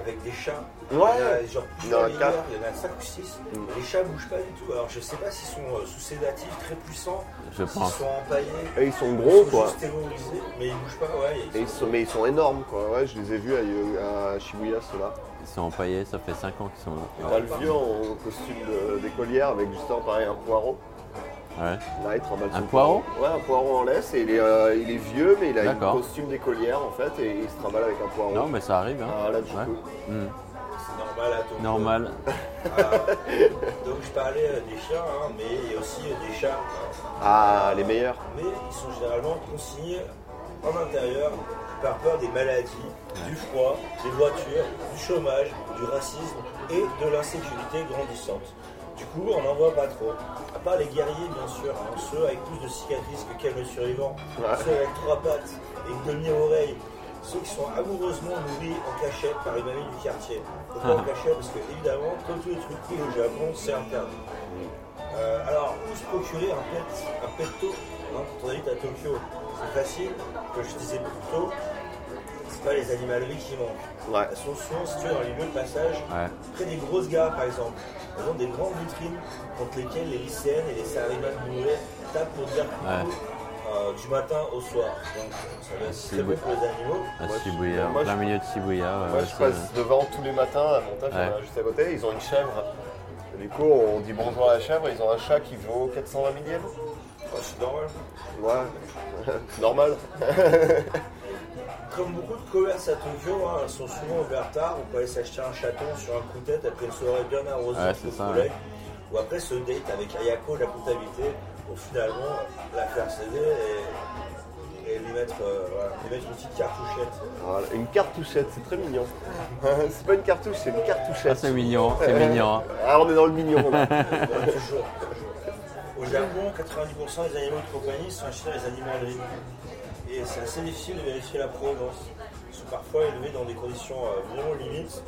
S1: avec des chats. Il
S2: Ouais.
S1: y en a genre plusieurs
S2: Il y en a
S1: milliards,
S2: quatre.
S1: il y en a 5 ou 6.
S2: Mm.
S1: Les chats bougent pas du tout. Alors je sais pas s'ils sont euh, sous sédatifs, très puissants,
S3: Je
S1: s'ils
S3: pense.
S1: sont empaillés,
S2: Et ils sont
S1: ils
S2: gros,
S1: sont
S2: quoi.
S1: juste terrorisés, mais ils bougent pas, ouais.
S2: Et ils sont- mais ils sont énormes, quoi. Ouais, je les ai vus à, à Shibuya, ceux-là.
S3: Ils sont empaillés, ça fait 5 ans qu'ils sont là.
S2: Et T'as le vieux en costume de- d'écolière avec justement pareil un poireau.
S3: Ouais.
S2: Là, il trimballe
S3: Un
S2: son
S3: poireau
S2: Ouais, un poireau en laisse. Et il est, euh, il est vieux, mais il a un
S3: D'accord.
S2: costume d'écolière en fait. Et il se trimballe avec un poireau.
S3: Non, mais ça arrive. Hein.
S2: Ah, là, du
S3: Ouais.
S2: coup.
S3: Hmm.
S1: C'est normal à ton
S3: Normal.
S1: Donc je parlais euh, des chiens, hein, mais il y a aussi euh, des chats. hein.
S2: Ah, les meilleurs.
S1: Mais ils sont généralement consignés en intérieur par peur des maladies, du froid, des voitures, du chômage, du racisme et de l'insécurité grandissante. Du coup, on n'en voit pas trop. À part les guerriers, bien sûr, hein, ceux avec plus de cicatrices que quel le survivant,
S2: Ouais.
S1: ceux avec trois pattes et une demi-oreille, ceux qui sont amoureusement nourris en cachette par les mamies du quartier. Pourquoi en cachette Parce que, évidemment, comme tous les trucs pris au Japon, c'est interdit. Euh, alors, où se procurer un pet, un petto hein, quand on habite à Tokyo C'est facile, comme je disais plus tôt, c'est pas les animaleries qui manquent.
S2: Ouais.
S1: Elles sont souvent situées dans les lieux de passage,
S3: Ouais.
S1: près des grosses gares par exemple. Elles ont des grandes vitrines contre lesquelles les lycéennes et les salariés bourrés tapent pour dire coucou, euh, du matin au soir. Donc ça doit être
S3: C'est
S1: très bon
S3: beau.
S1: pour les animaux.
S3: À
S2: Moi, je-
S3: Shibuya,
S2: moi, je-
S3: plein milieu de Shibuya. ouais,
S2: Moi, je
S3: aussi,
S2: passe
S3: ouais.
S2: devant tous les matins à montage,
S3: Ouais.
S2: juste à côté. Ils ont une chèvre. Du coup, on dit bonjour à la chèvre. Ils ont un chat qui vaut 420 millièmes.
S1: Enfin, c'est normal.
S2: Ouais, normal.
S1: Comme beaucoup de commerces à Tokyo, hein, elles sont souvent ouverts tard. On peut aller s'acheter un chaton sur un coup-tête après une soirée bien arrosée
S3: Ouais,
S1: avec
S3: c'est
S1: nos
S3: ça,
S1: collègues. Ou après ce date avec Ayako, la comptabilité, pour finalement la faire céder et, et lui, mettre, euh, voilà, lui mettre une petite cartouchette.
S2: Voilà, une cartouchette, c'est très mignon. c'est pas une cartouche, c'est une cartouchette.
S3: Ah, c'est mignon, c'est mignon. hein.
S2: Ah, on est dans le mignon. là.
S1: Voilà, toujours, toujours. Au Japon, 90% des animaux de compagnie sont achetés à des animaleries. Et c'est assez difficile de vérifier la provenance. Ils sont parfois élevés dans des conditions euh, vraiment limites,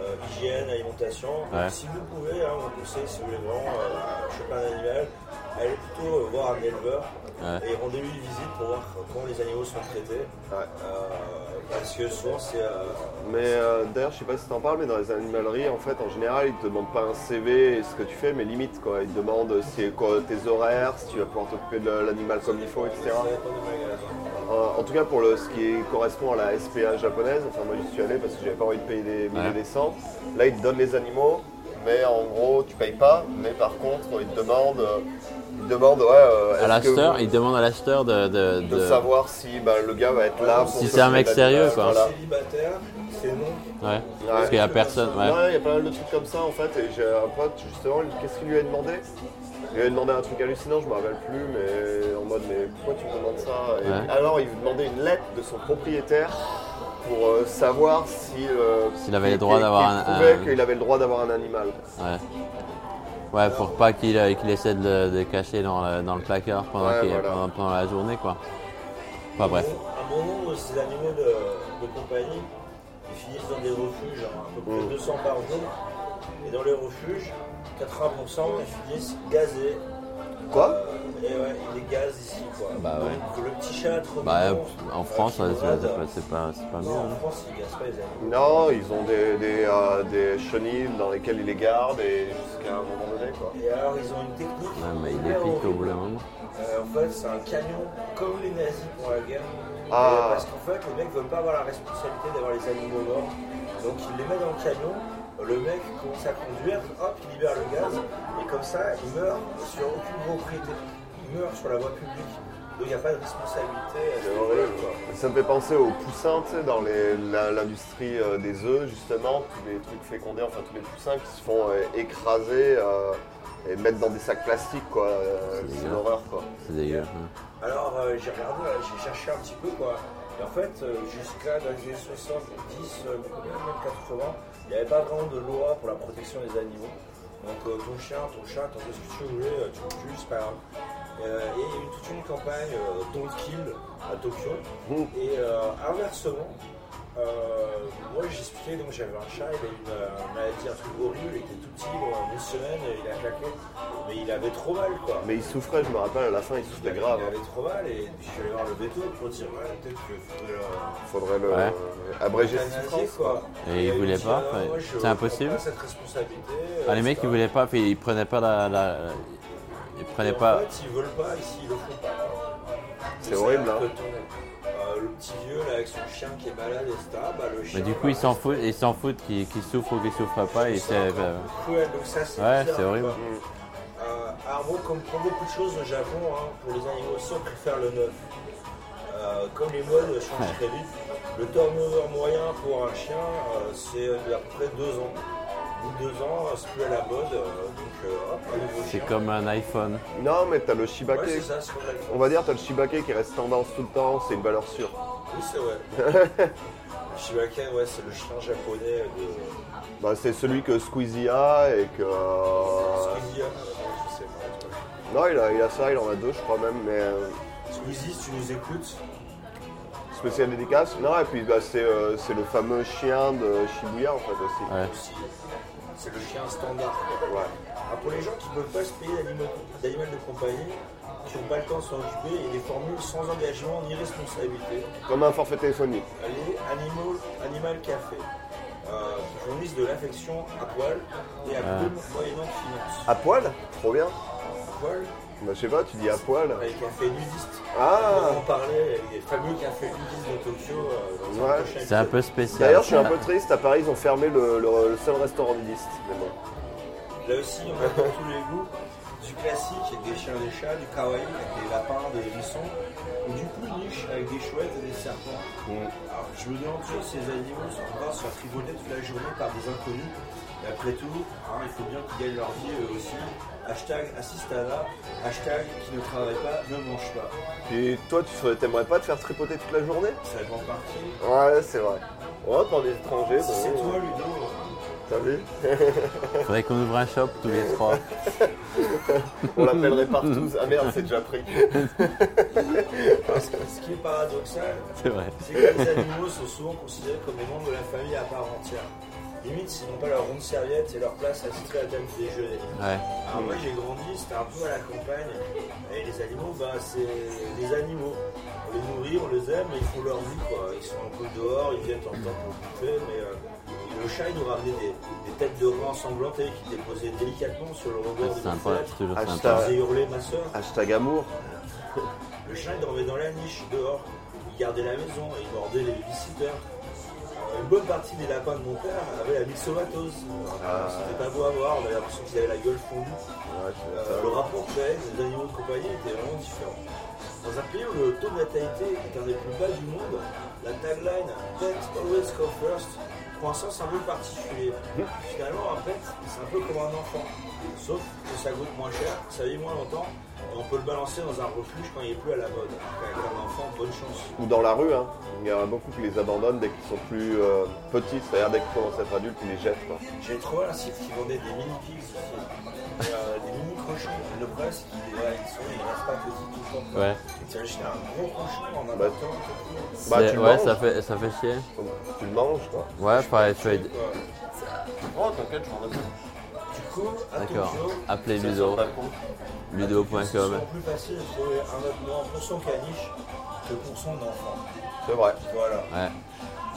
S1: euh, hygiène, alimentation. Donc,
S3: Ouais.
S1: Si vous pouvez, hein, on conseille, si vous voulez vraiment euh, choper un animal, allez plutôt euh, voir un éleveur
S3: Ouais.
S1: et rendez-lui une visite pour voir comment les animaux sont traités.
S2: Ouais.
S1: Euh, parce que souvent, c'est. euh,
S2: mais euh, d'ailleurs, je sais pas si t'en parles, mais dans les animaleries, en fait, en général, ils te demandent pas un CV et ce que tu fais, mais limite, quoi. Ils te demandent si, quoi, tes horaires, si tu vas pouvoir t'occuper de l'animal comme il faut, etc. Euh, en tout cas, pour le, ce qui correspond à la SPA japonaise, enfin, moi, j'y suis allé parce que j'avais pas envie de payer des milliers
S3: Ouais.
S2: et des cents. Là, ils te donnent les animaux, mais en gros, tu payes pas. Mais par contre, ils te demandent, euh, ils te demandent, ouais, euh,
S3: À
S2: est-ce que
S3: l'aster,
S2: vous-
S3: il demande à l'aster de, de,
S2: de
S3: de-
S2: savoir si bah, le gars va être
S1: Si
S2: là. pour
S3: c'est
S2: s'occuper
S3: un mec
S2: de l'animal,
S3: sérieux, quoi.
S2: voilà.
S1: Célibataire, c'est non.
S3: Ouais. Parce qu'il y a personne. Ouais.
S2: Ouais, il y a pas mal de trucs comme ça en fait. Et j'ai un pote, justement, il- qu'est-ce qu'il lui a demandé Il lui a demandé un truc hallucinant, je me rappelle plus, mais en mode, mais pourquoi tu me demandes ça Et
S3: Ouais.
S2: Alors, il lui demandait une lettre de son propriétaire pour euh, savoir si. euh,
S3: S'il avait le
S2: qu'il-
S3: droit
S2: qu'il-
S3: d'avoir
S2: qu'il
S3: un-
S2: prouvait
S3: un-
S2: qu'il avait le droit d'avoir un animal.
S3: Ouais. Ouais, pour pas qu'il euh, qu'il essaie de le de le cacher dans le, dans le placard pendant,
S2: Ouais,
S3: qu'il-
S2: voilà.
S3: pendant, pendant la journée, quoi. Enfin Ah, bref.
S1: Un bon nombre de euh, ces animaux de, de compagnie, ils finissent dans des refuges, hein, à peu
S3: Oh.
S1: près
S2: Mm.
S1: 200 par jour. Et dans les refuges, 80% ils finissent gazés.
S2: Quoi
S1: Euh, et ouais, ils les gazent ici, quoi.
S3: Bah ouais.
S1: Donc le petit chat trop
S3: Bah,
S1: mignon,
S3: en
S1: euh,
S3: France,
S1: qui
S3: ouais,
S1: brade,
S3: c'est c'est pas, c'est pas, c'est pas mieux.
S1: Non, en
S3: hein.
S1: France, ils gazent pas les animaux.
S2: Non, ils ont des, des, euh, des chenilles dans lesquelles ils les gardent et jusqu'à un moment donné, quoi.
S1: Et alors, ils ont une technique.
S3: Ouais, mais il est
S1: hyper
S3: piqué au hein.
S1: horrible.
S3: bout d'un moment.
S1: Euh, en fait, c'est un camion comme les nazis pour la guerre.
S2: Ah.
S1: Euh, Parce qu'en fait, les mecs veulent pas avoir la responsabilité d'avoir les animaux morts. Donc, ils les mettent dans le camion. Le mec commence à conduire, hop, il libère le gaz. Et comme ça, il meurt sur aucune propriété. Il meurt sur la voie publique. Donc, il n'y a pas de responsabilité. à ce
S2: C'est
S1: niveau-là,
S2: horrible.
S1: quoi.
S2: Ça me fait penser aux poussins, tu sais, dans les- la- l'industrie euh, des œufs, justement, tous les trucs fécondés, enfin tous les poussins qui se font euh, écraser euh, et mettre dans des sacs plastiques, quoi. Euh,
S3: C'est
S2: C'est
S3: dégueu.
S2: l'horreur, quoi.
S3: C'est dégueu. hein.
S1: Alors euh, j'ai regardé, euh, j'ai cherché un petit peu quoi. Et en fait, euh, jusqu'à dans les années 70, euh, combien, même 80, il n'y avait pas vraiment de loi pour la protection des animaux. Donc euh, ton chien, ton chat, ton fais ce que tu voulais, euh, tu le tues, c'est pas grave. Euh, et il y a eu toute une campagne euh, Don't Kill à Tokyo.
S2: Mm.
S1: Et euh, inversement, Euh, moi j'expliquais donc j'avais un chat, il a une euh, maladie, un truc horrible, il était tout petit, bon, une semaine, et il a claqué, mais il avait trop mal quoi.
S2: Mais il souffrait, je me rappelle, à la fin, il
S1: il
S2: souffrait
S1: avait,
S2: grave.
S1: il
S2: hein.
S1: avait trop mal et je suis allé voir le veto pour dire ouais peut-être que faudrait le
S2: Faudrait le
S3: Ouais.
S2: abréger ses
S1: l'euthanasier,
S2: souffrances.
S1: quoi.
S3: Et il
S1: me
S3: voulait
S1: dit,
S3: pas,
S1: ah,
S3: ouais.
S1: moi, je
S3: C'est
S1: prends
S3: impossible.
S1: pas cette responsabilité. euh,
S3: Ah, les mecs, ils voulaient pas, puis ils prenaient pas la. la- la- ils prenaient
S1: En
S3: pas.
S1: fait ils veulent pas ici, ils le font pas. quoi.
S2: C'est
S1: Donc,
S2: horrible,
S1: c'est-à-dire
S2: hein.
S1: que ton- euh, le petit vieux là avec son chien qui est malade et ça, bah le chien.
S3: Mais du coup,
S1: bah,
S3: ils s'en foutent, ils s'en foutent qu'ils qu'ils souffrent ou qu'ils souffrent pas. Ils
S1: c'est un
S3: savent,
S1: peu
S3: euh,
S1: cruel, donc ça, c'est
S3: Ouais,
S1: bizarre,
S3: c'est horrible.
S1: quoi. Euh, Arvo, comme pour beaucoup de choses au Japon, hein, pour les animaux aussi, on préfère le neuf. Euh, comme les modes changent très vite, le turnover moyen pour un chien, euh, c'est à peu près deux ans. Au bout de deux ans, euh, c'est plus à la mode, euh, donc euh, hop, un nouveau
S3: c'est
S1: chien.
S3: comme un iPhone.
S2: Non, mais t'as le
S1: Ouais,
S2: Shibake.
S1: c'est ça, c'est vrai.
S2: On va dire, t'as le Shibake qui reste tendance tout le temps, c'est une valeur sûre.
S1: Oui, c'est vrai. Le Shibaka, ouais, c'est le chien japonais de
S2: Bah, c'est celui que Squeezie a et que. Ah.
S1: Squeezie. euh, je sais pas, tu vois.
S2: Non, il a, il a ça, il en a deux, je crois même, mais. euh,
S1: Squeezie, si tu nous écoutes,
S2: Spécial dédicace Non, et puis bah, c'est euh, c'est le fameux chien de Shibuya en fait aussi.
S3: Ouais.
S1: aussi, c'est le chien standard. quoi.
S2: Ouais.
S1: Ah, pour les gens qui ne peuvent pas se payer d'animaux- d'animal de compagnie, qui n'ont pas le temps de s'en occuper, il y a des formules sans engagement ni responsabilité.
S2: Comme un forfait téléphonique.
S1: Allez, animaux, Animal Café, euh, qui fournissent de l'affection à poil et à
S3: Ah.
S1: plume moyennant finance.
S2: À poil Trop bien.
S1: À poil, euh,
S2: Bah, je sais pas, tu dis à poil.
S1: avec café nudiste.
S2: Ah.
S1: On va en parler, les fameux cafés nudistes de Tokyo. euh, dans un
S2: Ouais.
S1: prochain
S3: C'est un peu
S1: épisode.
S3: spécial.
S2: D'ailleurs, je suis un peu triste, à Paris, ils ont fermé le, le- le seul restaurant nudiste. Mais bon.
S1: Là aussi, on a pour tous les goûts. Du classique avec des chiens et des chats, du kawaii avec des lapins, des hérissons, ou du plus niche avec des chouettes et des serpents. Alors, je me demande toujours si ces animaux sont encore se faire frivoler toute la journée par des inconnus. Et après tout, hein, il faut bien qu'ils gagnent leur vie eux aussi. Hashtag assistana, hashtag qui ne travaille pas ne mange pas.
S2: Puis toi, tu serais- t'aimerais pas te faire tripoter toute la journée
S1: Ça dépend par qui.
S2: Ouais, c'est vrai. Ouais, pour des étrangers,
S1: Si c'est
S2: bon,
S1: toi, Ludo,
S2: t'as vu
S3: Faudrait qu'on ouvre un shop tous les trois.
S2: On l'appellerait partout. Ah merde, c'est déjà pris.
S1: ce qui est paradoxal,
S3: C'est vrai.
S1: c'est que les animaux sont souvent considérés comme des membres de la famille à part entière. Limite, s'ils n'ont pas leur ronde serviette et leur place attitrée à la table du déjeuner.
S3: Ouais.
S1: Alors moi j'ai grandi, c'était un peu à la campagne, et les animaux, bah, c'est des animaux. On les nourrit, on les aime, mais ils font leur vie, quoi. Ils sont un peu dehors, ils viennent en temps pour bouffer, mais euh, le chat, il nous ramenait des, des têtes de rats ensanglantées qui déposaient délicatement sur le
S3: Ouais,
S1: rebord
S3: Ah,
S1: de
S3: C'est
S1: mon
S3: sympa,
S1: fenêtre.
S3: je te jure, c'est
S2: Hashtag.
S1: Ça
S3: sympa.
S1: faisait hurler ma soeur.
S2: Hashtag amour.
S1: Le chat, il dormait dans la niche, dehors. Il gardait la maison et il mordait les visiteurs. Une bonne partie des lapins de mon père avait la mille sauvatose. Alors, C'était pas beau à voir, on avait l'impression qu'ils avaient la gueule fondue.
S2: Ouais, c'est-
S1: Euh, le rapport réel des animaux de compagnie était vraiment différent. Dans un pays où le taux de natalité est un des plus bas du monde, la tagline Pets always come first prend un sens un peu particulier. Finalement, un pet, c'est un peu comme un enfant, sauf que ça coûte moins cher, ça vit moins longtemps, et on peut le balancer dans un refuge quand il n'est plus à la mode. Avec un enfant, bonne chance.
S2: ou dans la rue. Hein. Il y en a beaucoup qui les abandonnent dès qu'ils sont plus euh, petits, c'est-à-dire dès qu'ils commencent à être adultes, ils les jettent. Quoi.
S1: J'ai trouvé un site qui vendait des mini pigs aussi, euh, des mini crochets. Le problème, c'est qu'ils ouais, ils sont- ils restent pas petits tout le temps.
S3: Ouais.
S1: Tiens, j'ai un gros crochet en
S2: Bah,
S1: adaptant.
S2: Bah,
S3: C'est-
S2: tu le
S3: ouais,
S2: manges.
S3: ça fait, ça fait chier.
S2: Tu le manges, quoi.
S3: Ouais, pareil, tu fais-
S2: Oh, t'inquiète, je m'en
S1: Du coup, à
S3: D'accord.
S1: Tokyo,
S3: Appelez Ludo.
S1: c'est souvent plus
S3: Ludo.com.
S1: facile de trouver un vêtement pour son caniche que pour son enfant.
S2: C'est vrai.
S1: Voilà,
S3: Ouais,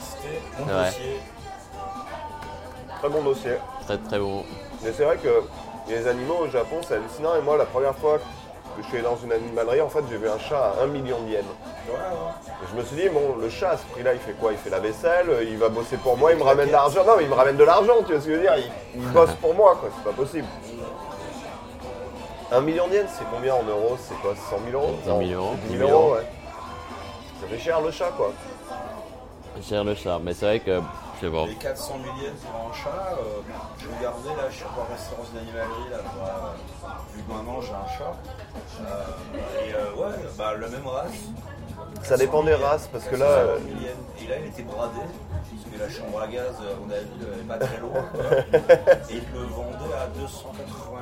S1: c'était mon
S3: C'est vrai.
S1: dossier.
S2: Très bon dossier.
S3: très très bon.
S2: Mais c'est vrai que les animaux au Japon, c'est hallucinant. Et moi, la première fois que je suis allé dans une animalerie, en fait, j'ai vu un chat à 1 million de yens.
S1: Voilà, hein.
S2: Et je me suis dit, bon, le chat à ce prix-là, il fait quoi Il fait la vaisselle, il va bosser pour moi, il me ramène de l'argent. Non, mais il me ramène de l'argent, tu vois ce que je veux dire il, il bosse pour moi, quoi, c'est pas possible. Un million d'yens, c'est combien en euros C'est quoi 100 000 euros
S3: 100 000 euros.
S2: 10 000 euros, ouais. Ça fait cher le chat, quoi.
S3: Cher le chat, mais c'est vrai que c'est bon.
S1: les 400 millions pour un chat, euh, je regardais là, je suis encore en restaurant d'animalerie là, pour, euh, vu que maintenant j'ai un chat. Euh, et euh, ouais, bah, la même race,
S2: Ça dépend des races, parce que là, euh,
S1: Et là, il était bradé, puisque la chambre à gaz, euh, à mon avis, elle est pas très loin. et il le vendait à 280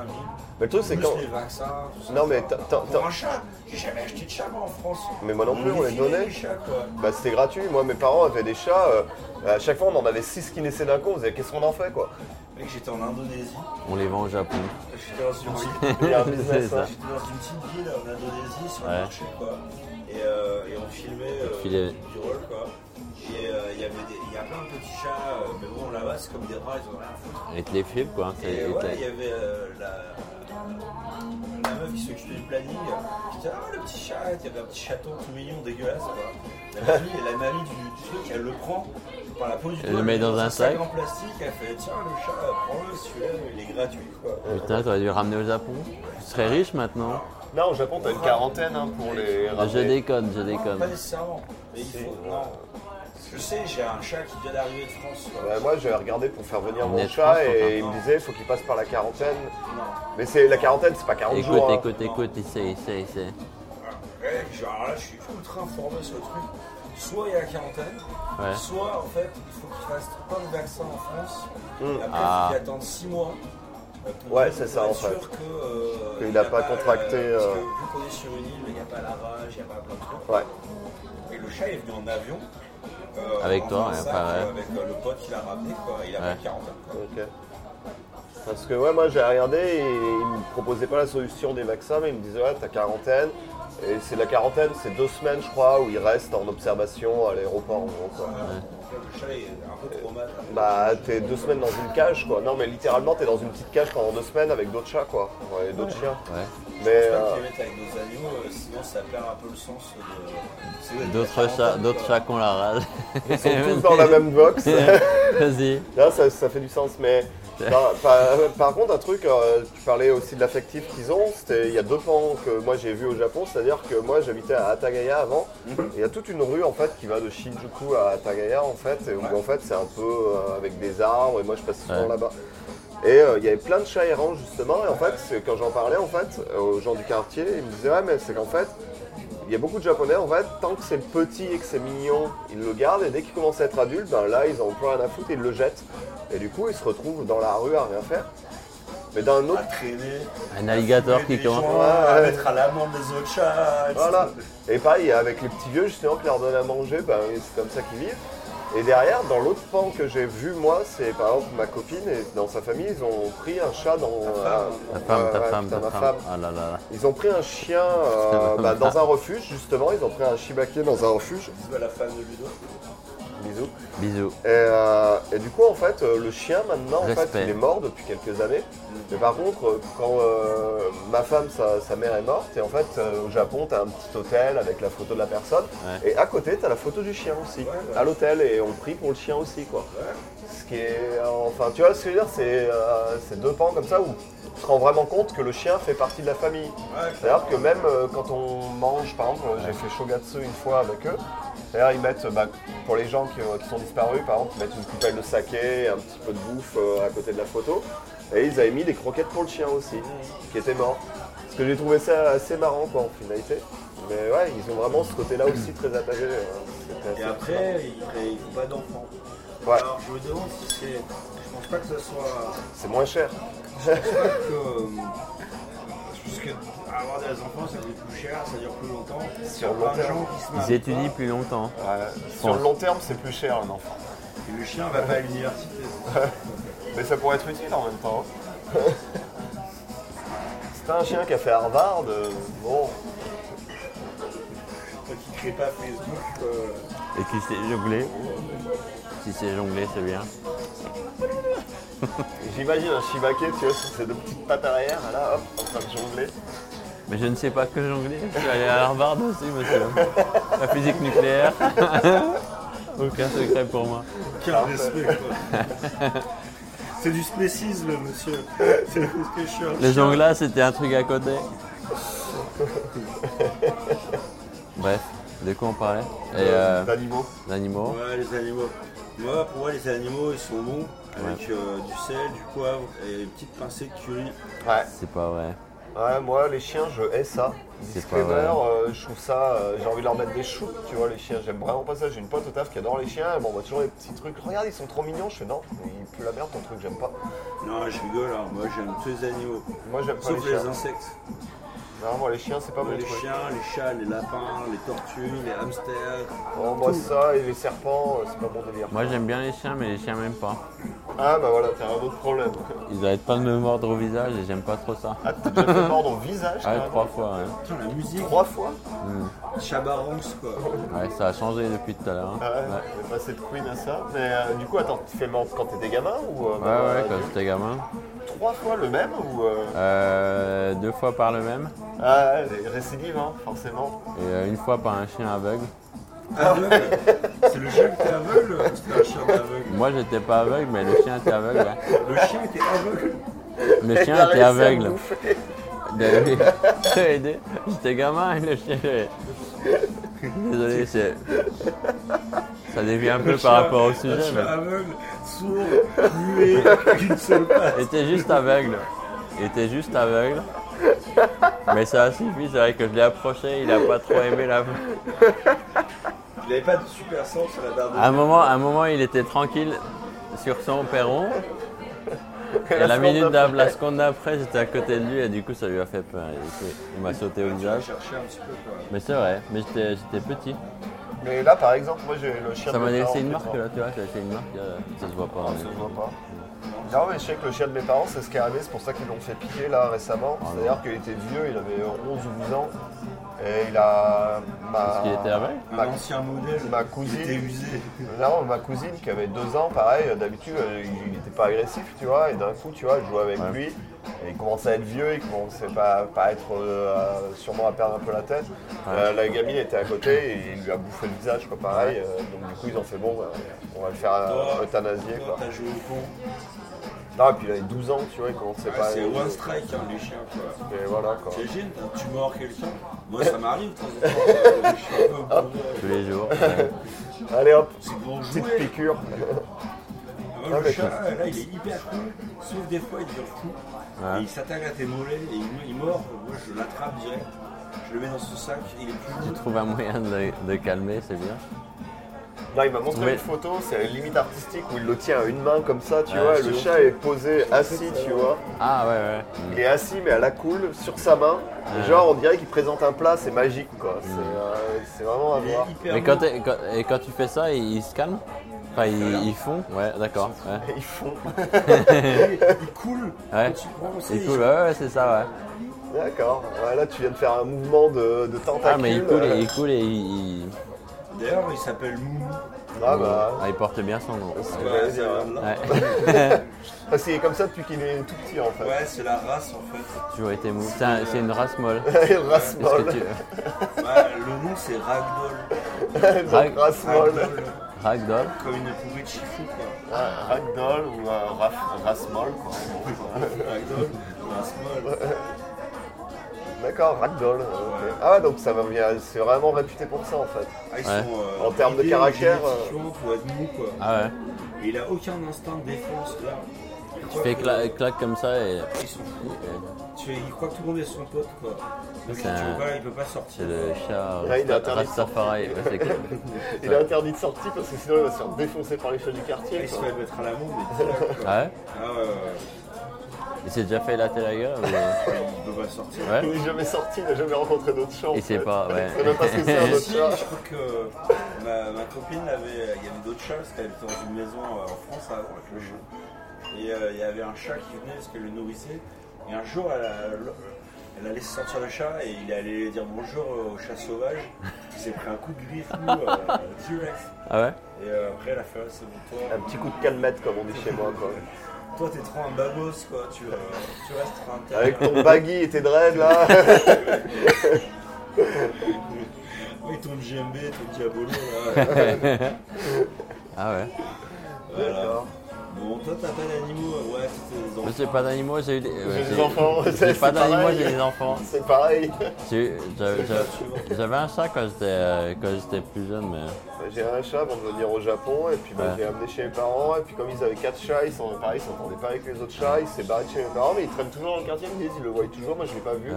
S1: 000.
S2: Mais le truc, c'est
S1: Plus
S2: quand-
S1: les vaccins, tout ça.
S2: Non, mais t'as-
S1: t'as...
S2: t'as-
S1: Pour
S2: t'as-
S1: un chat, j'ai jamais acheté de chat, moi, en France.
S2: Mais moi non plus, on les
S1: filait,
S2: donnait.
S1: les chats, quoi.
S2: bah, c'était gratuit. Moi, mes parents avaient des chats. euh, à chaque fois, on en avait six qui naissaient d'un con. On disait, qu'est-ce qu'on en fait, quoi
S1: Mec, j'étais en Indonésie,
S3: On les vend au Japon.
S1: j'étais dans une
S2: Il y a un
S3: C'est
S2: business,
S3: ça.
S2: hein.
S1: J'étais dans une petite ville en Indonésie sur le
S3: Ouais.
S1: marché quoi. Et, euh, et on filmait euh,
S3: filait.
S1: du rôle quoi. Et euh, il y avait des- il y a plein de petits chats, euh, mais bon là-bas c'est comme des rats, ils ont rien à foutre.
S3: Et te les flippes quoi. hein, c'est-
S1: Et
S3: et
S1: ouais,
S3: t'as-
S1: il y avait euh, la, la meuf qui s'occupait du planning. qui disait ah le petit chat, il y avait un petit chaton tout mignon, dégueulasse quoi. La mamie, la mamie du, du truc, elle le prend par la peau du
S3: Elle
S1: doigt,
S3: le met dans un sac.
S1: en plastique, elle fait tiens le chat, prends-le, celui-là il est gratuit quoi.
S3: Putain, t'aurais dû le ramener au Japon. Tu serais riche maintenant.
S2: Non, au Japon, t'as une quarantaine hein, pour les
S3: Je
S2: ramener.
S3: déconne, je
S1: Non, Ah, Pas
S3: déconne.
S1: nécessairement. Mais il faut. Non. Je sais, j'ai un chat qui vient d'arriver de France.
S2: Bah, moi, j'avais regardé pour faire venir mon
S3: Net
S2: chat
S3: France,
S2: et il
S3: enfin.
S2: me disait, faut qu'il passe par la quarantaine. Mais c'est la quarantaine, c'est pas 40
S3: Écoute,
S2: jours. hein.
S3: écoute, écoute, essaye, essaye, essaye.
S1: Ouais, genre là, je suis ultra informé sur le truc. Soit il y a la quarantaine,
S3: Ouais.
S1: soit en fait, il faut qu'il fasse plein de vaccins en France. Après,
S3: Ah.
S1: il faut qu'il attende 6 mois. euh, Pour
S2: Hmm. Ouais,
S1: pour
S2: c'est ça,
S1: être
S2: en fait.
S1: sûr que, euh,
S2: Qu'il
S1: il
S2: a
S1: y a
S2: pas contracté,
S1: euh, parce que
S2: euh,
S1: vu qu'on est sur une île, il n'y a pas la rage, il n'y a pas plein de trucs.
S2: Ouais.
S1: Et le chat est venu en avion. euh,
S3: Avec
S1: en
S3: toi,
S1: un
S3: ouais,
S1: sac,
S3: pas vrai.
S1: euh, Avec euh, le pote qui l'a ramené, quoi. Il avait
S3: Ouais.
S1: 40 ans, quoi.
S2: Ok. Parce que ouais, moi j'ai regardé et ils me proposaient pas la solution des vaccins, mais ils me disaient ouais, ta quarantaine. Et c'est la quarantaine, c'est deux semaines je crois où ils restent en observation à l'aéroport en gros, quoi.
S1: Le chat est un peu traumatisé.
S2: Bah t'es deux semaines dans une cage quoi. Non mais littéralement t'es dans une petite cage pendant deux semaines avec d'autres chats quoi. Ouais, et d'autres chiens.
S3: Ouais.
S2: Mais
S1: Je pense pas
S2: euh,
S1: qu'ils les mettent avec nos agneaux, euh, sinon ça perd un peu le sens de. C'est vrai,
S3: D'autres
S1: quarantaine,
S3: chats,
S1: quoi.
S3: d'autres chats qu'on la rase. Ils sont
S2: tous dans la même box.
S3: Vas-y.
S2: Là, ça, ça fait du sens, mais par, par- par contre, un truc, euh, tu parlais aussi de l'affectif qu'ils ont, c'était il y a deux pans que moi j'ai vu au Japon, c'est-à-dire que moi j'habitais à Atagaya avant, et il y a toute une rue en fait qui va de Shinjuku à Atagaya en fait, et où en fait c'est un peu euh, avec des arbres, et moi je passe souvent
S3: Ouais.
S2: là-bas. Et euh, il y avait plein de chats errants justement, et en fait, c'est- quand j'en parlais en fait aux gens du quartier, ils me disaient ouais, mais c'est qu'en fait, il y a beaucoup de japonais en fait, tant que c'est petit et que c'est mignon, ils le gardent et dès qu'ils commencent à être adultes, ben là ils en ont plus rien à foutre et ils le jettent. Et du coup ils se retrouvent dans la rue à rien faire. Mais d'un
S1: À
S2: autre.
S1: traîner.
S3: Un alligator
S1: tuer
S3: qui
S1: des
S3: commence.
S1: gens, à
S2: Ouais.
S1: mettre à l'amende les autres chats. etc.
S2: Voilà. Et pareil, avec les petits vieux justement qui leur donnent à manger, ben c'est comme ça qu'ils vivent. Et derrière, dans l'autre pan que j'ai vu moi, c'est par exemple ma copine et dans sa famille, ils ont pris un chat dans.
S3: Ta femme,
S2: Ouais,
S3: ta
S2: ouais,
S3: femme,
S2: putain,
S3: ta
S2: ma
S3: femme. Ah là là là.
S2: Ils ont pris un chien euh, bah, dans un refuge, justement, ils ont pris un shibaké dans un refuge.
S1: Bisous à la femme de Ludo.
S2: Bisous.
S3: Bisous.
S2: Et, euh, et du coup, en fait, euh, le chien, maintenant, en fait,
S3: Respect.
S2: il est mort depuis quelques années. Mais par contre, euh, quand euh, ma femme, sa, sa mère est morte, et en fait, euh, au Japon, t'as un petit hôtel avec la photo de la personne.
S3: Ouais.
S2: Et à côté, t'as la photo du chien aussi, à l'hôtel. Et on prie pour le chien aussi, quoi. Ce qui est... euh, Enfin, tu vois ce que je veux dire C'est euh, c'est deux pans comme ça où tu te rends vraiment compte que le chien fait partie de la famille. C'est-à-dire que même euh, quand on mange, par exemple, j'ai fait shogatsu une fois avec eux. D'ailleurs, ils mettent, euh, bah, pour les gens qui, euh, qui sont disparus, par exemple, ils mettent une coupelle de saké, un petit peu de bouffe euh, à côté de la photo. Et ils avaient mis des croquettes pour le chien aussi,
S1: Mmh.
S2: qui était mort. Parce que j'ai trouvé ça assez marrant, quoi, en finalité. Mais ouais, ils ont vraiment ce côté-là aussi très attaché. euh, c'était
S1: Et
S2: assez
S1: après, ils ne font pas d'enfants.
S2: marrant. Ouais,
S1: Alors je me demande si c'est. Je pense pas que ça soit.
S2: c'est moins cher.
S1: que, euh, je pense que avoir des enfants, ça coûte plus cher, ça dure plus longtemps.
S2: Sur le
S1: Plein
S2: long
S1: de
S2: terme.
S1: gens qui se marient
S3: Ils étudient
S1: pas,
S3: plus longtemps.
S2: Ouais, sur le long terme, c'est plus cher, un enfant.
S1: Et le chien va pas à l'université.
S2: Mais ça pourrait être utile en même temps. C'était un chien qui a fait Harvard. euh, bon,
S1: Quand il crée pas Facebook. euh,
S3: Et qui s'est jonglé. Qui s'est jonglé, c'est bien.
S2: j'imagine un shibaké, tu vois, sur ses deux petites pattes arrière, là, hop, en train de jongler.
S3: Mais je ne sais pas que jongler. Je suis allé à Harvard aussi, monsieur. La physique nucléaire. Aucun secret pour moi.
S1: Quel respect, quoi. C'est du spécisme, monsieur. C'est parce que je suis un chien.
S3: Les jonglats, c'était un truc à côté. Bref, de quoi on parlait Et euh,
S2: D'animaux.
S3: d'animaux.
S1: Ouais, les animaux. Moi, pour moi, les animaux, ils sont bons. Avec euh, du sel, du poivre et une petite pincée de curry.
S2: Ouais.
S3: C'est pas vrai.
S2: Ouais, moi, les chiens, je hais ça.
S3: C'est pas
S2: Disclaimer,
S3: vrai.
S2: euh, je trouve ça. euh, j'ai envie de leur mettre des choux, tu vois, les chiens. J'aime vraiment pas ça. J'ai une pote au taf qui adore les chiens. Elle m'envoie toujours des petits trucs. Regarde, ils sont trop mignons. Je fais non, ils puent la merde ton truc, j'aime pas.
S1: Non, je rigole, hein. moi j'aime tous les animaux.
S2: Moi, j'aime pas
S1: Sauf
S2: les
S1: les,
S2: chiens.
S1: insectes.
S2: Non, moi, les chiens, c'est pas
S1: Moi,
S2: mon
S1: les
S2: truc.
S1: chiens, les chats, les lapins, les tortues, les hamsters.
S2: Oh, moi,
S1: tout.
S2: ça et les serpents, euh, c'est pas mon délire.
S3: Moi j'aime bien les chiens, mais les chiens même pas.
S2: Ah, bah voilà, t'as un autre problème.
S3: Ils arrêtent pas de me mordre au visage et j'aime pas trop ça.
S2: Ah, t'as déjà fait mordre au visage
S3: Ah,
S2: t'as-
S3: trois fois, ouais.
S1: Putain, la musique,
S2: Trois fois
S1: Chabaranx quoi.
S3: Ouais, ça a changé depuis tout à l'heure. hein.
S2: Ah ouais,
S3: Ouais.
S2: j'ai passé de Queen à ça. Mais euh, du coup, attends, tu fais mordre quand t'étais gamin ou euh,
S3: Ouais,
S2: maintenant,
S3: ouais, quand
S2: adulte
S3: j'étais gamin.
S2: Trois fois le même ou euh,
S3: Euh, deux fois par le même
S2: Ah, les récidives, hein, forcément.
S3: et euh, une fois par un chien aveugle.
S1: Aveugle C'est le chien qui était aveugle C'était un chien aveugle.
S3: Moi j'étais pas aveugle, mais le chien était aveugle. ouais.
S1: Le chien était aveugle
S3: Le
S2: Il a
S3: chien était
S2: réussi à me
S3: aveugle.
S2: bouffer.
S3: Je t'ai aidé. J'étais gamin et le chien. Désolé, c'est. Ça dévie un peu
S1: Le chien-
S3: par rapport au
S1: Un
S3: sujet,
S1: chien
S3: mais.
S1: aveugle, sourd, muet, d'une seule patte.
S3: Il était juste aveugle. Il était juste aveugle. Mais ça a suffi, c'est vrai que je l'ai approché, il a pas trop aimé la.
S1: Il n'avait pas de super sens sur la barre de
S2: Ah.
S3: À un moment, à un moment, il était tranquille sur son perron. Et la minute d'après, la seconde d'après, j'étais à côté de lui et du coup, ça lui a fait peur. Il, s'est- il m'a sauté au
S1: Tu vas
S3: visage.
S1: chercher un petit peu quoi.
S3: Mais c'est vrai, mais j'étais j'étais petit.
S2: Mais là, par exemple, moi j'ai le chien
S3: Ça
S2: de
S3: m'a
S2: mes parents.
S3: laissé une marque
S2: qui est mort.
S3: là, tu vois, ça a laissé une marque, euh, ça se voit pas.
S2: Ah,
S3: mais-
S2: ça se voit pas. Non, mais je sais que le chien de mes parents, c'est scarabée, c'est pour ça qu'ils l'ont fait piquer là récemment.
S3: Ah,
S2: C'est-à-dire qu'il était vieux, il avait 11 ou 12 ans. Et il a. bah, Ma...
S3: Parce qu'il était aveugle
S1: Un ancien modèle,
S2: Ma
S1: il était
S2: cousine.
S1: usé.
S2: Non, ma cousine qui avait deux ans, pareil, euh, d'habitude euh, il n'était pas agressif, tu vois, et d'un coup, tu vois, je jouais avec lui, et il commençait à être vieux, il commençait pas, pas à être, euh, à- sûrement à perdre un peu la tête. Euh, la gamine était à côté, et il lui a bouffé le visage, quoi, pareil, euh, donc du coup, ils ont fait bon, bah, on va le faire euh, euthanasier,
S1: Toi,
S2: quoi.
S1: t'as joué au pont.
S2: Non, et puis il avait 12 ans, tu vois, il commençait
S1: Ah,
S2: pas à.
S1: c'est one strike, hein, les chiens quoi.
S2: Et voilà, quoi.
S1: T'imagines, t'as- tu mords quelqu'un Moi, ça m'arrive de temps en temps. Je suis un peu bourré.
S3: tous les jours. Euh, ouais.
S2: Allez hop,
S1: C'est bon
S2: petite
S1: jouer.
S2: piqûre.
S1: Moi,
S2: Ah,
S1: le
S2: mais
S1: chat, là, il est hyper cool, sauf des fois, il devient fou. Et il s'attaque à tes mollets et il, il mord. Moi, je l'attrape direct. Je le mets dans son sac, il est plus
S3: Tu
S1: lourd.
S3: trouves un moyen de, le- de calmer, c'est bien.
S2: Non, il m'a montré
S3: Mais-
S2: une photo, c'est limite artistique où il le tient à une main comme ça, tu
S3: Ah,
S2: vois, et
S3: c'est
S2: le
S3: bon.
S2: chat est posé, assis, tu vois.
S3: Ah ouais, ouais.
S2: Il est assis mais à la cool sur sa main. Et Genre on dirait qu'il présente un plat, c'est magique quoi.
S3: Mm.
S2: C'est, euh, c'est vraiment à
S1: Il est
S2: voir.
S1: hyper
S3: Mais quand,
S1: lourd.
S3: t'es- quand- et quand tu fais ça, ils, ils se calment Enfin, ils, ils font Ouais, d'accord. ouais.
S2: Ils font.
S1: il coule,
S3: Ouais.
S1: quand tu prends
S3: C'est
S1: conseil,
S3: cool, ouais, ouais, c'est ça, ouais.
S2: D'accord. Ouais, là tu viens de faire un mouvement de, de tentacule.
S3: Ah, mais ils coulent,
S2: euh.
S3: et- ils coulent et ils. ils-
S1: D'ailleurs, il s'appelle Moumou.
S2: Ah bah.
S3: Ah, ils portent bien son nom.
S2: c'est
S1: Ouais,
S2: vrai,
S1: ça
S2: ouais.
S1: vient de là.
S3: Ouais.
S2: Parce qu'il est comme ça depuis qu'il est tout petit en fait.
S1: Ouais, c'est la race en fait.
S3: Toujours été mou. C'est un- c'est une race molle.
S2: Il race
S3: Qu'est-ce que
S2: molle.
S3: tu-
S1: Ouais, le nom, c'est Ragdoll.
S3: Rag-
S2: Donc race molle.
S1: Ragdoll,
S3: Ragdoll
S1: comme une poupée de chiffon, quoi.
S2: Ouais, Ragdoll ou euh, raf- race molle quoi.
S1: Ragdoll, race molle.
S2: D'accord, ragdoll. ok. Ah ouais, donc ça va bien. C'est vraiment réputé pour ça en fait.
S1: Ah, ils
S3: Ouais.
S1: sont, euh,
S2: En termes de
S1: guidés
S2: caractère,
S1: génétiquement pour être mou, quoi.
S3: euh. Ah ouais.
S1: Et il a aucun instinct de défense, là. Il croit
S3: Fais
S1: que-
S3: cla- claque comme ça et.
S1: Ils sont fous. Tu- Il croit que tout le monde est son pote, quoi. Donc, si tu
S3: C'est un-
S1: veux pas, il peut pas sortir.
S3: C'est le chat
S2: Ouais, il est
S3: Rasta-
S2: interdit de
S3: Rastafari.
S2: sortir.
S3: ouais, c'est cool.
S2: Il est interdit de sortie parce que sinon il va se faire défoncer par les chats du
S1: Ah,
S2: quartier.
S1: Il se
S2: quoi.
S1: fait mettre à l'amende, mais direct, quoi.
S3: Ah ouais
S1: Ah, ouais, ouais, ouais.
S3: Il s'est déjà fait latter la gueule ou- euh,
S1: il peut pas sortir.
S3: Ouais.
S2: Il n'est jamais sorti, il n'a jamais rencontré d'autres chats. en
S3: Il sait
S2: fait.
S3: pas, ouais.
S2: Il sait même pas ce que c'est un
S1: Mais
S2: autre
S1: si,
S2: chat.
S1: je crois que ma, ma copine avait, il y avait d'autres chats parce qu'elle était dans une maison euh, en France avant avec le chat. Et euh, il y avait un chat qui venait parce qu'elle le nourrissait. Et un jour, elle, a- elle a laissé sortir le chat et il est allé dire bonjour au chat sauvage. Il s'est pris un coup de griffe nous, euh, direct.
S3: Ah ouais
S1: Et euh, après, elle a fait Ah, c'est bon, toi,
S2: Un petit coup de calmette comme on dit chez moi. quoi.
S1: toi t'es trop un babos quoi. Tu, euh, tu restes trop interne.
S2: Avec ton baggy et tes dreads là.
S1: Oui, ton GMB, ton diabolo là.
S3: Ah ouais.
S1: Voilà.
S2: D'accord.
S1: Bon, toi, t'as pas d'animaux euh, Ouais, c'est des
S3: Moi, j'ai
S1: enfants.
S3: pas d'animaux, j'ai eu des. ouais,
S2: des enfants,
S3: J'ai
S2: c'est
S3: pas d'animaux,
S2: pareil.
S3: j'ai des enfants.
S2: C'est pareil.
S3: J'ai eu- j'a- j'a- J'avais un chat quand j'étais euh, quand j'étais plus jeune, mais.
S2: Bah, J'ai un chat avant de venir au Japon et puis bah,
S3: Ouais.
S2: je l'ai amené chez mes parents et puis comme ils avaient quatre chats, ils s'en- pareil, ils s'entendaient pas avec les autres chats, il s'est barré de chez mes parents mais il traîne toujours dans le quartier, ils me disent ils le voient toujours, moi je l'ai pas vu.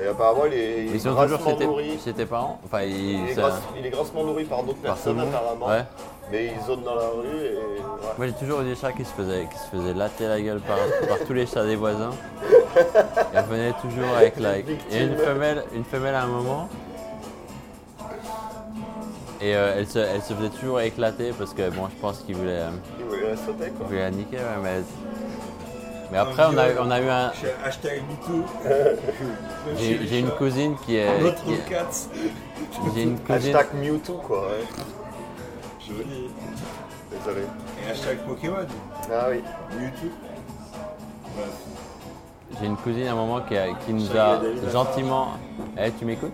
S2: Et apparemment il est, il est
S3: Ils ont toujours
S2: grassement
S3: chez tes,
S2: nourri.
S3: chez tes parents Enfin, ils.
S2: Il est,
S3: c'est-
S2: grasse- il est grassement nourri par d'autres
S3: par tout le
S2: personnes
S3: monde.
S2: apparemment.
S3: Ouais.
S2: Mais ils zonent dans la rue et ouais.
S3: Moi j'ai toujours eu des chats qui se faisaient, qui se faisaient latter la gueule par, par tous les chats des voisins. Ils revenaient toujours avec la. Et une femelle, une femelle à un moment. Et euh, elle, se, elle se faisait toujours éclater parce que bon je pense qu'ils voulaient, euh,
S2: ils voulaient la sauter
S3: ils
S2: quoi.
S3: voulaient la niquer ouais, mais. Mais après on a, eu- on a eu un.
S1: J'ai- Hashtag MeToo.
S3: J'ai j'ai une cousine qui est.
S1: Notre
S3: qui est-
S1: cat.
S3: J'ai une cousine.
S2: Hashtag Mewtwo quoi, ouais.
S1: Joli.
S2: Désolé.
S1: Et hashtag Pokémon.
S2: Ah oui.
S1: Mewtwo. Bref.
S3: J'ai une cousine à un moment qui, a- qui nous
S1: Salut,
S3: a
S1: David.
S3: gentiment. Eh tu m'écoutes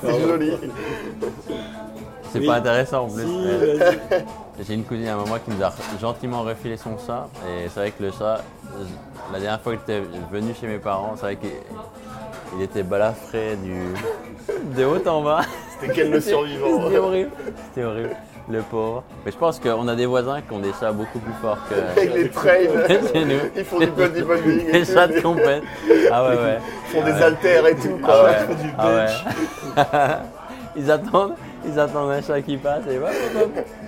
S2: C'est joli.
S3: C'est
S1: Oui.
S3: pas intéressant en plus. Ah
S1: Si,
S3: mais-
S1: vas-y.
S3: J'ai une cousine à un moment qui nous a gentiment refilé son chat. Et c'est vrai que le chat, je- la dernière fois que j'étais venu chez mes parents, c'est vrai qu'il il était balafré du, de haut en bas.
S2: C'était quel le survivant
S3: C'était horrible. C'était horrible. Le pauvre. Mais je pense qu'on a des voisins qui ont des chats beaucoup plus forts que.
S2: Avec les trails.
S3: que chez nous.
S2: Ils font du bodybuilding et
S3: Des
S2: tout,
S3: chats de
S2: des-
S3: compète. Ah ouais, ouais.
S2: Ils font des haltères et tout
S3: Ah
S2: quoi.
S3: ouais. Ah ouais. Ils attendent, ils attendent un chat qui passe et voilà.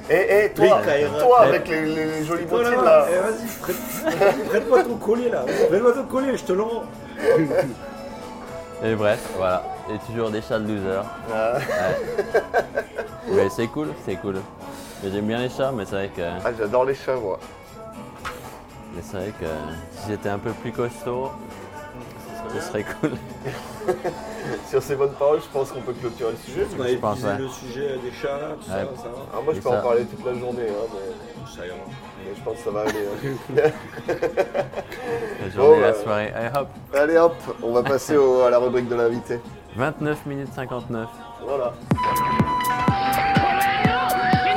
S2: Eh, eh, toi,
S1: Taïra.
S2: toi avec les, les jolies
S1: Toi
S2: bottines
S1: là,
S2: là.
S1: eh, vas-y, prête- prête-moi ton collier là. Prête-moi ton collier, je te le rends.
S3: Et bref, voilà. Et toujours des chats de loser.
S2: Ah,
S3: Mais c'est cool, c'est cool. Mais j'aime bien les chats, mais c'est vrai que,
S2: Ah, j'adore les chats, moi.
S3: mais c'est vrai que si j'étais un peu plus costaud, ce serait cool.
S2: Sur ces bonnes paroles, je pense qu'on peut clôturer le sujet.
S1: On a
S3: pense,
S1: épuisé
S3: ouais.
S1: le sujet des chats, là, tout
S3: Ouais.
S1: ça, ça va.
S2: Ah, moi, je
S3: Et
S2: peux
S3: ça-
S2: en parler toute la journée, hein, mais,
S1: Ça ira.
S2: mais je pense que ça va aller. hein.
S3: La journée,
S2: Bon,
S3: la
S2: bah.
S3: soirée. Allez hop,
S2: Allez, hop, on va passer au- à la rubrique de l'invité.
S3: 29 minutes 59.
S2: Voilà.
S4: お前は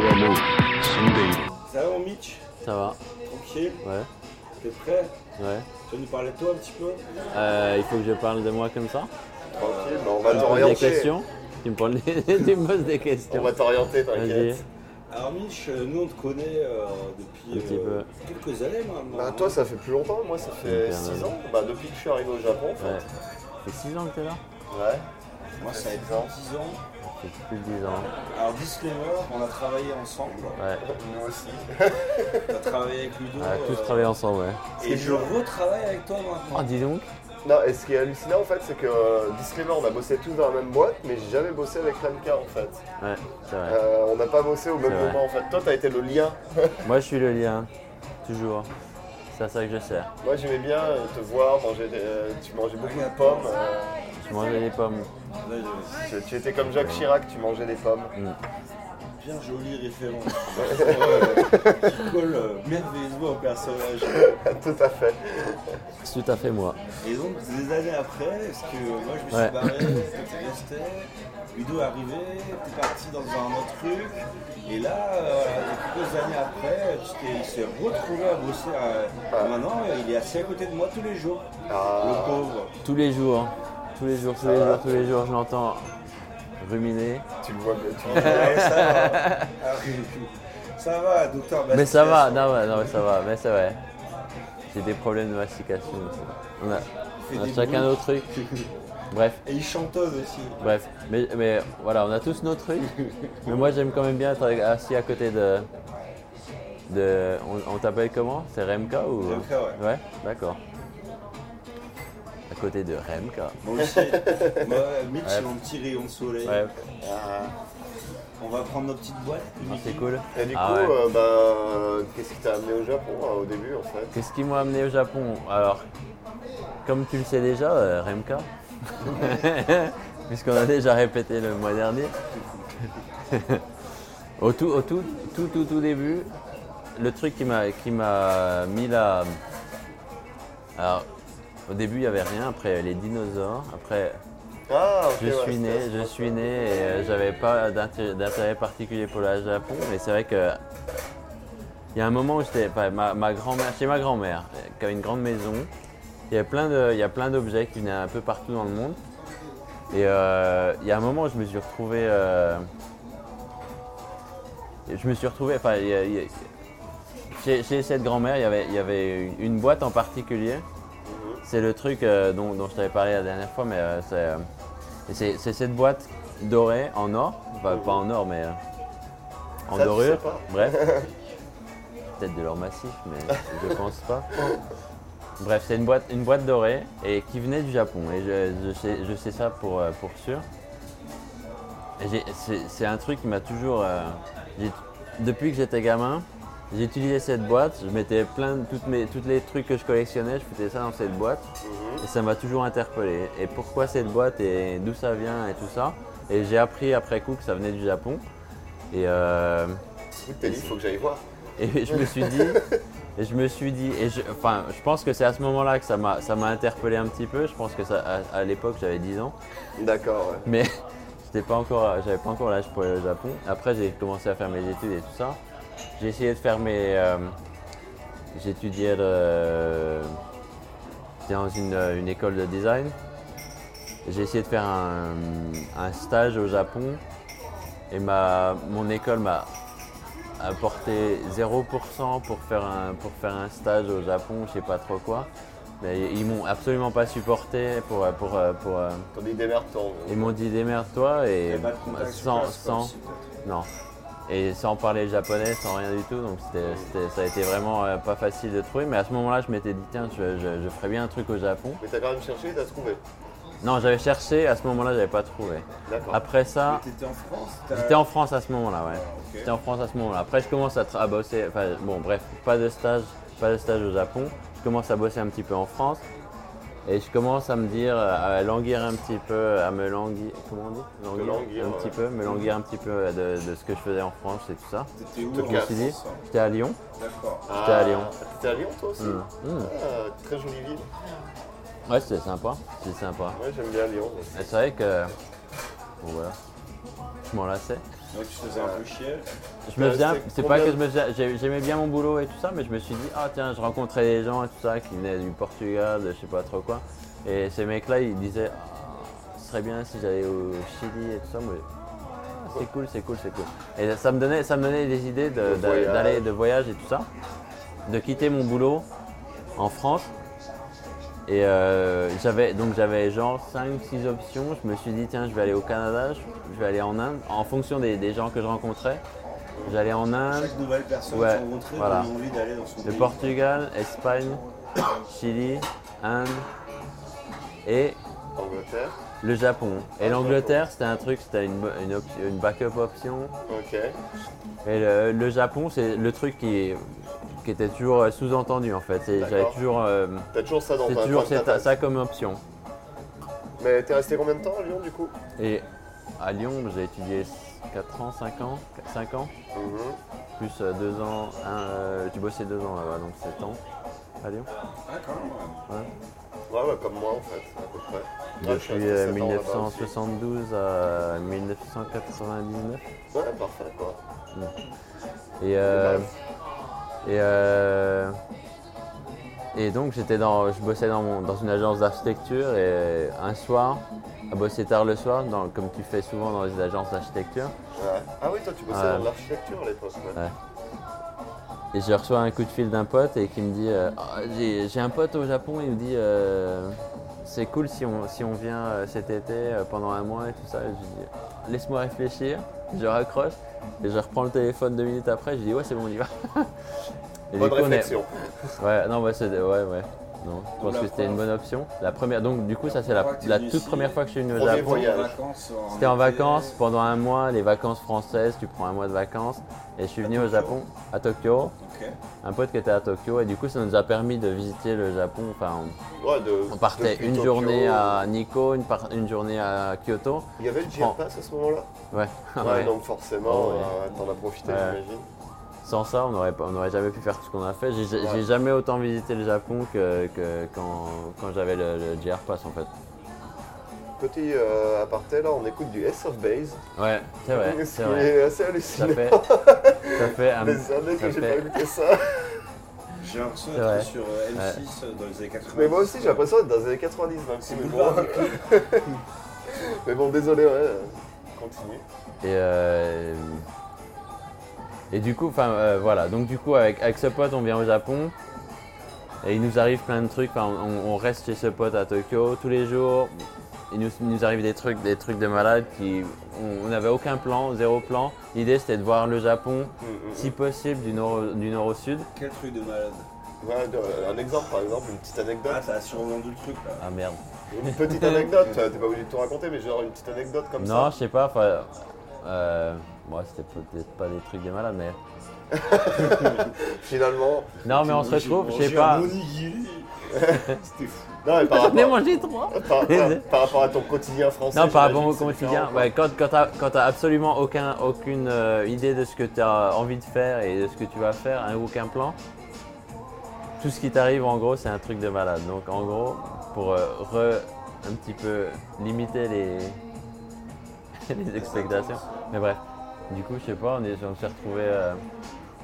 S4: もう死んでいる
S1: Ça va, mon Mitch
S3: Ça va
S1: Tranquille
S3: Ouais,
S1: T'es prêt
S3: ouais.
S1: Tu veux nous parler de toi un petit peu
S3: Euh, il faut que je parle de moi comme ça.
S2: Tranquille, bah, on va
S3: Tu me poses des
S2: t'orienter.
S3: questions Tu me, prends des- tu me poses des
S2: On
S3: questions.
S2: va t'orienter,
S3: Vas-y.
S2: t'inquiète.
S1: Alors, Mitch, euh, nous on te connaît euh, depuis
S3: Un petit
S1: euh, quelques années maintenant.
S2: Bah,
S1: hein.
S2: toi, ça fait plus longtemps, moi, ça fait
S3: Hyper
S2: 6
S3: nana.
S2: ans. Bah, depuis que je suis arrivé au Japon, en fait.
S3: Ouais. C'est 6 ans que t'es là
S2: Ouais.
S1: moi ça a été
S2: six ans.
S1: 10 ans.
S3: C'est plus de 10 ans.
S1: Alors, disclaimer, on a travaillé ensemble.
S3: Ouais.
S2: Nous aussi.
S1: T'as travaillé avec Ludo.
S3: On a tous
S1: euh,
S3: travaillé ensemble, ouais.
S1: Et je retravaille avec toi maintenant.
S3: Oh, dis donc.
S2: Non, et ce qui est hallucinant en fait, c'est que, euh, disclaimer, on a bossé tous dans la même boîte, mais j'ai jamais bossé avec l'AMCA en fait.
S3: Ouais, c'est vrai.
S2: Euh, on n'a pas bossé au même
S3: C'est vrai.
S2: moment en fait. Toi, t'as été le lien.
S3: Moi, je suis le lien. Toujours. C'est à ça que je sers.
S2: Moi, j'aimais bien euh, te voir manger. des- euh, tu mangeais beaucoup de pommes. euh,
S3: Je mange des pommes.
S2: tu, tu étais comme Jacques Chirac, tu mangeais des pommes.
S1: Bien jolie référence. Euh, qui colle euh, merveilleusement au personnage.
S2: Tout à fait.
S3: C'est tout à fait moi.
S1: Et donc, des années après, parce que moi je me suis
S3: Ouais.
S1: barré, tu restais, Ludo est arrivé, t'es parti dans un autre truc, et là, euh, quelques années après, tu t'es- il s'est retrouvé à bosser. à-
S2: Ouais.
S1: Maintenant, il est assis à côté de moi tous les jours, le
S2: Ah,
S1: pauvre.
S3: Tous les jours, tous les jours, tous les jours, tous les jours, je l'entends ruminer.
S2: tu le vois bien. tu le vois.
S1: Ouais, ça va. Ah, Ça va, docteur
S3: Mais ça va, non, ouais, non, mais ça va, mais c'est vrai. J'ai des problèmes de mastication. aussi. On a, on a chacun nos trucs. Bref,
S1: Et il chantonne aussi.
S3: bref. Mais, mais voilà, on a tous nos trucs. Mais moi, j'aime quand même bien être assis à côté de. de on on t'appelle comment C'est Remka ou
S1: Remka, ouais.
S3: Ouais, d'accord. À côté de Remka.
S1: Moi aussi, moi, Bah Mitch, c'est mon petit rayon de soleil.
S3: Ouais,
S1: On va prendre nos petites boîtes.
S3: ah, c'est cool.
S2: Et du coup,
S3: Ah ouais.
S2: euh, bah, euh, qu'est-ce qui t'a amené au Japon hein, au début en fait
S3: Qu'est-ce qui m'a amené au Japon Alors, comme tu le sais déjà, euh, Remka, puisqu'on a déjà répété le mois dernier, au, tout, au tout, tout, tout, tout début, le truc qui m'a, qui m'a mis la... Alors, au début, il n'y avait rien, après les dinosaures, après
S2: Ah, ok.
S3: Je
S2: ouais,
S3: suis né,
S2: c'était-
S3: je suis né et euh, j'avais pas d'inté- d'intérêt particulier pour le Japon, mais c'est vrai que il y a un moment où j'étais, enfin, ma, ma grand-mère, chez ma grand-mère, euh, qui avait une grande maison, il y avait plein de, il y a plein d'objets qui venaient un peu partout dans le monde, et euh, il y a un moment où je me suis retrouvé, euh, je me suis retrouvé, enfin, il y a- il y a- chez, chez cette grand-mère, il y avait, il y avait une- une boîte en particulier.
S2: Mhm.
S3: C'est le truc euh, dont, dont je t'avais parlé la dernière fois, mais euh, c'est euh, et c'est- c'est cette boîte dorée en or, Enfin, pas en or, mais euh, en
S2: Mhm. Ça, tu
S3: dorure,
S2: sais pas.
S3: bref. Peut-être de l'or massif, mais je pense pas. Bref, c'est une boîte, une boîte dorée et qui venait du Japon, et je, je sais, je sais ça pour, euh, pour sûr. Et j'ai- C'est c'est un truc qui m'a toujours. euh, j'ai- depuis que j'étais gamin, j'ai utilisé cette boîte. Je mettais plein de toutes mes, toutes les trucs que je collectionnais, je foutais ça dans cette boîte. Et ça m'a toujours interpellé. Et pourquoi cette boîte et d'où ça vient et tout ça. Et j'ai appris après coup que ça venait du Japon. Et, euh,
S2: Écoute, T'as dit, il faut que j'aille voir.
S3: et je me suis dit. Et je me suis dit, et je, enfin, je pense que c'est à ce moment-là que ça m'a, ça m'a interpellé un petit peu. Je pense que ça, à- à l'époque, j'avais 10 ans.
S2: D'accord, ouais.
S3: Mais j'étais pas encore, j'avais pas encore l'âge pour aller au Japon. Après, j'ai commencé à faire mes études et tout ça. J'ai essayé de faire mes. euh, J'étudiais euh, j'étais dans une, euh, une école de design. J'ai essayé de faire un, un stage au Japon et ma, mon école m'a apporté 0% pour faire, un, pour faire un stage au Japon, je sais pas trop quoi. Mais ils m'ont absolument pas supporté pour, euh, pour, euh, pour, euh,
S2: T'as dit, démerde-toi.
S3: ils m'ont dit démerde-toi et
S1: Et pas de contact sur
S3: bah, sans,
S1: place, quoi,
S3: sans,
S1: aussi, peut-être.
S3: non. Et sans parler le japonais, sans rien du tout, donc c'était- c'était- ça a été vraiment euh, pas facile de trouver. Mais à ce moment-là, je m'étais dit tiens, je, je- je ferais bien un truc au Japon.
S2: Mais t'as quand même cherché, t'as trouvé.
S3: Non, j'avais cherché, à ce moment-là, j'avais pas trouvé.
S2: D'accord.
S3: Après ça,
S1: T'étais en France
S3: j'étais en France à ce moment-là, ouais.
S1: ok.
S3: J'étais en France à ce moment-là. Après, je commence à, tra- à bosser. Enfin, bon, bref, pas de stage, pas de stage au Japon. Je commence à bosser un petit peu en France et je commence à me dire, euh, à languir un petit peu, à me languir, comment on dit,
S2: languir,
S3: un
S2: ouais.
S3: petit peu, me languir un petit peu de, de ce que je faisais en France et tout ça.
S1: T'étais où
S2: Tout
S1: en
S3: Je me suis dit,
S1: France hein
S3: j'étais à Lyon.
S1: D'accord.
S2: J'étais
S3: à Lyon.
S2: Ah, T'étais à Lyon, toi aussi
S3: Mm. Mm.
S2: Ah, Très jolie ville.
S3: Ouais, c'était sympa, c'était sympa.
S2: Ouais, j'aime bien Lyon.
S3: Et c'est vrai que, bon voilà, je m'en lassais.
S1: Donc tu faisais un peu chier.
S3: Je me
S2: Euh,
S3: faisais un-
S2: c'est
S3: c'est pas
S2: combien
S3: que je me faisais- j'ai- j'aimais bien mon boulot et tout ça, mais je me suis dit, ah tiens, je rencontrais des gens et tout ça qui venaient du Portugal, de je sais pas trop quoi. Et ces mecs-là, ils disaient, Ah, ce serait bien si j'allais au Chili et tout ça. mais ah, c'est cool, c'est cool, c'est cool. Et ça me donnait, ça me donnait des idées de-
S2: De
S3: d'a-
S2: voyage.
S3: d'aller de voyage et tout ça, de quitter mon boulot en France. Et euh, j'avais donc j'avais genre 5-6 options. Je me suis dit tiens je vais aller au Canada, je- je vais aller en Inde. En fonction des, des gens que je rencontrais, j'allais en Inde,
S1: Chaque nouvelle personne
S3: Ouais,
S1: qu'on rencontrait
S3: voilà.
S1: donne envie d'aller dans son
S3: le
S1: pays.
S3: Portugal, Espagne, Chili, Inde et
S2: Angleterre.
S3: le Japon. Et
S2: Ah,
S3: l'Angleterre c'était un truc, c'était une, bo- une, op- une backup option.
S2: Ok.
S3: Et le, le Japon c'est le truc qui, qui était toujours euh, sous-entendu en fait. C'est- J'avais
S2: D'accord. bah,
S3: toujours, euh,
S2: T'as toujours ça dans
S3: c'est
S2: ta
S3: toujours
S2: dans ta
S3: cette-
S2: tête.
S3: ça comme option.
S2: Mais t'es resté combien de temps à Lyon, du coup
S3: Et à Lyon, j'ai étudié 4 ans, 5 ans, 5 ans,
S2: Mhm.
S3: plus 2 ans, un, euh, j'ai bossé 2 ans là-bas, donc 7 ans à Lyon.
S1: Ah, quand même. ouais.
S2: Ouais, ouais, comme moi, en fait, à peu près. Ouais, je suis
S3: Depuis
S2: resté
S3: euh,
S2: sept ans là-bas aussi.
S3: 1972 à 1999.
S2: Ouais, parfait, quoi.
S3: Et, euh,
S2: Dommage.
S3: et, euh, et donc j'étais dans, je bossais dans, mon- dans une agence d'architecture et un soir, à bosser tard le soir, dans- comme tu fais souvent dans les agences d'architecture,
S2: Ouais. Ah oui, toi, tu bossais
S3: Ouais.
S2: dans l'architecture à l'époque, ouais.
S3: Ouais. Et je reçois un coup de fil d'un pote et qui me dit euh, Ah, j'ai, j'ai un pote au Japon, il me dit euh, c'est cool si on, si on vient euh, cet été euh, pendant un mois et tout ça. Et je dis laisse-moi réfléchir, je raccroche et je reprends le téléphone deux minutes après. Je dis ouais, c'est bon, on y va. Et
S2: Bonne
S3: du coup, on est-
S2: réflexion.
S3: Ouais, non, ouais, c'est, ouais, ouais. Non, je pense
S1: la
S3: que c'était une
S1: première-
S3: bonne option. La première, donc du coup, ça c'est la,
S1: fois que t'es
S3: la
S1: venu
S3: toute
S1: ici,
S3: première fois que je suis venu au
S2: premier
S3: Japon.
S2: voyage.
S1: vacances.
S3: C'était en
S2: euh,
S3: vacances pendant un mois, les vacances françaises, tu prends un mois de vacances. Et je suis venu au Japon, à Tokyo,
S1: Ok.
S3: un pote qui était à Tokyo, et du coup ça nous a permis de visiter le Japon. Enfin, on-
S2: Ouais, de,
S3: on partait
S2: depuis
S3: une
S2: Tokyo.
S3: journée à Nikko, une, par- une journée à Kyoto.
S2: Il y avait le
S3: Prends.
S2: JR Pass à ce moment-là
S3: Ouais,
S2: ouais.
S3: ouais. Oh,
S2: donc forcément,
S3: Ouais.
S2: euh, t'en as profité,
S3: Ouais.
S2: j'imagine.
S3: Sans ça, on n'aurait pas- on n'aurait jamais pu faire tout ce qu'on a fait. J'ai j'ai
S2: Ouais.
S3: jamais autant visité le Japon que, que quand, quand j'avais le, le JR Pass en fait.
S2: Côté euh, aparté, là, on écoute du S of Base.
S3: Ouais, c'est vrai.
S2: ce
S3: C'est
S2: qui
S3: vrai.
S2: est assez
S3: Ça
S2: hallucinant.
S3: fait, ça fait un.
S2: Des années
S3: ça
S2: que j'ai
S3: fait-
S2: pas écouté ça.
S1: J'ai l'impression
S3: C'est vrai.
S1: d'être sur euh, M6 euh, dans les années 80.
S2: Mais moi aussi, j'ai l'impression d'être dans les années 90, même si. Mais bon,
S1: Boulevard des Clips.
S2: mais bon, désolé, ouais. euh, Continue.
S3: Et, euh, et du coup, enfin euh, voilà, donc du coup avec, avec ce pote on vient au Japon et il nous arrive plein de trucs, Enfin, on, on reste chez ce pote à Tokyo tous les jours, il nous, il nous arrive des trucs, des trucs de malade qui on on n'avait aucun plan, zéro plan. L'idée c'était de voir le Japon
S2: Mm,
S3: si possible du nord, au- du nord au sud.
S1: Quel truc de malade.
S2: mm. Ouais, de- euh, un exemple, par exemple, une petite
S1: Ah,
S2: anecdote.
S1: t'as survendu le truc là.
S3: Ah merde.
S2: Une petite anecdote, euh, t'es pas obligé de tout raconter, mais genre une petite anecdote comme
S3: non,
S2: ça.
S3: je sais pas, enfin. Euh, moi c'était peut-être pas des trucs de malade mais.
S2: Finalement.
S3: Non mais on se
S1: J'ai
S3: retrouve, je
S1: mangé
S3: sais pas.
S1: un onigiri. C'était fou.
S2: Non, mais par
S3: J'en ai
S2: rapport,
S3: mangé trois
S2: par- par- par rapprapport à ton quotidien français.
S3: Non, par rapport
S2: j'imagine
S3: au
S2: que c'est
S3: quotidien,
S2: différent, quoi.
S3: ouais, quand, quand t'as quand t'as absolument aucun, aucune euh, idée de ce que tu as envie de faire et de ce que tu vas faire, hein, aucun plan, tout ce qui t'arrive en gros c'est un truc de malade. Donc en gros, pour euh, re- un petit peu limiter les, les expectations. Mais bref, du coup je sais pas, on, est, on s'est retrouvé,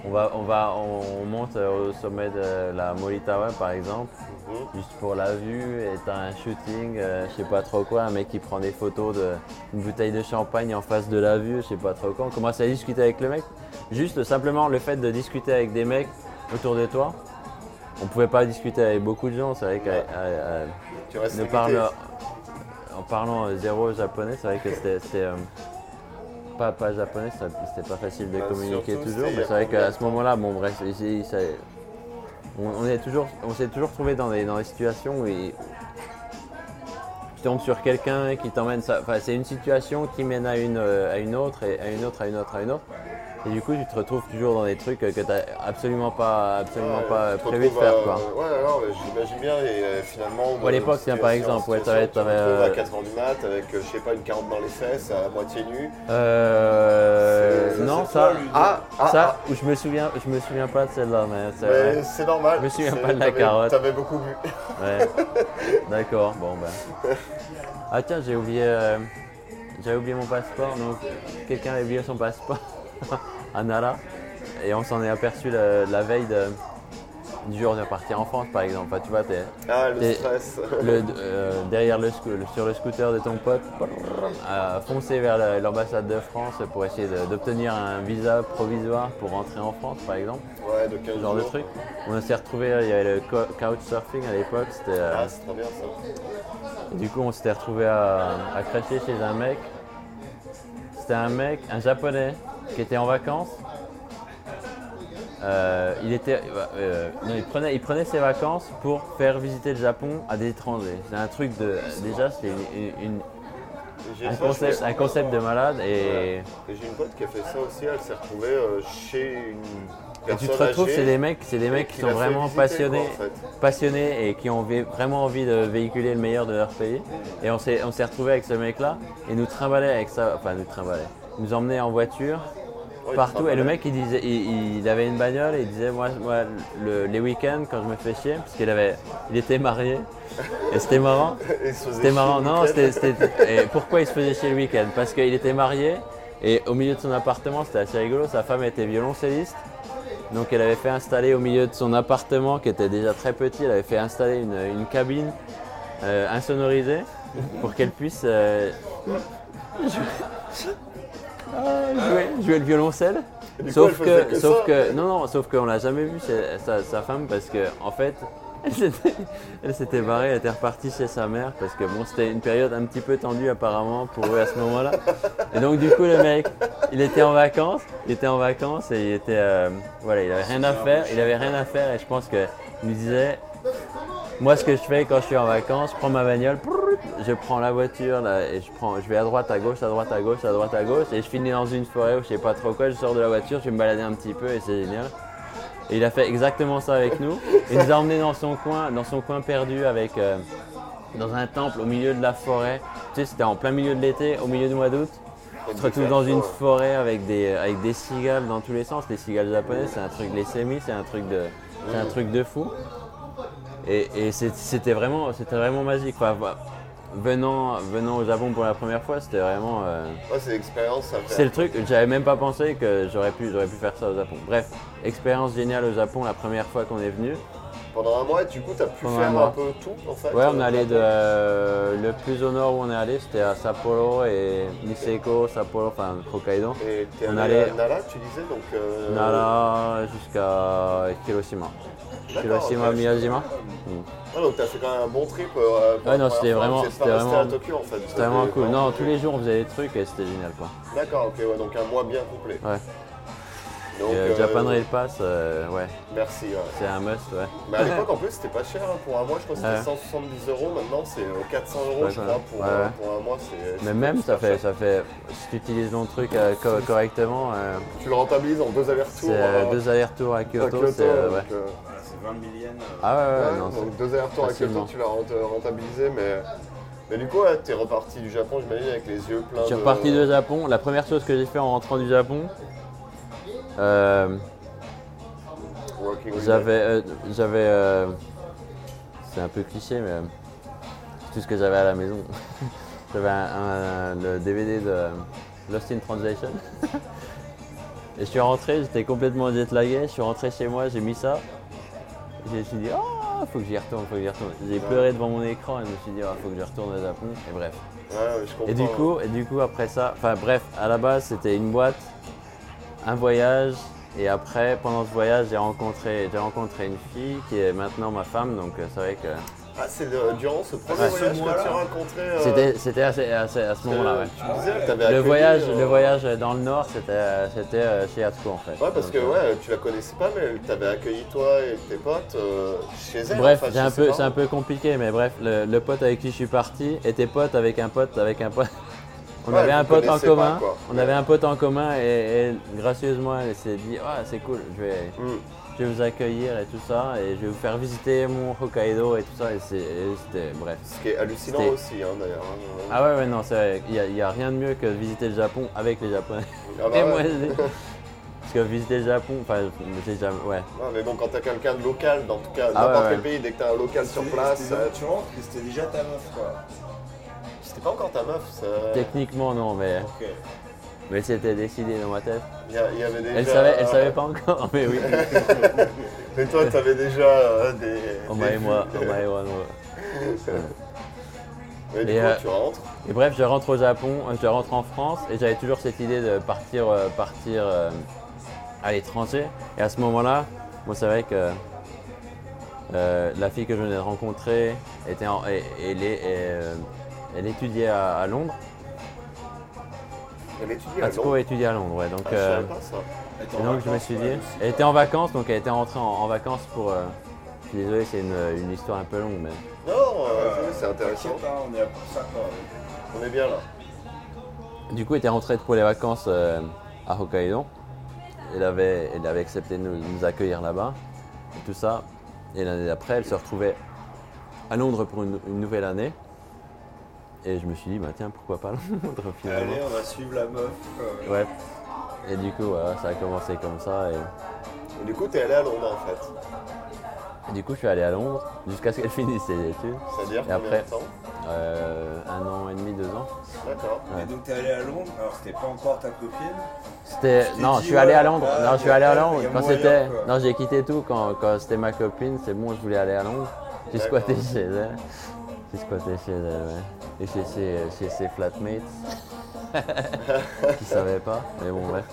S3: on, va, on, va, on, monte euh, au sommet de la Moritawa par exemple
S2: Mhm.
S3: juste pour la vue et t'as un shooting, euh, je sais pas trop quoi, un mec qui prend des photos de une bouteille de champagne en face de la vue, je sais pas trop quoi. On commence à discuter avec le mec. Juste simplement le fait de discuter avec des mecs autour de toi. On pouvait pas discuter avec beaucoup de gens, c'est vrai euh, qu'à à- à-
S2: Tu restes
S3: ne
S2: limité.
S3: parle- en parlant euh, zéro japonais, c'est vrai que c'était c'était, euh, pas, pas japonais, ça- c'était pas facile de
S2: Bah,
S3: communiquer
S2: surtout,
S3: toujours.
S2: c'était il y
S3: Mais
S2: a
S3: c'est vrai
S2: combien
S3: qu'à
S2: de
S3: ce moment-là, bon bref, ici, ça- on, on est toujours, on s'est toujours trouvé dans des, dans des situations où il- tu tombes sur quelqu'un qui t'emmène, ça- enfin c'est une situation qui mène à une, euh, à une autre et à une autre, à une autre, à une autre. Et du coup, tu te retrouves toujours dans des trucs euh, que t'as absolument pas, absolument
S2: Ouais,
S3: pas euh,
S2: tu te
S3: prévu de
S2: retrouves,
S3: faire.
S2: euh,
S3: Quoi.
S2: Ouais, non, mais j'imagine bien, et euh, finalement.
S3: Ou à l'époque, tiens, par exemple, ouais, t'avais-
S2: Tu te
S3: t'avais,
S2: retrouves à
S3: euh,
S2: 4h du mat avec, euh, je sais pas, une carotte dans les fesses, à moitié nue.
S3: Euh,
S1: C'est- ça,
S3: non,
S1: c'est
S3: ça,
S1: toi, Ludo.
S2: Ah, ah,
S3: ça, je me souviens, je me souviens pas de celle-là, mais c'est
S2: Mais
S3: vrai.
S2: c'est normal.
S3: Je me souviens
S2: c'est-
S3: pas de la
S2: t'avais-
S3: carotte.
S2: T'avais beaucoup bu.
S3: Ouais. D'accord, bon ben. Ah tiens, j'ai oublié, euh, j'avais oublié mon passeport, donc quelqu'un avait oublié son passeport à Nara, et on s'en est aperçu la, la veille de- du jour de partir en France, par exemple. Enfin, tu vois, t'es
S2: Ah, le
S3: Et-
S2: stress.
S3: le- euh, derrière le scoo- le- sur le scooter de ton pote, a foncé vers la- l'ambassade de France pour essayer de- d'obtenir un visa provisoire pour rentrer en France, par exemple.
S2: Ouais, de 15
S3: ce genre de
S2: jours.
S3: truc. On s'est retrouvé, il y avait le co- couchsurfing à l'époque, c'était. euh,
S2: Ah, c'est trop bien ça.
S3: du coup, on s'était retrouvé à, à cracher chez un mec. C'était un mec, un japonais, qui était en vacances. Euh, il était, euh, non, il prenait, il prenait ses vacances pour faire visiter le Japon à des étrangers. C'est un truc de, déjà, c'était une- une-
S2: J'ai
S3: un
S2: ça, je
S3: concept,
S2: connais.
S3: un concept de malade et.
S2: Et J'ai une pote qui a fait ça aussi, elle s'est retrouvée euh, chez une
S3: Et
S2: personne
S3: tu te retrouves,
S2: âgée
S3: c'est des mecs, c'est des mecs qui
S2: l'a
S3: sont
S2: fait
S3: vraiment
S2: visiter,
S3: passionnés,
S2: quoi, en fait.
S3: passionnés et qui ont vé- vraiment envie de véhiculer le meilleur de leur pays. Et on s'est, on s'est retrouvé avec ce mec-là et nous trimballait avec ça, enfin nous trimballait, nous emmenait en voiture
S2: Ouais, il
S3: partout. Et
S2: travaillait.
S3: le mec, il disait, il, il avait une bagnole et il disait, moi, moi, le- les week-ends quand je me fais chier, parce qu'il avait, il était marié et c'était marrant.
S2: Et il se faisait
S3: C'était
S2: chier
S3: marrant,
S2: le
S3: non,
S2: week-end.
S3: c'était. c'était- et Pourquoi il se faisait chier le week-end Parce qu'il était marié et au milieu de son appartement, c'était assez rigolo, sa femme était violoncelliste. Donc elle avait fait installer au milieu de son appartement, qui était déjà très petit, elle avait fait installer une, une cabine euh, insonorisée pour qu'elle puisse euh, jouer, jouer le violoncelle.
S2: du coup,
S3: Sauf
S2: elle faisait
S3: que,
S2: que
S3: sauf
S2: ça.
S3: que, non, non, sauf qu'on l'a jamais vu c'est- sa, sa femme parce que, en fait, elle s'était- elle s'était barrée, elle était repartie chez sa mère parce que, bon, c'était une période un petit peu tendue apparemment pour eux à ce moment-là. Et donc, du coup, le mec, il était en vacances, il était en vacances et il était, euh, voilà, il avait rien à faire, il avait rien à faire et je pense que il me disait, moi, ce que je fais quand je suis en vacances, je prends ma bagnole, prrrt, je prends la voiture là, et je, prends, je vais à droite, à gauche, à droite, à gauche, à droite, à gauche, et je finis dans une forêt où je sais pas trop quoi. Je sors de la voiture, je vais me balader un petit peu et c'est génial. Et il a fait exactement ça avec nous. Il nous a emmenés dans son coin, dans son coin perdu avec. euh, dans un temple au milieu de la forêt. Tu sais, c'était en plein milieu de l'été, au milieu du mois d'août. Tu te retrouves dans une forêt avec des, avec des cigales dans tous les sens. Les cigales japonaises, c'est un truc, les semis, c'est un truc de, c'est un truc de fou. Et, et c'est- c'était vraiment, c'était vraiment magique. Enfin, voilà. venant, venant au Japon pour la première fois, c'était vraiment. euh,
S2: Ouais, c'est l'expérience à
S3: C'est
S2: faire.
S3: le truc, j'avais même pas pensé que j'aurais pu, j'aurais pu faire ça au Japon. Bref, expérience géniale au Japon la première fois qu'on est venu.
S2: Pendant un mois, du coup, t'as pu
S3: Pendant un
S2: faire
S3: mois.
S2: un peu tout en fait.
S3: Ouais, on
S2: euh,
S3: est allé de. euh, le plus au nord où on est allé, c'était à Sapporo et Niseko, Sapporo, enfin Hokkaido.
S2: Et t'es
S3: on
S2: allé,
S3: allait-
S2: à Nara, tu disais donc. euh,
S3: Nara jusqu'à Hiroshima. Hiroshima,
S2: ok.
S3: Miyajima.
S2: Ah, donc t'as fait quand même un bon trip. euh, pour
S3: Ouais, non,
S2: la première
S3: c'était
S2: fois,
S3: vraiment-
S2: vous êtes pas
S3: c'était
S2: resté
S3: vraiment-
S2: à Tokyo en fait.
S3: C'était vraiment cool. Non, tous les jours on faisait des trucs et c'était génial quoi.
S2: D'accord, ok, ouais, donc un mois bien complet.
S3: Ouais.
S2: Donc,
S3: Et, euh,
S2: euh,
S3: Japan Rail Pass, euh, ouais,
S2: Merci, ouais.
S3: c'est un must, ouais.
S2: Mais à l'époque, en plus, c'était pas cher hein, pour un mois. Je crois que c'était
S3: Ouais.
S2: 170 euros. Maintenant, c'est euh, 400 euros,
S3: Ouais,
S2: je
S3: ouais.
S2: crois, pour,
S3: Ouais,
S2: euh,
S3: ouais.
S2: pour un mois. c'est-
S3: Mais
S2: c'est
S3: même ça
S2: super
S3: fait,
S2: cher.
S3: ça fait, si tu utilises ton truc euh, co- correctement, euh,
S2: Tu le rentabilises en deux
S3: c'est
S2: allers-retours.
S3: euh,
S2: euh,
S3: deux allers-retours à
S2: à
S3: Kyoto,
S2: Kyoto,
S3: c'est, euh,
S2: donc,
S3: ouais.
S2: euh,
S1: C'est 20 000 yens. euh,
S3: Ah ouais, ouais,
S2: ouais,
S3: non,
S2: donc
S3: c'est-
S2: deux allers-retours à Kyoto,
S3: facilement.
S2: tu l'as rent- rentabilisé. Mais, mais du coup, ouais, t'es reparti du Japon, j'imagine, avec les yeux pleins
S3: Je suis
S2: de-
S3: reparti du Japon. La première chose que j'ai fait en rentrant du Japon, euh,
S2: Walking Holiday.
S3: j'avais. euh, j'avais euh, c'est un peu cliché, mais. euh, c'est tout ce que j'avais à la maison. j'avais un- un- le DVD de Lost in Translation. Et je suis rentré, j'étais complètement jetlagué. Je suis rentré chez moi, j'ai mis ça. Et Je me suis dit, oh, faut que j'y retourne, faut que j'y retourne. J'ai pleuré devant mon écran et je me suis dit, Ah, faut que je retourne au Japon. Et bref.
S2: Ouais, ouais, je comprends.
S3: Et du coup, et du coup après ça, enfin bref, à la base c'était une boîte, un voyage, et après pendant ce voyage j'ai rencontré, j'ai rencontré une fille qui est maintenant ma femme, donc euh, c'est vrai que
S2: Ah, c'est euh, durant ce premier
S3: Ouais.
S2: voyage
S1: Ce
S2: que
S1: mois-là.
S2: tu as rencontré. euh,
S3: c'était, c'était assez- assez- à ce
S2: euh,
S3: moment-là. ouais.
S2: Tu me disais, que t'avais accueilli,
S3: Le voyage,
S2: euh,
S3: le voyage dans le nord, c'était, euh, c'était euh, chez Atsuko en fait.
S2: Ouais, parce
S3: Donc,
S2: que
S3: euh,
S2: ouais, tu la connaissais pas, mais t'avais accueilli toi et tes potes euh, chez elle.
S3: Bref,
S2: enfin,
S3: c'est
S2: chez
S3: un,
S2: ses
S3: peu,
S2: parents.
S3: c'est un peu compliqué, mais bref, le, le pote avec qui je suis parti était pote avec un pote avec un pote. On
S2: Ouais,
S3: avait
S2: vous
S3: un pote en
S2: connaissez pas,
S3: commun.
S2: quoi.
S3: on
S2: Ouais.
S3: avait un pote en commun et, et gracieusement elle s'est dit ah c'est cool, je vais,
S2: Mm.
S3: je vais vous accueillir et tout ça et je vais vous faire visiter mon Hokkaido et tout ça et c'est- et c'était bref.
S2: Ce qui est hallucinant
S3: C'était-
S2: aussi, hein, d'ailleurs. hein.
S3: Ah ouais ouais non c'est vrai, il y a- il y a, rien de mieux que de visiter le Japon avec les Japonais.
S2: Ah bah
S3: Et moi,
S2: ouais.
S3: j'ai- Parce que visiter le Japon, enfin j'ai jamais ouais.
S2: Ouais, mais bon, quand t'as quelqu'un de local, dans tout cas,
S3: Ah
S2: n'importe
S3: ouais,
S2: quel
S3: ouais.
S2: pays, dès que t'as un local sur
S1: c'était-
S2: place,
S1: c'était-
S2: euh,
S1: Tu rentres et c'était déjà ta meuf, quoi.
S2: c'était pas encore ta meuf, ça.
S3: Techniquement non mais
S1: Ok.
S3: mais c'était décidé dans ma tête.
S2: Il y a- il y avait déjà. euh,
S3: Elle savait, elle savait pas encore, mais oui.
S2: Mais toi, t'avais déjà euh, des.
S3: Oh,
S2: des
S3: Omae-moi,
S2: vues.
S3: omae-wa no.
S2: Mais du
S3: bah. Et,
S2: coup,
S3: euh,
S2: tu rentres.
S3: Et bref, je rentre au Japon, euh, je rentre en France et j'avais toujours cette idée de partir, euh, partir euh, à l'étranger. Et à ce moment-là, moi, c'est vrai que euh, la fille que je venais de rencontrer était en- et- et elle, est- et, euh, elle étudiait à, à Londres.
S2: Elle étudie à
S3: Atsuko
S2: Londres.
S3: étudiait à Londres, ouais. Donc,
S2: Ah, je
S3: ah, euh,
S2: savais pas ça.
S1: Attends,
S3: et donc je me suis dit, elle était en vacances, donc elle était rentrée en, en vacances pour. euh, je suis désolé, c'est une, une histoire un peu longue, mais.
S2: Non, euh, c'est intéressant.
S1: hein, on est là pour ça, quoi.
S2: On est bien là.
S3: Du coup, elle était rentrée pour les vacances euh, à Hokkaido. Elle avait, elle avait accepté de nous, nous accueillir là-bas et tout ça. Et l'année d'après, elle se retrouvait à Londres pour une, une nouvelle année. Et je me suis dit, bah tiens, pourquoi pas Londres finalement
S1: Allez, on va suivre la meuf. quoi.
S3: Ouais. Et du coup, voilà, ça a commencé comme ça. Et,
S2: Et du coup, t'es allé à Londres en fait.
S3: et du coup, je suis allé à Londres jusqu'à ce qu'elle finisse ses études.
S2: C'est-à-dire
S3: Et
S2: combien
S3: après-
S2: de temps
S3: Euh, un an et demi, deux ans.
S2: D'accord.
S3: Ouais.
S1: Et donc t'es allé à Londres, alors c'était pas encore ta copine.
S3: C'était
S1: Tu t'es
S3: non,
S1: dit,
S3: je suis allé à
S1: ouais,
S3: Londres.
S1: ouais,
S3: non, je suis allé à Londres
S1: il y a
S3: quand
S1: moyen,
S3: c'était
S1: quoi.
S3: non, j'ai quitté tout quand, quand c'était ma copine, c'est bon, je voulais aller à Londres. J'ai
S2: D'accord.
S3: squatté chez elle. J'ai squatté chez elle, ouais. Et chez ses, chez ses flatmates qui savaient pas, mais bon bref.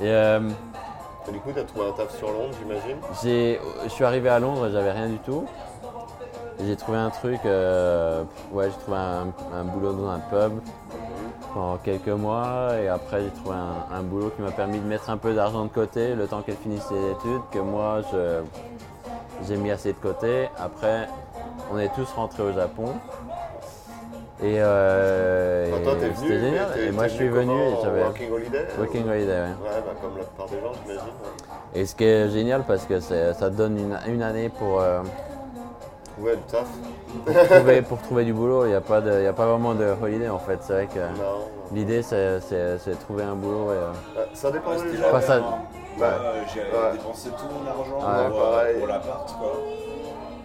S3: Et euh,
S2: Et du coup, t'as trouvé un taf sur Londres, j'imagine.
S3: j'ai je suis arrivé à Londres, j'avais rien du tout. J'ai trouvé un truc euh, ouais, j'ai trouvé un, un boulot dans un pub pendant quelques mois et après j'ai trouvé un, un boulot qui m'a permis de mettre un peu d'argent de côté le temps qu'elle finisse ses études, que moi je- j'ai mis assez de côté. Après, on est tous rentrés au Japon. Et, euh,
S2: Enfin, toi, t'es
S3: et
S2: venu.
S3: c'était génial.
S2: mais t'es-
S3: Et moi,
S2: t'es
S3: je suis venu et
S2: comment, euh, en
S3: j'avais
S2: Working Holiday
S3: Working
S2: ou-
S3: Holiday. ouais.
S2: Ouais, bah, comme la plupart des gens, j'imagine. ouais.
S3: Et ce qui est génial parce que c'est- ça te donne une, une année pour, euh,
S2: Ouais, du taf.
S3: pour, trouver, pour trouver du boulot. Il n'y a, pas de- il y a pas vraiment de holiday en fait. C'est vrai que
S2: Non.
S3: l'idée c'est- c'est c'est de trouver un boulot. et, euh,
S2: Ouais, Ça dépend des
S1: c'était
S2: gens. Bah,
S3: Pas ça.
S1: hein.
S2: Ouais.
S1: Moi, euh, j'ai
S2: Ouais.
S1: dépensé tout mon argent
S3: Ouais,
S1: pour, euh,
S2: pareil.
S1: pour l'appart, quoi.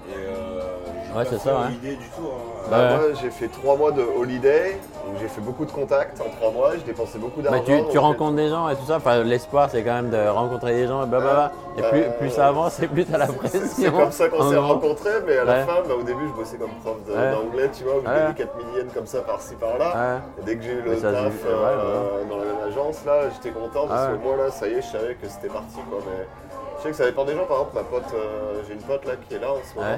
S1: Et euh, j'ai
S3: Ouais, c'est ça, ouais.
S1: L'idée du tout. hein.
S3: Bah,
S2: Bah,
S3: ouais.
S2: Moi, j'ai fait trois mois de holiday, où j'ai fait beaucoup de contacts en trois mois, j'ai dépensé beaucoup d'argent.
S3: Bah, tu,
S2: donc
S3: tu
S2: j'ai-
S3: rencontres des gens et tout ça, enfin, l'espoir c'est quand même de rencontrer des gens et blablabla. Et plus, plus ça avance et plus t'as la pression.
S2: Euh, C'est comme ça qu'on s'est
S3: En gros.
S2: rencontrés, mais à la
S3: Ouais.
S2: fin, bah, au début, je bossais comme prof de-
S3: Ouais.
S2: d'anglais, tu vois, où je
S3: Ouais.
S2: gagnais 4 millions comme ça par-ci par-là.
S3: Ouais.
S2: Et dès que j'ai eu le
S3: Mais ça se
S2: taf
S3: vit- ouais, Ah
S2: euh, dans la même agence, là, j'étais content parce
S3: Ouais.
S2: que moi, là, ça y est, je savais que c'était parti, quoi. Mais je sais que ça dépend des gens. Par exemple, ma pote, euh, j'ai une pote là qui est là en ce moment.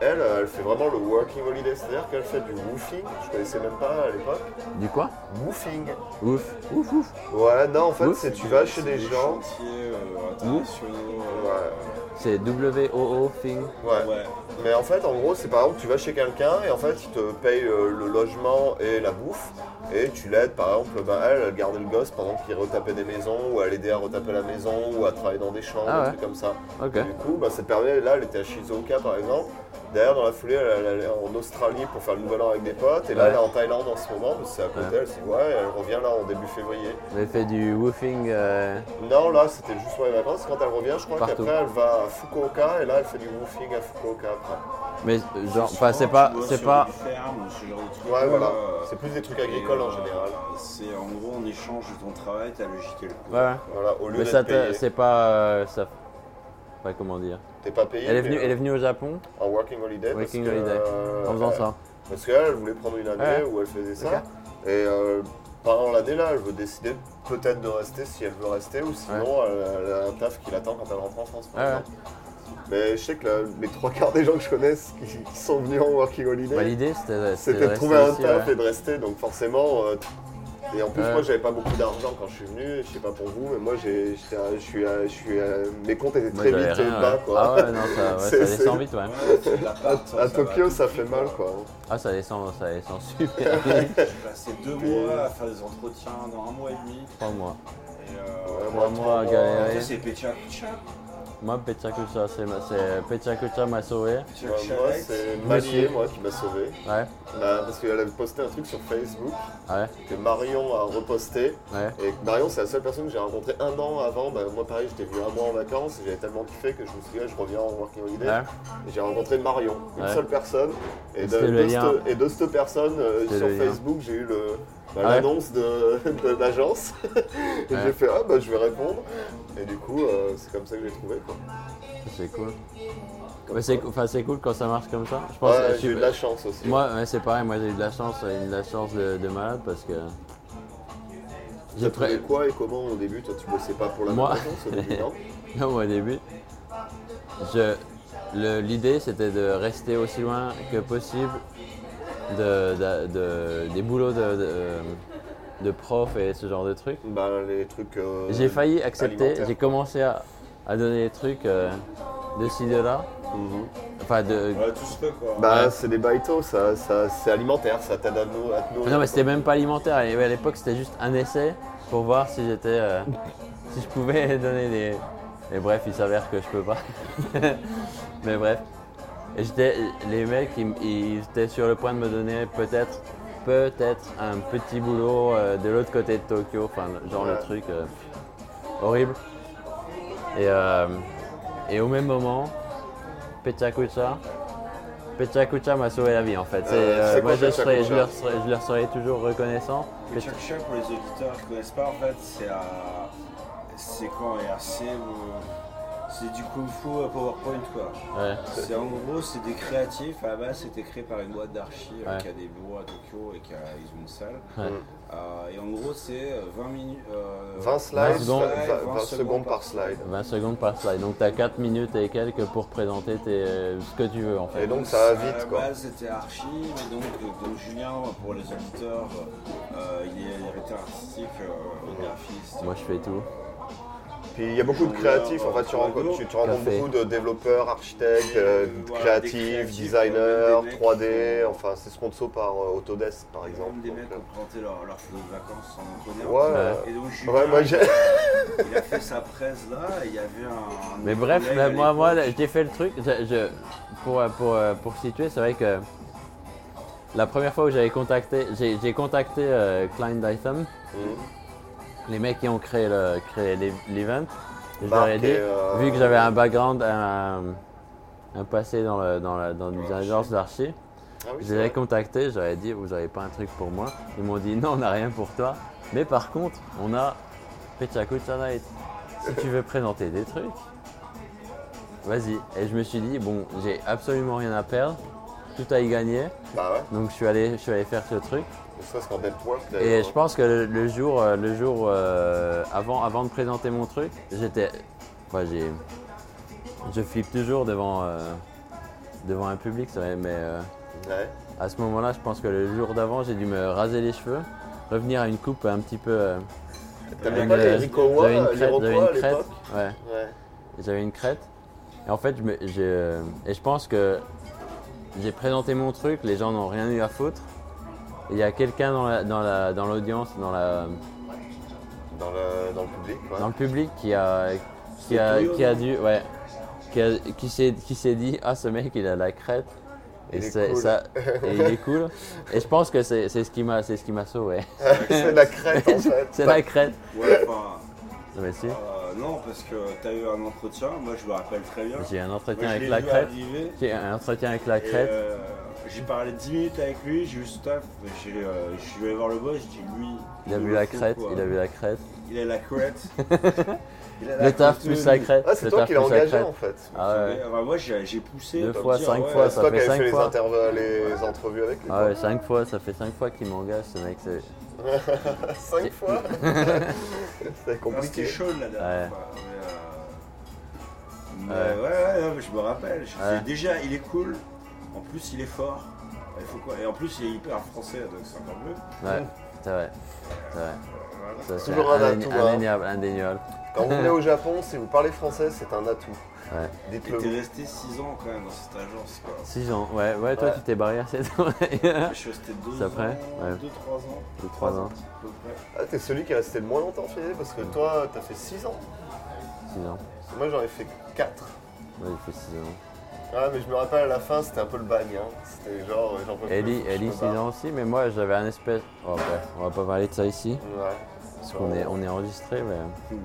S2: Et elle, euh, elle fait vraiment le working holiday, c'est-à-dire qu'elle fait du woofing. Je connaissais même pas à l'époque.
S3: Du quoi
S2: Woofing.
S3: Ouf. Ouf, ouf.
S2: Ouais, non, en fait,
S3: Woof,
S2: c'est tu
S1: C'est
S2: vas chez des
S1: c'est
S2: gens.
S1: chantiers euh, internationaux. euh,
S3: C'est W-O-O thing.
S2: Ouais.
S1: ouais.
S2: Mais en fait, en gros, c'est par exemple, tu vas chez quelqu'un et en fait, il te paye euh, le logement et la bouffe. Et tu l'aides, par exemple, bah, elle, elle gardait le gosse pendant qu'il retapait des maisons, ou à l'aider à retaper la maison, ou à travailler dans des champs,
S3: Ah
S2: des
S3: ouais.
S2: trucs comme ça.
S3: Ok.
S2: Du coup, bah, ça te permet, là, elle était à Shizuoka, par exemple. Derrière, dans la foulée, elle allait en Australie pour faire le nouvel an avec des potes. Et là,
S3: Ouais.
S2: elle est en Thaïlande en ce moment, parce que c'est à côté, elle se dit, ouais, elle revient là en début février.
S3: Mais fait du woofing. euh,
S2: Non, là, c'était juste pour les vacances. Quand elle revient, je crois
S3: Partout.
S2: qu'après, elle va à Fukuoka, et là, elle fait du woofing à Fukuoka après.
S3: Mais euh, genre,
S1: Souvent,
S3: enfin, c'est
S1: tu
S3: pas.
S1: vois,
S3: C'est
S1: sur
S3: pas.
S1: des fermes ou ce genre de trucs,
S2: Ouais, voilà.
S1: euh,
S2: C'est plus des trucs agricoles en
S1: et, euh,
S2: général.
S1: C'est en gros en échange de ton travail, t'as le JT le coup.
S3: Ouais, ouais.
S2: Voilà, au lieu
S3: Mais ça,
S2: d'être
S3: te-
S2: payé,
S3: c'est pas. euh, ça... Pas comment dire.
S2: t'es pas payé.
S3: Elle est
S2: mais,
S3: venue,
S2: euh,
S3: elle est venue au Japon
S2: En working holiday.
S3: Working
S2: parce que,
S3: holiday,
S2: euh,
S3: en faisant
S2: elle-
S3: ça.
S2: Parce qu'elle voulait prendre une année
S3: Ouais.
S2: où elle faisait ça.
S3: Ok.
S2: Et euh, pendant l'année là, elle veut décider peut-être de rester si elle veut rester ou sinon elle, elle a un taf qui l'attend quand elle rentre en France. Par
S3: Ouais.
S2: exemple. Mais je sais que là, les trois quarts des gens que je connaisse qui, qui sont venus en working holiday,
S3: Bah, L'idée c'était.
S2: c'était de
S3: rester
S2: trouver un
S3: ici,
S2: taf
S3: ouais.
S2: et de rester. Donc forcément. euh, et en plus,
S3: Ouais.
S2: moi, j'avais pas beaucoup d'argent quand je suis venu. Je sais pas pour vous, mais moi, j'ai, j'étais à- je suis, à- je suis, à- mes comptes étaient
S3: Moi,
S2: très
S3: j'avais
S2: vite
S3: rien,
S2: bas,
S3: ouais.
S2: quoi.
S3: Ah ouais, non, ça, ouais, ça
S2: C'est-
S3: descend
S2: c'est-
S3: vite, ouais.
S1: Ouais, c'est de la pâte,
S2: À
S1: ça
S2: Tokyo,
S1: va.
S2: ça fait mal, quoi.
S3: Ah, ça descend, ça descend super vite.
S1: J'ai passé deux mois à faire des entretiens dans un mois et demi.
S3: Trois mois.
S1: Et euh,
S2: Ouais,
S3: Trois mois à
S2: euh,
S3: galérer.
S1: ça, c'est Pecha Kucha.
S3: Moi, Pechakucha, c'est ma- c'est Pechakucha m'a sauvé.
S1: Pecha
S2: Bah,
S1: Kucha
S2: moi,
S1: Lex.
S2: c'est
S3: Monsieur.
S2: Malier, moi, qui m'a sauvé.
S3: Ouais,
S2: Bah, parce qu'elle avait posté un truc sur Facebook
S3: ouais,
S2: que Marion a reposté.
S3: ouais.
S2: Et Marion, c'est la seule personne que j'ai rencontrée un an avant. Bah, moi, pareil, j'étais venu un mois en vacances. et J'avais tellement kiffé que je me suis dit, ah, je reviens en working holiday.
S3: ouais.
S2: Et J'ai rencontré Marion, une
S3: Ouais.
S2: seule personne. Et de,
S3: C'était le
S2: de
S3: lien.
S2: cette- et de cette personne, euh,
S3: C'était
S2: sur
S3: le lien.
S2: Facebook, j'ai eu le- bah,
S3: Ah ouais.
S2: l'annonce de, de l'agence. et
S3: Ouais.
S2: j'ai fait, ah bah je vais répondre. Et du coup, euh, c'est comme ça que j'ai trouvé. quoi.
S3: C'est cool.
S2: Comme
S3: Mais c'est
S2: ça.
S3: cou- enfin, c'est cool quand ça marche comme ça. Je pense
S2: Ouais,
S3: je
S2: j'ai
S3: suis-
S2: eu de la chance aussi.
S3: Moi, ouais, c'est pareil, moi j'ai eu de la chance, euh, eu de la chance de, de malade parce que.
S2: T'as
S3: J'ai
S2: trouvé
S3: pré...
S2: quoi et comment au début Toi, tu bossais pas pour la
S3: Moi
S2: maintenance au début, non
S3: Non, moi, au début, je... le- l'idée c'était de rester aussi loin que possible de, de- de- des boulots de, de, de prof et ce genre de trucs.
S2: Bah, les trucs. euh,
S3: J'ai failli accepter,
S2: alimentaires.
S3: j'ai commencé à, à donner des trucs euh, de ci, de là.
S2: Mhm.
S3: Enfin, de,
S1: Ouais, tout se fait quoi.
S2: Bah, c'est des baïtos, ça, ça, c'est alimentaire, ça t'aide à nous. À te nourrir,
S3: Mais Ah non, mais
S2: quoi.
S3: c'était même pas alimentaire. Et À l'époque, c'était juste un essai pour voir si j'étais. euh, si je pouvais donner des. Et bref, il s'avère que je peux pas. mais bref. Et j'étais. Les mecs, ils, m- ils étaient sur le point de me donner peut-être. Peut-être un petit boulot euh, de l'autre côté de Tokyo. Enfin, genre le
S2: Ouais.
S3: truc. euh, horrible. Et, euh, et au même moment, Pechakucha. Pechakucha m'a sauvé la vie en fait. C'est,
S2: Euh, c'est
S3: euh, moi
S2: quoi
S3: je, serai, je,
S2: Pechakucha
S3: leur serai, je leur serai toujours reconnaissant.
S1: Pecha Kucha, pour les auditeurs qui connaissent pas, en fait, c'est à. C'est quoi et assez. C'est du kung fu à PowerPoint quoi.
S3: Ouais.
S1: C'est en gros, c'est des créatifs. À la base, c'était créé par une boîte d'archi euh,
S3: Ouais.
S1: qui a des bureaux à Tokyo et qui a, ils ont une salle.
S3: Ouais.
S2: Mm.
S1: Euh, et en gros, c'est euh, 20 minutes. euh,
S2: 20 slides,
S3: 20 secondes.
S2: ça- 20, euh, secondes par slide.
S3: 20 secondes par slide. Donc tu as 4 minutes et quelques pour présenter tes, euh, ce que tu veux en fait.
S2: Et donc, ça va
S1: À la
S2: vite, quoi.
S1: base, c'était archi, mais donc, euh, donc Julien, pour les auditeurs, euh, il est directeur artistique, euh, graphiste.
S3: Moi je fais tout.
S2: Puis il y a beaucoup de créatifs, en fait, tu rencontres, tu, tu rencontres
S3: Café.
S2: beaucoup de développeurs, architectes, euh,
S1: Euh, voilà, des
S2: créatifs,
S1: créatifs,
S2: designers,
S1: des mecs
S2: 3D,
S1: qui-
S2: enfin, c'est sponsor par euh, Autodesk, par
S1: Il y a
S2: exemple.
S1: même des
S2: donc,
S1: mecs qui ont présenté leur, leur photo de vacances en
S2: euh,
S1: connaît.
S2: Ouais,
S1: Et donc,
S2: ouais,
S1: Julien,
S2: ouais, moi j'ai.
S1: il a fait sa presse là, et il y avait un.
S3: Mais bref,
S1: collègue
S3: là,
S1: à
S3: moi, moi
S1: l'époque.
S3: là, j'ai fait le truc. je- je- pour, euh, pour, euh, pour situer, c'est vrai que la première fois où j'avais contacté, j'ai j'ai contacté euh, Klein Dyson,
S2: Hmm.
S3: les mecs qui ont créé le- créé l'e- l'event. Je leur ai
S2: Marc
S3: dit,
S2: et, euh,
S3: vu que j'avais un background, un, un passé dans, le, dans, la, dans une agence d'archi.
S2: Ah oui,
S3: Je les
S2: c'est
S3: avais
S2: vrai.
S3: contactés, j'avais dit, vous n'avez pas un truc pour moi. Ils m'ont dit, non, on n'a rien pour toi. Mais par contre, on a Pechakucha Night. Si tu veux présenter des trucs, vas-y. Et je me suis dit, bon, j'ai absolument rien à perdre, tout à y gagner.
S2: Bah ouais,
S3: Donc je suis allé, je suis allé faire ce truc.
S2: ne serait-ce qu'en network d'ailleurs.
S3: Et je pense que le, le jour, euh, le jour euh, avant, avant de présenter mon truc, j'étais. Quoi, j'ai. Je flippe toujours devant, euh, devant un public, ça, mais euh,
S2: Ouais.
S3: à ce moment-là, je pense que le jour d'avant, j'ai dû me raser les cheveux, revenir à une coupe un petit peu. euh,
S2: T'avais
S3: une-
S2: pas les Rikowa,
S3: j'avais une
S2: euh, les Rockois à
S3: crête, j'avais une crête,
S2: l'époque
S3: ouais,
S2: Ouais.
S3: j'avais une crête. Et en fait, je me- j'ai, euh, et je pense que j'ai présenté mon truc, les gens n'ont rien eu à foutre. Il y a quelqu'un dans la- dans la- dans l'audience, dans la,
S2: Dans le, dans le public, ouais.
S3: dans le public qui a qui a, qui a dû ouais qui a- qui s'est qui s'est dit ah ce mec il a la crête et,
S2: Il est
S3: c'est-
S2: cool.
S3: ça et il est cool et je pense que c'est c'est ce qui m'a c'est ce qui m'a sauvé
S2: c'est la crête en fait.
S3: c'est la crête
S1: Ouais, enfin,
S3: non mais si
S1: euh, non, parce que t'as eu un entretien, moi je me rappelle très bien.
S3: j'ai eu un
S1: Moi,
S3: entretien
S1: je
S3: avec
S1: l'ai
S3: la
S1: vu
S3: crête
S1: arriver,
S3: j'ai eu un entretien avec la
S1: et,
S3: crête
S1: euh, j'ai parlé 10 minutes avec lui, j'ai eu ce taf, et j'ai, euh, je suis allé voir le boss, j'ai dit lui.
S3: il a
S1: me
S3: vu
S1: le
S3: la
S1: faut,
S3: crête
S1: quoi.
S3: il a vu la crête
S2: Ah,
S1: Il a la crête. Il a la
S3: le taf
S1: crête
S3: plus
S1: de
S3: la
S1: lui.
S3: crête
S2: Ah, c'est
S3: le
S2: toi
S3: taf
S2: qui l'as
S3: plus la
S2: engagé
S3: crête.
S2: en fait.
S3: ah ouais, ouais
S1: Ouais, bah, moi j'ai j'ai poussé.
S3: Deux
S1: autant
S3: fois,
S1: te
S3: cinq fois,
S2: C'est
S3: ça
S2: toi
S3: fait
S2: qui avais
S3: cinq
S2: fait les,
S3: fois.
S2: interve- les entrevues avec lui.
S3: ah ouais, cinq fois, ça fait cinq fois qu'il m'engage ce mec. c'est-
S2: 5 fois C'est
S1: Ah, C'était
S2: compliqué.
S1: chaud la dernière
S3: Ouais.
S1: fois. Mais, euh, mais ouais, ouais, ouais, mais je me rappelle. je
S3: Ouais.
S1: disais, déjà, il est cool. En plus, il est fort. Il faut quoi Et en plus, il est hyper français, donc c'est encore mieux.
S3: Ouais, c'est vrai. C'est vrai. Ça, c'est
S2: Toujours un
S3: indé-
S2: atout, hein.
S3: indéniable, indéniable.
S2: Quand vous venez au Japon, si vous parlez français, c'est un atout.
S3: Ouais.
S1: Et
S2: Dites-le.
S1: t'es resté 6 ans quand même dans cette agence. Quoi.
S3: 6 ans, ouais, ouais, toi
S2: Ouais.
S3: tu t'es barré à 7 ans.
S1: Je suis resté
S3: C'est
S1: 2 ans, 2-3
S3: après Ouais.
S1: ans.
S3: Deux, trois ans.
S1: à peu près.
S2: Ah, t'es celui qui est resté le moins longtemps, Philippe, parce que toi, t'as fait 6 ans.
S3: 6 ans,
S2: Moi, j'en ai fait 4.
S3: ouais, il fait 6 ans.
S2: Ah, mais je me rappelle à la fin, c'était un peu le bagne. hein. C'était genre, euh, j'en peux plus.
S3: Ellie,
S2: je
S3: Ellie
S2: me
S3: 6
S2: barre.
S3: ans aussi, mais moi j'avais un espèce. Oh, bref, on va pas parler de ça ici,
S2: Ouais.
S3: parce qu'on est, on est enregistré, mais.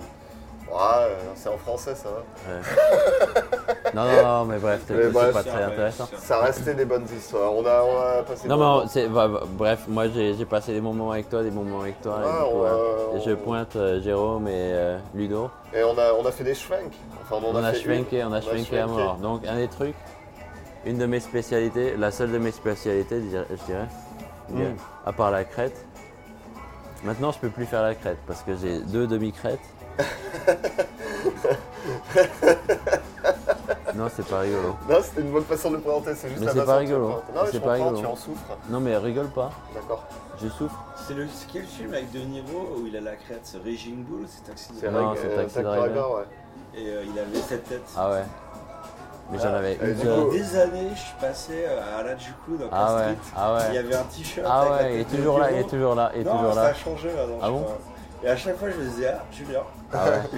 S2: Ah, euh, c'est en français, ça va.
S3: Non, non, non, mais bref, c'est
S2: Mais
S3: c'est
S2: bref.
S3: pas très intéressant.
S2: Ça restait des bonnes histoires. On a, on a passé.
S3: Non,
S2: des
S3: mais
S2: bons
S3: on- c'est- bah, bah, bref, moi j'ai j'ai passé des bons moments avec toi, des bons moments avec toi, et,
S2: Ah, Ouais,
S3: du coup,
S2: on-
S3: euh, et je
S2: on-
S3: pointe euh, Jérôme et euh, Ludo.
S2: Et on a, on a fait des schwenks. Enfin, on, en
S3: On a
S2: fait une.
S3: schwenké, on a schwenké à
S2: schwenké.
S3: mort. Donc, un des trucs, une de mes spécialités, la seule de mes spécialités, je dirais- je dirais,
S2: Mm.
S3: à part la crête. Maintenant, je peux plus faire la crête parce que j'ai deux demi-crêtes. non, c'est pas rigolo.
S2: Non, c'était une bonne façon de le présenter, c'est juste
S3: Mais
S2: la
S3: c'est
S2: façon
S3: pas
S2: dont tu
S3: rigolo.
S2: le présentes. Non, mais
S3: C'est
S2: je
S3: pas
S2: comprends,
S3: rigolo.
S2: tu en souffres.
S3: Non, mais rigole pas,
S2: D'accord.
S3: je souffre.
S1: C'est le- c'est quel film avec De Niro où il a la crête C'est Raging Bull C'est Taxi
S2: C'est
S1: Driver
S3: Non,
S2: vrai que
S3: c'est
S2: euh,
S3: Taxi
S2: Taxi
S3: Driver.
S2: Driver, ouais.
S1: Et euh, il avait cette tête.
S3: Ah ouais. Mais j'en
S2: Ah,
S3: avais
S2: et
S3: une
S2: du
S3: seule.
S2: coup-
S1: Des années, je suis passé euh, à Harajuku dans
S3: Ah
S1: Cross
S3: ouais,
S1: Street.
S3: ah
S1: Il y
S3: ouais.
S1: avait un t-shirt.
S3: Ah
S1: avec la
S3: ouais, il est
S1: tête de
S3: toujours là, il
S1: Niro.
S3: est toujours là, il est
S1: non,
S3: toujours
S1: ça
S3: là.
S1: a changé maintenant.
S3: Ah
S1: je
S3: bon
S1: crois. Et à chaque fois, je me disais, ah, Julien.
S3: Ah ouais.
S1: je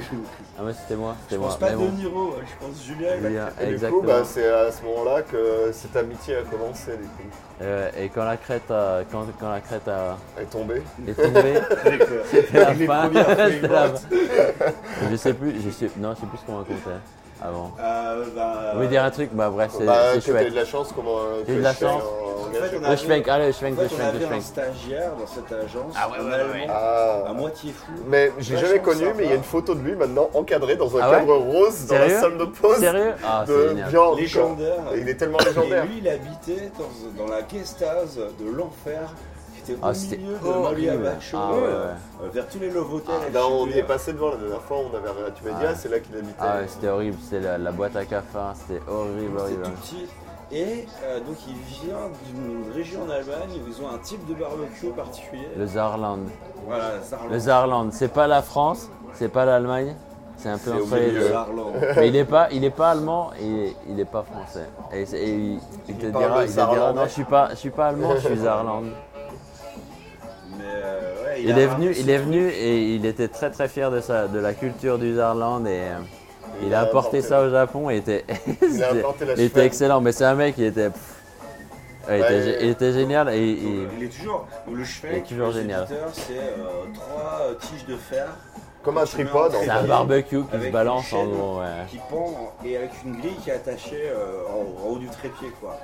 S3: Ah ouais, c'était moi, c'était
S1: je
S3: moi.
S1: pense pas
S3: Mais
S1: De
S3: bon,
S1: Niro, je pense Julien. il a-
S3: Julien,
S2: Et du coup,
S3: exactement.
S2: bah, c'est à ce moment-là que cette amitié a commencé, du coup.
S3: Euh, et quand la crête a, quand, quand la crête a,
S2: Elle est tombée.
S3: est tombée,
S1: Avec, euh,
S3: c'était la
S1: les
S3: fin.
S1: premières
S3: C'était la
S1: feuilles
S3: fin. Je sais plus, je sais, non, je sais plus ce qu'on racontait avant.
S1: euh, bah,
S3: Vous voulez dire un truc Bah bref, c'est
S2: bah,
S3: c'est
S2: que t'as eu
S3: chouette.
S2: de la chance, comment. euh,
S3: J'ai eu
S2: que
S3: de la
S2: je suis, euh,
S3: chance.
S1: En fait,
S2: engagé.
S1: on
S3: Le
S1: avait-
S3: schwenk, allez, le
S1: En
S3: schwenk, le
S1: fait, on
S3: schwenk, le
S1: avait un
S3: schwenk.
S1: stagière dans cette agence,
S3: Ah ouais,
S1: un
S3: ouais, ouais, ouais.
S1: Allemand, à
S2: Ah.
S1: moitié fou.
S2: Mais j'ai
S1: Ouais,
S2: jamais
S1: je pense
S2: connu,
S1: que ça
S2: mais il y a
S1: va.
S2: une photo de lui maintenant encadré dans un
S3: Ah ouais
S2: cadre rose dans
S3: Sérieux
S2: la salle de pause.
S3: Sérieux Ah, c'est
S2: de
S3: génial.
S2: viande.
S1: Légendaire.
S2: Il est tellement légendaire.
S1: Et lui, il habitait dans, dans la guest house de l'enfer. qui était
S3: Ah,
S1: au
S3: c'était
S1: milieu de
S3: horrible.
S1: Moriabacho,
S3: Ah, ouais, ouais.
S1: euh, vers tous les love hotels.
S2: Ben, on y
S1: Je sais
S2: est passé devant la dernière fois, on avait, tu m'as dit,
S3: Ah.
S2: ah, c'est là qu'il habitait.
S3: Ah ouais, c'était horrible, c'était la, la boîte à cafard, c'était horrible,
S1: plus,
S3: horrible.
S1: C'est tout petit. Et euh, donc, il vient d'une région en Allemagne où ils ont un type de barbecue particulier.
S3: Le Zarland.
S1: Voilà, Zarland.
S3: Le Zarland, c'est pas la France, c'est pas l'Allemagne, c'est un peu
S2: C'est au
S3: entre les
S2: milieu.
S3: deux.
S1: Zarland.
S3: Mais il n'est pas, il est pas allemand et il n'est pas français. Et, c'est- et il, il te
S2: parle
S3: dira, il te dira,
S2: zarlandais.
S3: non, je suis pas, je suis pas allemand, je suis zarland.
S1: Mais euh, ouais,
S3: Il
S1: a
S3: est
S1: un-
S3: venu, il est venu et il était très très fier de ça, de la culture du zarland et euh, il, a apporté ça au Japon et était,
S2: Il a
S3: c'était-
S2: apporté la
S3: il était
S2: chevelle.
S3: excellent. Mais c'est un mec, il était, pff, ouais,
S2: Ouais,
S3: il, était
S2: ouais,
S3: gé- il était génial et il-
S1: Il est toujours. Le cheval
S3: Il est toujours génial.
S1: C'est euh, trois euh, tiges de fer
S2: Comme un tripode.
S1: C'est
S2: en
S3: C'est
S2: fait.
S3: un barbecue qui se
S1: Avec
S3: balance
S1: une
S3: en
S1: chaîne
S3: gros. ouais.
S1: Qui pend et avec une grille qui est attachée euh, en, en haut du trépied quoi.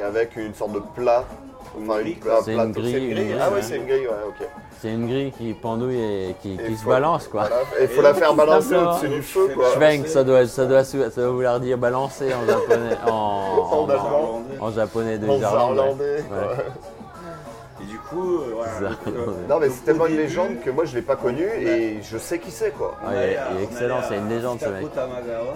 S2: Et avec une sorte de plat. Enfin,
S1: grille,
S2: une
S1: quoi.
S2: plat,
S3: C'est
S2: plat-
S3: une grille, une grille,
S2: Ah
S3: ouais.
S2: oui, c'est une grille, ouais, ok.
S3: C'est une grille qui pendouille et qui,
S2: Et
S3: qui se
S2: faut-
S3: balance quoi.
S2: voilà. Et faut la faire balancer
S3: D'accord.
S2: au-dessus du feu, quoi.
S1: Schwenk.
S3: Schwenk, ça doit, ça, doit, sou- ça doit vouloir dire balancer en japonais, en, en-
S2: En allemand.
S3: en japonais de
S2: Dans
S3: Jarland, ouais.
S2: Zarlandais, quoi.
S3: Ouais.
S1: Et du coup, euh, voilà.
S3: Ça.
S1: donc, euh,
S2: Non, mais
S1: donc,
S2: c'est
S1: au
S2: tellement une
S1: début,
S2: légende que moi je l'ai pas connu et je sais qui c'est, quoi.
S1: on
S3: Ah, il est-
S1: allait
S3: il est
S1: à- on
S3: excellent,
S1: allait à
S3: c'est une légende, ce
S1: Kitako
S3: mec.
S1: Tamagawa,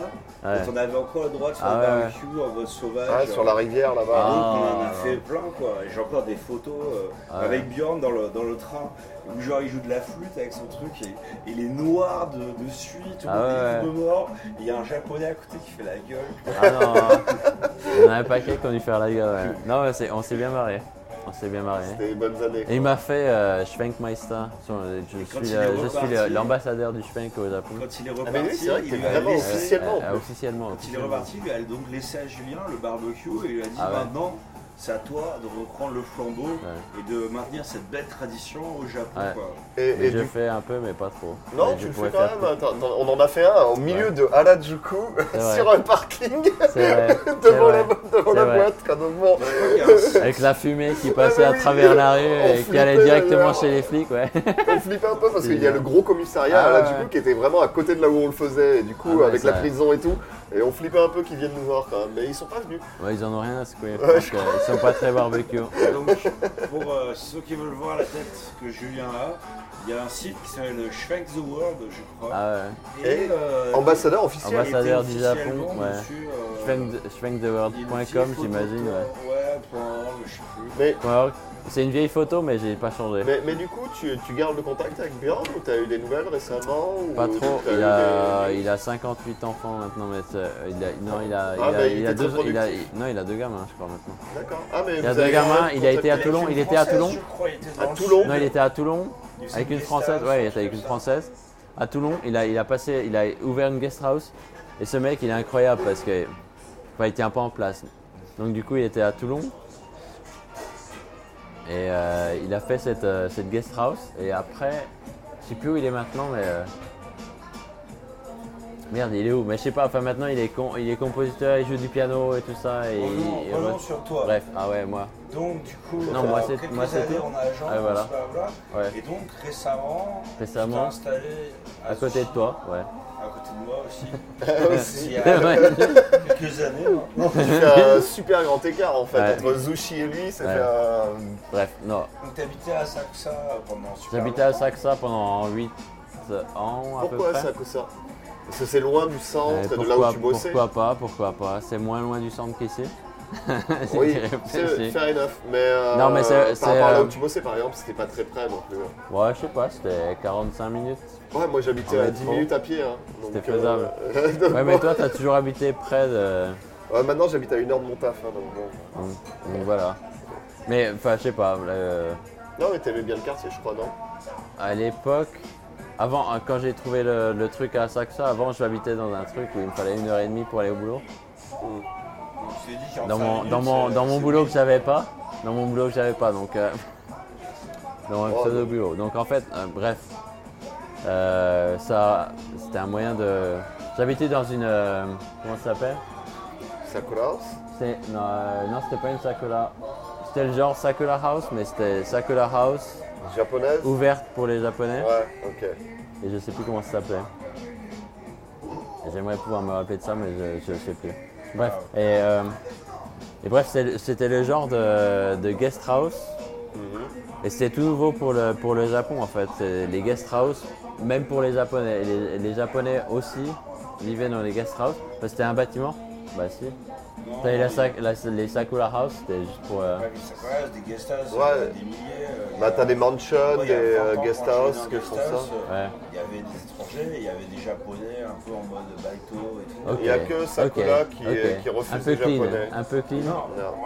S3: Ouais.
S1: quand on avait encore le droit de faire
S3: Ah,
S1: un
S3: ouais, ouais.
S1: barbecue en mode sauvage.
S2: Ah, sur la rivière
S1: Donc,
S2: là-bas.
S1: on en a
S3: Ah.
S1: fait plein quoi, Et j'ai encore des photos euh,
S3: Ah ouais.
S1: avec Bjorn dans le, dans le train où genre il joue de la flûte avec son truc et et il est noir de, de suie, tout
S3: Ah ouais,
S1: le monde
S3: ouais.
S1: est mort, et il y a un japonais à côté qui fait la gueule.
S3: Ah non, on a un paquet qu'on lui faire la gueule. ouais. Non, mais c'est- on s'est bien marré. On s'est bien marré.
S2: C'était les bonnes années.
S3: Et il m'a fait euh, Schwenkmeister. Sur- euh, Je
S1: quand
S3: suis
S1: il est
S3: le- je suis le-
S1: reparti-
S3: l'ambassadeur du Schwenk au Japon.
S1: Quand il est
S2: Ah,
S1: reparti,
S2: mais oui, c'est vrai que
S1: il
S2: t'es
S1: lui a
S2: vraiment
S1: laissé-
S2: officiellement.
S3: Euh, euh, officiellement.
S1: Quand il est reparti, il a donc laissé à Julien le barbecue et il a dit
S3: Ah ouais.
S1: maintenant c'est à toi de reprendre le flambeau
S3: Ouais.
S1: et de maintenir cette belle tradition au Japon.
S3: Ouais.
S1: quoi.
S2: Et, et
S3: Et je
S2: du
S3: fais un peu, mais pas trop.
S2: Non,
S3: Mais je
S2: tu le fais
S3: pourrais
S2: quand
S3: faire
S2: même. Attends, attends, on en a fait un au milieu de Harajuku
S3: vrai.
S2: sur un parking
S3: C'est vrai, c'est
S2: devant la,
S3: vrai,
S2: devant la
S3: c'est vrai.
S2: boîte. Quand on bon,
S1: Il y a un-
S3: Avec la fumée qui passait
S1: Ah,
S3: à
S2: oui,
S3: travers la rue
S2: on
S3: et qui
S2: flippait
S3: allait directement
S2: d'ailleurs.
S3: chez les flics, ouais.
S2: on flippait un peu parce qu'il y a le gros commissariat
S3: Ah,
S2: à Harajuku
S3: ouais.
S2: qui était vraiment à côté de là où on le faisait. Et du coup,
S3: Ah, ouais,
S2: avec la
S3: ça-
S2: prison et tout. Et on flippait un peu qu'ils viennent nous voir quand même. Mais ils sont pas venus.
S3: Ouais, ils en ont rien à secouer. parce que ils sont pas très barbecue.
S1: Donc, pour euh, ceux qui veulent voir la tête que Julien a, il y a un site qui s'appelle Schwenk the World, je crois.
S3: Ah ouais.
S2: Et
S1: euh,
S2: Ambassadeur officiel.
S1: il était
S3: Ambassadeur du
S1: officiellement
S3: Japon, ouais.
S1: dessus, euh, il y a une petite
S3: Schwenktheworld.com,
S1: photo
S3: j'imagine.
S1: de-
S3: Ouais.
S1: Ouais, .org, je sais plus.
S2: Mais,
S3: .org. C'est une vieille photo, mais j'ai pas changé.
S2: mais, mais du coup, tu, tu gardes le contact avec Björn ou t'as eu des nouvelles récemment ou
S3: Pas trop,
S2: t'as eu
S3: il a,
S2: des-
S3: il a 58 enfants maintenant, mais c'est- euh, il a, non, il a, il
S2: Ah,
S3: a,
S2: mais il
S3: il
S2: était
S3: a
S2: très
S3: deux, il a-
S2: productif.
S3: non, il a deux gamins, je crois maintenant.
S2: D'accord. Ah, mais
S3: Il y a
S2: vous
S3: deux
S2: avez
S3: gamins,
S2: quand même
S3: il a été à
S2: contacté-
S3: Toulon,
S1: Avec
S3: il
S1: une
S3: était à
S1: Française,
S3: Toulon
S1: je crois, il était dans
S2: À
S1: le
S2: Toulon
S1: sud.
S3: Non, il était à Toulon
S1: Il faisait
S3: avec
S1: des
S3: une française,
S1: stages,
S3: ouais, il
S1: des
S3: était avec
S1: trucs
S3: une
S1: comme ça.
S3: française. À Toulon, il a, il a passé, il a ouvert une guest house et ce mec, il est incroyable parce que, enfin, il tient pas en place. Donc du coup, il était à Toulon et euh, il a fait cette, euh, cette guest house et après, je sais plus où il est maintenant, mais euh, merde, il est où Mais je sais pas. Enfin, maintenant, il est con, il est compositeur, il joue du piano et tout ça et,
S1: Revenons-
S3: il-
S1: revenons sur toi.
S3: bref, ah ouais, moi.
S1: Donc, du coup,
S3: Non, moi, c'est-
S1: quelques
S3: moi, c'est
S1: années,
S3: tout.
S1: on a agent,
S3: Ah, voilà.
S1: blablabla.
S3: Ouais.
S1: Et donc, récemment,
S3: Récemment.
S1: tu t'es installé
S3: À côté de toi, ouais.
S1: À côté de moi aussi. Il y a
S3: Ouais.
S1: quelques années. hein.
S2: Il fait un super grand écart en fait
S3: Ouais.
S2: entre Zushi et lui, ça
S3: Ouais.
S2: fait un-
S3: Bref, non.
S1: Donc, t'habitais à Sakusa pendant super
S3: J'habitais à Saxa pendant 8 ans à
S2: Pourquoi
S3: peu près.
S2: ça que ça Parce que c'est loin du
S3: Euh,
S2: centre, et de là
S3: pourquoi,
S2: où tu bossais.
S3: pourquoi pas, pourquoi pas. C'est moins loin du centre qu'ici. J'y
S2: Oui,
S3: dirais pas
S2: c'est
S3: ici.
S2: fair enough. Mais, euh,
S3: Non, mais c'est- c'est,
S2: par rapport à là
S3: euh,
S2: où tu bossais par exemple, c'était pas très près non plus.
S3: Ouais, je sais pas, c'était 45 minutes.
S2: Ouais, moi j'habitais
S3: En
S2: à 10
S3: métro.
S2: minutes à pied. hein, donc,
S3: C'était faisable.
S2: euh, donc
S3: Ouais, mais
S2: bon.
S3: toi, t'as toujours habité près de.
S2: Ouais, maintenant j'habite à une heure de mon taf. hein, donc bon.
S3: Donc, donc voilà. Mais enfin, je sais pas. euh,
S2: Non, mais t'aimais bien le quartier, je crois, non
S3: à l'époque, avant, hein, quand j'ai trouvé le, le truc à Saxa, avant, je habitais dans un truc où il me fallait une heure et demie pour aller au boulot.
S1: Donc, tu t'es dit qu'en
S3: dans
S1: cinq
S3: mon,
S1: minutes,
S3: dans mon,
S1: c'est-
S3: dans mon
S1: euh, c'est
S3: boulot que
S1: fini.
S3: j'avais pas. Dans mon boulot que j'avais pas, donc. euh, dans mon
S2: Oh,
S3: pseudo
S2: non.
S3: boulot. Donc en fait, euh, bref. euh, ça, c'était un moyen de. J'habitais dans une. euh, comment ça s'appelle
S2: Sakura House
S3: C'est- Non, euh, non, c'était pas une Sakura. C'était le genre Sakura House, mais c'était Sakura House
S2: Japonaise
S3: ouverte pour les Japonais.
S2: Ouais, ok.
S3: Et je sais plus comment ça s'appelait. J'aimerais pouvoir me rappeler de ça, mais je, je sais plus. Bref, et, euh, et bref, c'est- c'était le genre de, de guest house.
S2: Mhm.
S3: Et c'était tout nouveau pour le, pour le Japon en fait. C'est Les guest house, même pour les Japonais. Et les, les Japonais aussi vivaient dans les guest house. Parce que c'était un bâtiment. Bah si.
S1: Non,
S3: T'avais la
S1: mais-
S3: sac- la- les Sakura House, c'était juste pour. euh,
S1: Ouais, mais Sakura House, des guest houses,
S2: Ouais.
S1: euh, des milliers. euh,
S2: Bah, t'as des mansions,
S1: moi, il
S2: des
S1: y a 20
S2: euh,
S1: ans,
S2: guest
S1: quand je
S2: house,
S1: suis
S2: que
S1: dans un
S2: font
S1: guest
S2: ça.
S1: house, euh,
S3: Ouais.
S1: Il y avait des étrangers, il y avait des japonais un peu en mode baito et tout.
S3: ok,
S2: Il y a que Sakura
S3: ok,
S2: qui,
S3: ok.
S2: est- qui refuse
S3: Un peu
S2: les
S3: clean,
S2: japonais.
S3: un peu clean.
S1: Non,
S2: Non.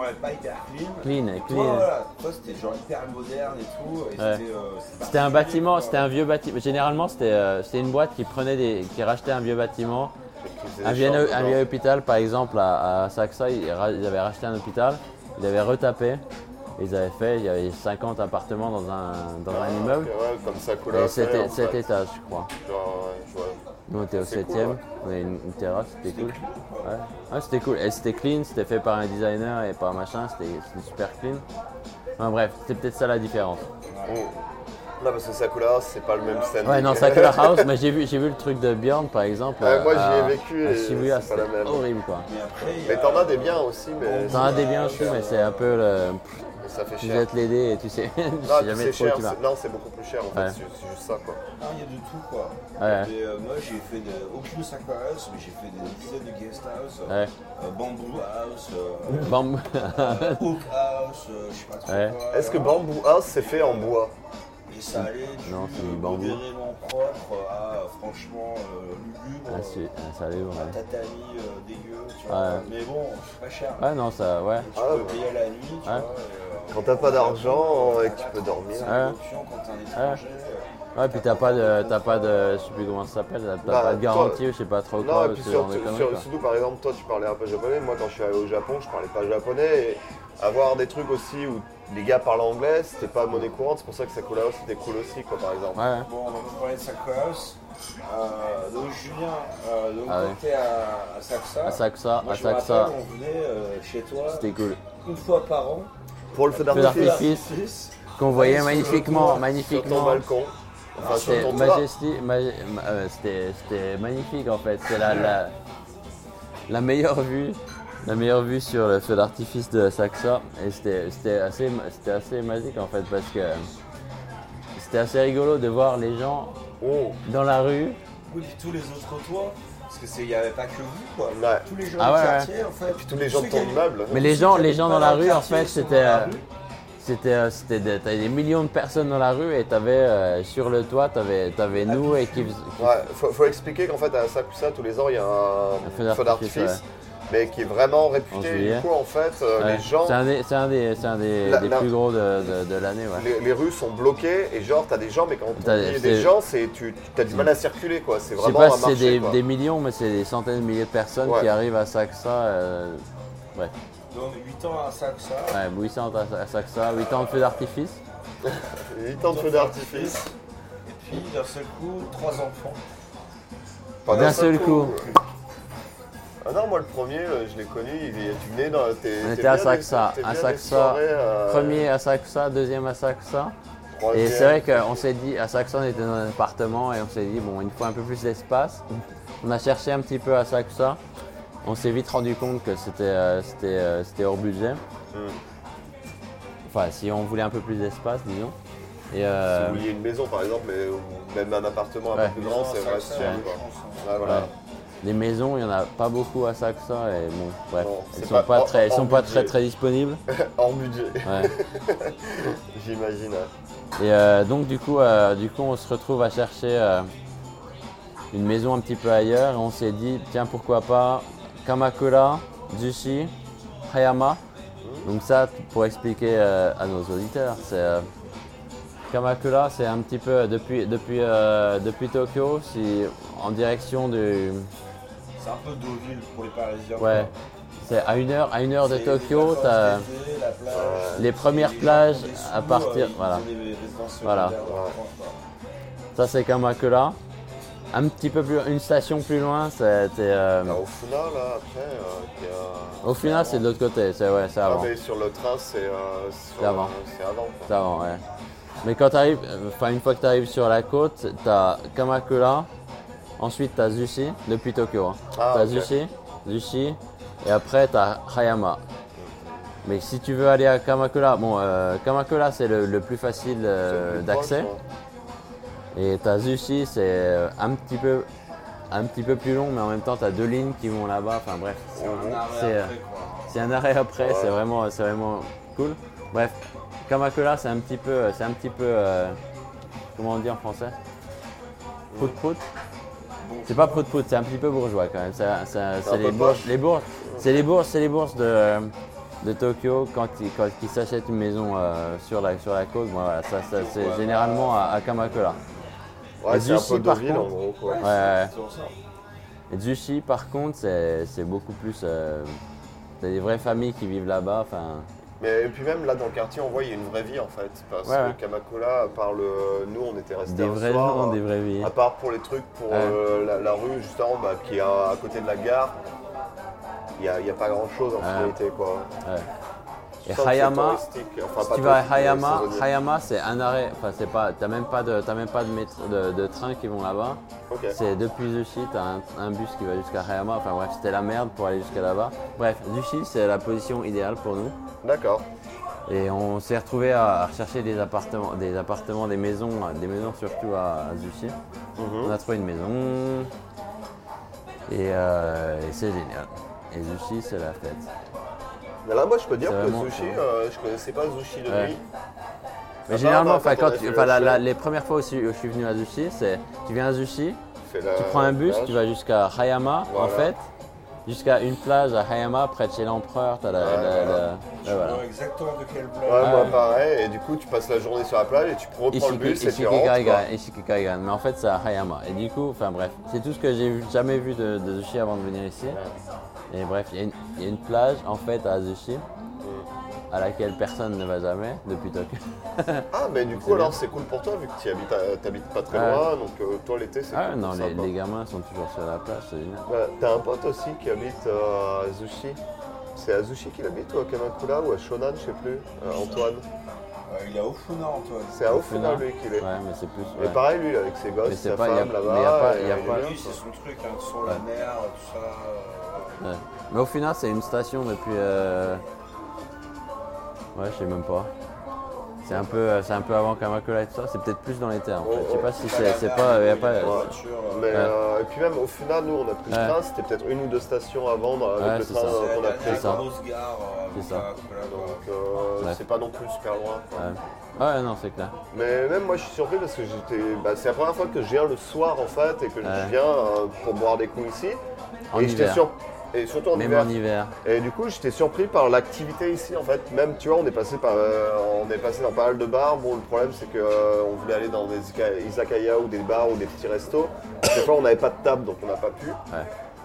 S1: ouais, pas hyper clean.
S3: Clean,
S1: Et
S3: clean.
S1: Toi, voilà, toi c'était genre hyper moderne et tout. et
S3: Ouais.
S1: c'était, euh,
S3: C'était un bâtiment, c'était un vieux bâtiment. Généralement, c'était euh, c'était une boîte qui prenait des, qui rachetait un vieux bâtiment,
S2: Qui faisait
S3: un
S2: des
S3: vieil,
S2: chambres,
S3: un
S2: genre.
S3: vieil hôpital par exemple à, à Saxa, ils, ra- ils avaient racheté un hôpital, ils avaient retapé Ils avaient fait, il y avait 50 appartements dans un, dans un
S2: Ah,
S3: immeuble.
S2: ok, ouais, comme ça, cool
S3: Et c'était 7 étages, je crois. Nous, on était au
S2: C'est cool,
S3: 7ème,
S2: ouais.
S3: on avait une, une terrasse, c'était cool. Ouais, Ouais, c'était cool. Et c'était clean, c'était fait par un designer et par machin, c'était c'était super clean. Enfin bref, c'est peut-être ça la différence.
S2: Non, parce que Sakura, c'est pas le même stand.
S3: Ouais, non, Sakura House, mais j'ai vu, j'ai vu le truc de Bjorn par exemple.
S2: Ouais,
S3: euh,
S2: moi, j'y ai
S3: à-
S2: vécu
S3: à
S2: et
S3: Shibuya,
S2: c'est pas la
S3: c'était
S2: même.
S3: horrible quoi.
S1: Mais après, il y a-
S2: Mais t'en as des biens aussi, mais
S3: T'en as des biens chou, mais c'est un peu le.
S2: mais ça fait
S3: Tu
S2: cher.
S3: dois te l'aider et tu sais, tu
S2: Non,
S3: sais
S2: et puis
S3: jamais
S2: Ah, c'est
S3: trop où
S2: cher.
S3: tu vas.
S2: c'est- Non, c'est beaucoup plus cher en
S3: Ouais.
S2: fait. C'est c'est juste ça, quoi.
S1: Ah, il y a de tout quoi.
S3: Ouais.
S1: Et, euh, moi j'ai fait de, aucune Sakura House, mais j'ai fait des dizaines de guest house,
S3: Ouais. ah,
S1: euh, bamboo house, euh,
S3: Bam.
S1: euh, oak house, euh, je sais pas trop
S3: Ouais.
S1: quoi.
S2: Est-ce que Bamboo House, c'est fait en bois
S1: Et ça allait du
S3: Non, c'est du
S1: euh,
S3: bambou.
S1: modérément propre à franchement euh, lugubre,
S3: Ah, c'est- ah, ça allait, ouais.
S1: à tatami euh, dégueu, tu vois.
S3: Ouais.
S1: Mais bon, c'est pas cher.
S3: Ouais, non, ça, ouais.
S1: Et Tu
S2: Ah,
S1: peux
S2: ouais.
S1: payer à la nuit, tu
S3: Ouais.
S1: vois. et, euh,
S2: Quand t'as pas d'argent euh, et que tu peux dormir.
S1: C'est une
S3: Ouais.
S1: option quand t'es un étranger. euh,
S3: Ouais, puis t'as pas de. T'as pas de. Je sais plus comment ça s'appelle, t'as
S2: Bah,
S3: pas de
S2: toi-
S3: garantie ou je sais pas trop
S2: Non,
S3: quoi,
S2: et
S3: ou
S2: puis
S3: ce genre de
S2: surtout,
S3: conneries
S2: sur-
S3: quoi.
S2: surtout, par exemple, toi tu parlais un peu japonais, moi quand je suis allé au Japon je parlais pas japonais et avoir des trucs aussi où les gars parlent anglais, c'était pas monnaie courante, c'est pour ça que Sakura House c'était cool aussi quoi par exemple.
S3: Ouais, ouais.
S1: Bon, on va vous parler de Sakura House. Euh, donc Julien, euh, donc
S3: Ah
S1: quand
S3: ouais.
S1: t'es à, à Saxa,
S3: À Saxa,
S1: moi,
S3: à
S1: je me
S3: Saxa.
S1: rappelle, on venait euh, chez toi
S3: C'était cool.
S1: une fois par an.
S2: Pour le feu
S3: Feu
S2: d'artifice
S3: d'artifice. Qu'on voyait
S1: Sur le
S3: magnifiquement,
S1: toit,
S2: sur ton
S3: magnifiquement.
S2: balcon, enfin Ah, sur
S3: C'était
S2: ton toit.
S3: majestique, Ah, ma- ma- euh, c'était c'était magnifique en fait. C'est la, la, la meilleure vue, la meilleure vue sur le feu d'artifice de Saxa. Et c'était c'était assez, ma- c'était assez magique en fait parce que c'était assez rigolo de voir les gens
S2: Oh.
S3: dans la rue.
S1: Oui, puis tous les autres toits, parce que c'est- il n'y avait pas que vous, quoi.
S2: Ouais.
S1: Tous les gens
S3: Ah ouais,
S1: du quartier, en fait.
S2: Tous les gens de
S1: Ceux
S2: ton
S1: qui-
S2: immeuble.
S3: Mais les gens,
S1: qui
S3: les
S1: habitent
S3: gens
S1: pas
S3: dans la
S1: le
S3: rue en
S1: quartier
S3: fait,
S1: sont dans
S3: c'était
S1: la
S3: euh,
S1: rue.
S3: c'était euh, c'était des, t'avais des millions de personnes dans la rue et t'avais euh, sur le toit t'avais avais
S2: Ah,
S3: nous et qui,
S2: Ouais, faut, faut expliquer qu'en fait à Sakusa tous les ans il y a un,
S3: feu d'artifice,
S2: feu d'artifice. Mais qui est vraiment
S3: En
S2: réputé,
S3: juillet.
S2: du coup en fait euh,
S3: Ouais.
S2: les gens
S3: C'est un des, c'est un des, c'est un des-
S2: La-
S3: des
S2: la-
S3: plus gros de, de- de l'année, ouais.
S2: Les, les rues sont bloquées et genre t'as des gens mais quand
S3: T'as-
S2: on dit
S3: c'est-
S2: des gens c'est tu as du mal à circuler quoi c'est
S3: Je sais
S2: vraiment
S3: pas
S2: un
S3: si c'est
S2: marché
S3: des,
S2: quoi.
S3: des millions, mais c'est des centaines de milliers de personnes
S2: Ouais.
S3: qui arrivent à Saxa. euh, ouais,
S1: Donc 8 ans à Saxa.
S3: ouais 800 à, à Saxa, 8 ans de feu d'artifice.
S2: Huit ans de feu d'artifice
S1: Et puis d'un seul coup, trois enfants.
S2: Pas
S3: D'un seul coup.
S2: Ah non moi le premier euh, je l'ai connu il est tu venais dans t'es-
S3: On
S2: t'es
S3: était
S2: bien
S3: à
S2: des-
S3: Saxa,
S2: t'es
S3: à
S2: bien des
S3: Saxa,
S2: soirées, euh,
S3: premier à Saxa, deuxième à Saxa. Et
S2: troisième.
S3: c'est vrai qu'on s'est dit, à Saxa, on était dans un appartement et on s'est dit, bon, il nous faut un peu plus d'espace. On a cherché un petit peu à Saxa. On s'est vite rendu compte que c'était euh, c'était, euh, c'était hors budget.
S2: Hmm.
S3: Enfin, si on voulait un peu plus d'espace, disons. Et,
S2: si
S3: euh,
S2: vous vouliez une maison par exemple mais ou même un appartement un
S3: Ouais.
S2: peu plus grand c'est
S1: Saxa,
S2: vrai
S1: ça,
S2: sûr,
S1: je
S2: quoi.
S1: pense,
S2: Ouais, voilà.
S3: Ouais. Les maisons, il n'y en a pas beaucoup à Saxa et bon, bref,
S2: Non,
S3: elles
S2: c'est
S3: sont
S2: pas-
S3: pas
S2: en-
S3: très, elles
S2: en
S3: sont pas
S2: budget.
S3: très très disponibles.
S2: hors budget
S3: Ouais.
S2: j'imagine hein.
S3: Et euh, donc du coup, euh, du coup, on se retrouve à chercher euh, une maison un petit peu ailleurs. Et on s'est dit, tiens, pourquoi pas Kamakura, Jushi, Hayama. Donc ça, pour expliquer euh, à nos auditeurs, c'est euh, Kamakura, c'est un petit peu euh, depuis depuis euh, depuis Tokyo, si en direction du
S1: C'est un peu Deauville pour les Parisiens.
S3: ouais,
S1: quoi.
S3: c'est à une heure à une heure de
S1: C'est
S3: Tokyo,
S1: les
S3: t'as
S1: vacances d'été, la plage.
S3: les premières
S1: Les gens
S3: plages
S1: qui ont des sous,
S3: à
S1: euh,
S3: partir.
S1: ils
S3: Voilà,
S1: ont des résidences
S3: Voilà.
S1: secondaires dans leur coin, quoi.
S3: ça c'est Kamakura. Un petit peu plus, une station plus loin, c'était. euh,
S2: Alors, au final là après euh, il y a-
S3: au final, c'est de l'autre côté, c'est ouais, c'est
S2: Ah,
S3: avant.
S2: mais sur le train, c'est euh, sur-
S3: C'est avant.
S2: C'est avant. quoi.
S3: C'est avant, ouais. Mais quand t'arrives, euh, enfin une fois que t'arrives sur la côte, t'as Kamakura, ensuite t'as Zushi, depuis Tokyo. hein.
S2: Ah,
S3: t'as
S2: ok.
S3: Zushi, Zushi, et après t'as Hayama. Mais si tu veux aller à Kamakura, bon, euh, Kamakura c'est le, le plus facile euh,
S2: C'est plus
S3: d'accès.
S2: proche, hein.
S3: Et Tazushi, c'est euh, un petit peu un petit peu plus long, mais en même temps, tu as deux lignes qui vont là-bas. Enfin bref,
S1: C'est un arrêt
S3: c'est, euh,
S1: après, quoi.
S3: c'est un arrêt après,
S2: Ouais.
S3: c'est vraiment, c'est vraiment cool. Bref, Kamakura, c'est un petit peu, c'est un petit peu, euh, comment on dit en français Prout prout. C'est pas prout prout, c'est un petit peu bourgeois quand même. Ça- ça- C'est
S2: un peu
S3: les bourses,
S2: poche.
S3: les bourses, c'est les bourses, c'est les bourses de, euh, de Tokyo quand ils, quand ils s'achètent une maison euh, sur la sur la côte. Bon, voilà, ça, ça, c'est généralement à, à Kamakura.
S2: Ouais,
S3: Mais
S2: c'est un
S3: Zushi,
S2: peu
S3: par
S2: Deauville en
S3: contre-
S2: gros. Quoi.
S3: Ouais, ouais.
S1: C'est pour ça.
S3: Et Jushi, par contre, c'est c'est beaucoup plus. euh, T'as des vraies familles qui vivent là-bas. Enfin,
S2: Mais et puis même là dans le quartier, on voit il y a une vraie vie en fait. Parce
S3: Ouais, ouais.
S2: que Kamakura, à part le, nous on était restés
S3: Des
S2: un
S3: vrais
S2: soir,
S3: gens,
S2: euh,
S3: des vraies vies.
S2: À part pour les trucs pour
S3: Ouais.
S2: euh, la, la rue juste avant, bah, qui est à, à côté de la gare, il n'y a, il y a pas grand chose en
S3: Ouais.
S2: finalité quoi.
S3: Ouais. Et
S2: Sauf que c'est
S3: Hayama,
S2: touristique. Enfin,
S3: Si
S2: pas euh,
S3: tu vas à
S2: touristique, mais
S3: Hayama,
S2: saisonnier.
S3: Hayama c'est un arrêt, enfin c'est pas, t'as même pas de, t'as même pas de, métro- de, de train qui vont là-bas.
S2: Ok.
S3: C'est depuis Zushi, t'as un, un bus qui va jusqu'à Hayama, enfin bref c'était la merde pour aller jusqu'à là-bas. Bref, Zushi c'est la position idéale pour nous.
S2: D'accord.
S3: Et on s'est retrouvé à rechercher des appartements, des appartements, des maisons, euh, des maisons surtout à, à Zushi.
S2: Mhm.
S3: On a trouvé une maison et, euh, et c'est génial. Et Zushi c'est la fête.
S2: Ah Mais là moi je peux dire
S3: C'est
S2: que
S3: vraiment-
S2: Zushi, euh, je connaissais pas Zushi de
S3: Ouais.
S2: nuit.
S3: Mais
S2: Ah,
S3: généralement,
S2: bah, bah,
S3: enfin,
S2: quand on
S3: quand
S2: a
S3: tu-
S2: fait
S3: enfin,
S2: le
S3: la- la-
S2: show.
S3: les premières fois où je, où je suis venu à Zushi, c'est tu viens à Zushi,
S2: Fais la-
S3: tu prends un bus,
S2: la
S3: tu vas jusqu'à Hayama, en
S2: Voilà.
S3: fait, jusqu'à une plage à Hayama près de chez l'empereur. T'as la,
S2: Ouais,
S3: la-
S2: voilà.
S3: la-
S1: Je
S3: ouais, voilà.
S1: vois exactement de quel
S2: Ouais,
S1: blog.
S2: moi
S3: ouais.
S2: pareil, et du coup tu passes la journée sur la plage et tu reprends le
S3: Ishiki-
S2: bus et tu rentres. quoi.
S3: Ishikigaigan, Ishikigaigan. mais en fait c'est à Hayama. Et du coup, enfin bref, c'est tout ce que j'ai vu- jamais vu de, de Zushi avant de venir ici. Et bref, il y a une- il y, a une plage en fait à Zushi
S2: Mm.
S3: à laquelle personne ne va jamais depuis Tokyo.
S2: Ah, mais du coup, alors c'est cool pour toi vu que tu habites, à- t'habites pas très
S3: Ouais.
S2: loin, donc euh, toi l'été c'est
S3: Ah
S2: cool,
S3: non,
S2: sympa.
S3: les, les gamins sont toujours sur la plage, c'est génial.
S2: Ouais, T'as un pote aussi qui habite euh, à Azushi. C'est à Azushi qu'il habite ou à Kamakura ou à Shonan, je sais plus, euh, Antoine.
S1: Euh, il est au Funa, Antoine.
S2: C'est à Ofuna lui qu'il est.
S3: Ouais, mais c'est plus.
S2: Mais
S3: ouais.
S2: pareil, lui, avec ses gosses,
S3: Mais c'est
S2: sa
S3: pas- y a-
S2: femme
S3: mais y a
S2: là-bas.
S3: pas-
S2: et
S3: y a
S2: il est
S3: pas-
S2: bien.
S1: Lui, c'est son truc, hein, sur la mer, tout ça. euh,
S3: Ouais. Mais au final, c'est une station depuis. euh, Ouais, je sais même pas. C'est un peu, euh, c'est un peu avant Kamakura et tout ça. C'est peut-être plus dans les terres. En fait. Je sais pas si c'est,
S1: la
S3: c'est
S1: mer,
S3: pas,
S1: il
S3: euh, y a
S1: y
S3: pas.
S1: la
S3: ouais.
S1: voiture, euh,
S2: Mais, euh, et puis même au final, nous on a pris le
S3: Ouais.
S2: train, c'était peut-être une ou deux stations avant dans- avec
S3: Ouais,
S2: le
S3: c'est
S2: train
S3: ça.
S2: euh, qu'on a
S1: la
S2: pris.
S3: ça.
S1: grosse gare. euh,
S3: C'est ça.
S1: avec, euh, voilà,
S2: Donc euh,
S3: Ouais.
S2: c'est pas non plus super loin. quoi.
S3: Ouais, non, c'est clair.
S2: Mais même moi je suis surpris parce que j'étais. Bah, c'est la première fois que je viens le soir en fait et que
S3: Ouais.
S2: je viens euh, pour boire des coups ici.
S3: En
S2: et j'étais
S3: hiver.
S2: sur... Et surtout en
S3: Même
S2: hiver.
S3: en hiver.
S2: Et du coup j'étais surpris par l'activité ici en fait. Même tu vois on est passé par euh, on est passé dans pas mal de bars. Bon le problème c'est que euh, on voulait aller dans des ika- izakaya ou des bars ou des petits restos. Cette fois on n'avait pas de table donc on n'a pas pu.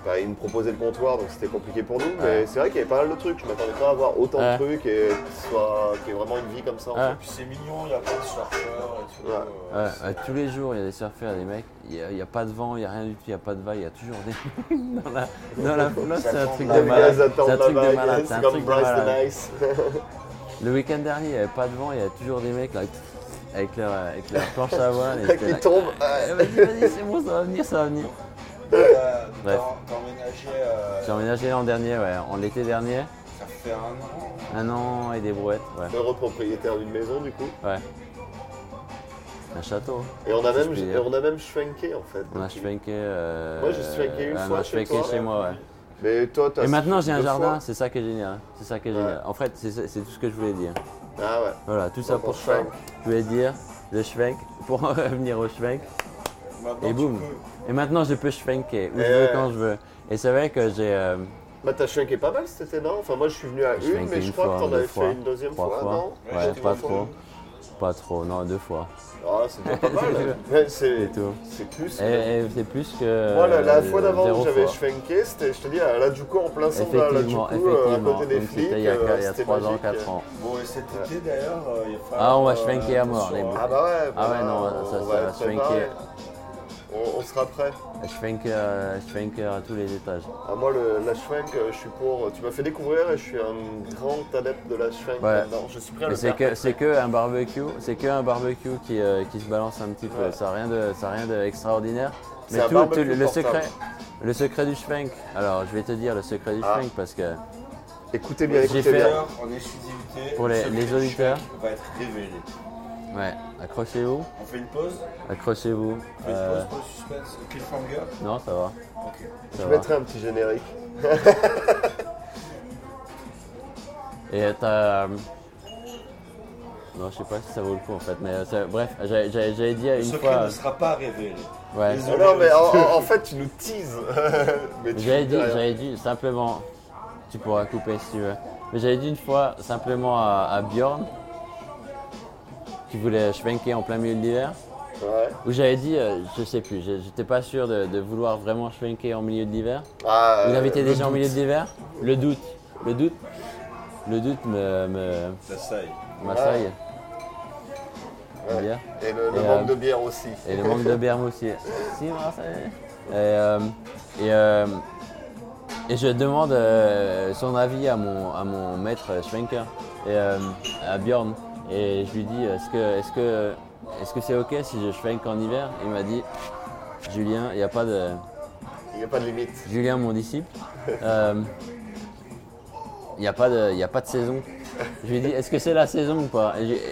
S2: Enfin, ils nous proposaient le comptoir donc c'était compliqué pour nous. Mais c'est vrai qu'il y avait pas mal de trucs. Je m'attendais pas à avoir autant
S3: Ouais.
S2: de trucs et que ce soit qu'il y ait vraiment une vie comme ça. en
S3: Ouais.
S1: Puis c'est mignon, il y a plein de surfeurs et tout.
S2: Ouais.
S1: euh,
S3: Ouais, euh, tous les jours, il y a des surfeurs, des mecs. Il y, a- il y a pas de vent, il y a rien du tout, il y a pas de vague, il y a toujours des mecs dans la, dans la flotte. C'est un truc de
S2: Les gars
S3: malade. C'est
S2: attendent
S3: un
S2: la
S3: truc de malade.
S2: vague,
S3: C'est un
S2: c'est
S3: truc
S2: comme
S3: de
S2: Bryce
S3: malade.
S2: the Nice.
S3: Le week-end dernier, il n'y avait pas de vent, il y avait toujours des mecs là, avec leur, avec leur planche à voile. et j'étais
S2: Qui
S3: là,
S2: tombe.
S3: Eh, Vas-y, vas-y, c'est bon, ça va venir, ça va venir.
S1: T'as
S3: Bref.
S1: t'as- t'as emménagé, euh,
S3: J'ai emménagé l'an dernier, ouais, en l'été dernier,
S1: ça fait un an.
S3: un an et des brouettes, ouais.
S2: Heureux propriétaire d'une maison du coup.
S3: ouais. Un château.
S2: Et on a
S3: Si je
S2: même,
S3: puis
S2: et
S3: dire.
S2: on a même shrinké en fait.
S3: On a
S2: depuis.
S3: schwenké. euh,
S2: Moi, j'ai schwenké une
S3: ouais, on
S2: fois
S3: a
S2: chez
S3: schwenké
S2: toi.
S3: chez moi, ouais.
S2: Mais toi, t'as.
S3: Et maintenant, j'ai un
S2: deux
S3: jardin,
S2: fois.
S3: c'est ça qui est génial. hein. C'est ça qui est génial. En fait, c'est c'est tout ce que je voulais dire.
S2: Ah ouais.
S3: Voilà, tout ça
S2: Bon,
S3: pour
S2: bon,
S3: ça.
S2: schwenk.
S3: Je voulais dire le schwenk, pour en revenir au schwenk.
S1: Maintenant,
S3: Et
S1: tu
S3: boum.
S1: peux-
S3: Et maintenant, je peux schwenker où je
S2: Eh
S3: veux,
S2: ouais.
S3: quand je veux. Et c'est vrai que j'ai. euh,
S2: Bah t'as shrinké pas mal cet été, non Enfin moi je suis venu à
S3: Je fais
S2: une, mais je
S3: une
S2: crois
S3: fois,
S2: que t'en
S3: deux
S2: avais
S3: fois,
S2: fait une deuxième
S3: trois
S2: fois,
S3: fois.
S2: non
S3: Ouais,
S1: j'étais
S3: pas
S1: au fond.
S3: trop. Pas trop, non, deux fois.
S2: Ah c'est déjà pas mal. Ouais, c'est
S3: C'est tout.
S2: c'est plus. que-
S3: Et, et c'est plus que.
S2: Moi la, la
S3: euh,
S2: fois d'avant
S3: zéro
S2: où j'avais
S3: fois.
S2: shrinké, c'était, je te dis, à la Duco en plein centre, à la Duco,
S3: Effectivement,
S2: euh, à
S3: effectivement.
S2: côté des
S3: Donc,
S2: flics.
S3: C'était il y a,
S2: euh,
S3: il y a
S2: c'était
S3: 3 ans,
S2: magique.
S3: 4 ans.
S1: Bon, et cet été d'ailleurs, euh, il va falloir,
S3: Ah, on va
S1: euh,
S3: schwenker à mort,
S1: attention,
S3: les-
S1: hein.
S2: Ah bah ouais,
S3: Ah ouais,
S2: bah,
S3: non, ça, ça va
S2: être préparé.
S3: swinker.
S2: On, on sera prêt.
S3: Je flanker, euh, je flanker à tous les étages.
S2: Ah, moi, le, la schwenk, euh, je suis pour. Tu m'as fait découvrir et je suis un grand adepte de la schwenk
S3: Ouais.
S2: maintenant. Je suis prêt à
S3: Mais
S2: le
S3: c'est
S2: faire.
S3: que c'est que un barbecue, c'est que un barbecue qui, euh, qui se balance un petit peu.
S2: Ouais.
S3: Ça a rien de ça a rien d'extraordinaire.
S2: C'est
S3: Mais
S2: un
S3: tout,
S2: barbecue
S3: tout le- le
S2: portable.
S3: secret le secret du schwenk. Alors je vais te dire le secret du
S2: Ah.
S3: schwenk parce que
S2: Écoutez bien,
S3: J'ai
S2: écoutez
S3: fait-
S2: bien.
S1: D'ailleurs, en exclusivité,
S3: Pour les-
S1: ce
S3: les
S1: que
S3: auditeurs.
S1: je fais va être révélé.
S3: ouais accrochez-vous
S1: On fait une pause
S3: accrochez-vous.
S1: On fait
S3: Euh,
S1: une pause pour le suspense. Cliffhanger
S3: non ça va.
S1: Ok.
S2: Je
S3: ça va.
S2: mettrai un petit générique.
S3: Et t'as euh, non je sais pas si ça vaut le coup en fait mais euh, ça- bref j'avais- j'avais j'avais dit
S1: Le
S3: une
S1: secret
S3: fois
S1: ne sera pas révélé.
S3: ouais.
S1: Désolé.
S2: Non, mais en, en- en fait, tu nous teases. mais tu
S3: J'avais
S2: dis
S3: dit,
S2: rien.
S3: j'avais dit simplement, tu pourras couper si tu veux, mais j'avais dit une fois simplement à, à Bjorn, qui voulait schwenker en plein milieu de l'hiver,
S2: Ouais.
S3: où j'avais dit, euh, je sais plus, j'ai- j'étais pas sûr de, de vouloir vraiment schwenker en milieu de l'hiver.
S2: Ah,
S3: Vous
S2: euh,
S3: invitez
S2: le
S3: des gens en
S2: doute.
S3: milieu de l'hiver Le doute, le doute. Le doute me, me
S2: Euh,
S1: T'assaille.
S3: m'assaille.
S2: Ouais.
S3: Bien.
S2: Et le, le
S3: Et,
S2: manque
S3: euh,
S2: de bière aussi.
S3: Et le manque de bière moi aussi. Si, Marseille. Et, euh, et, euh, et je demande euh, son avis à mon, à mon maître euh, Schwenker, et, euh, à Bjorn. Et je lui dis est-ce que est-ce que est-ce que c'est ok si je schwenk en hiver Il m'a dit Julien, il n'y a pas de.
S2: Il n'y a pas de limite.
S3: Julien, mon disciple, euh, il n'y a, pas de- il y a pas de saison. Je lui ai dit, est-ce que c'est la saison ou pas Et, j'ai-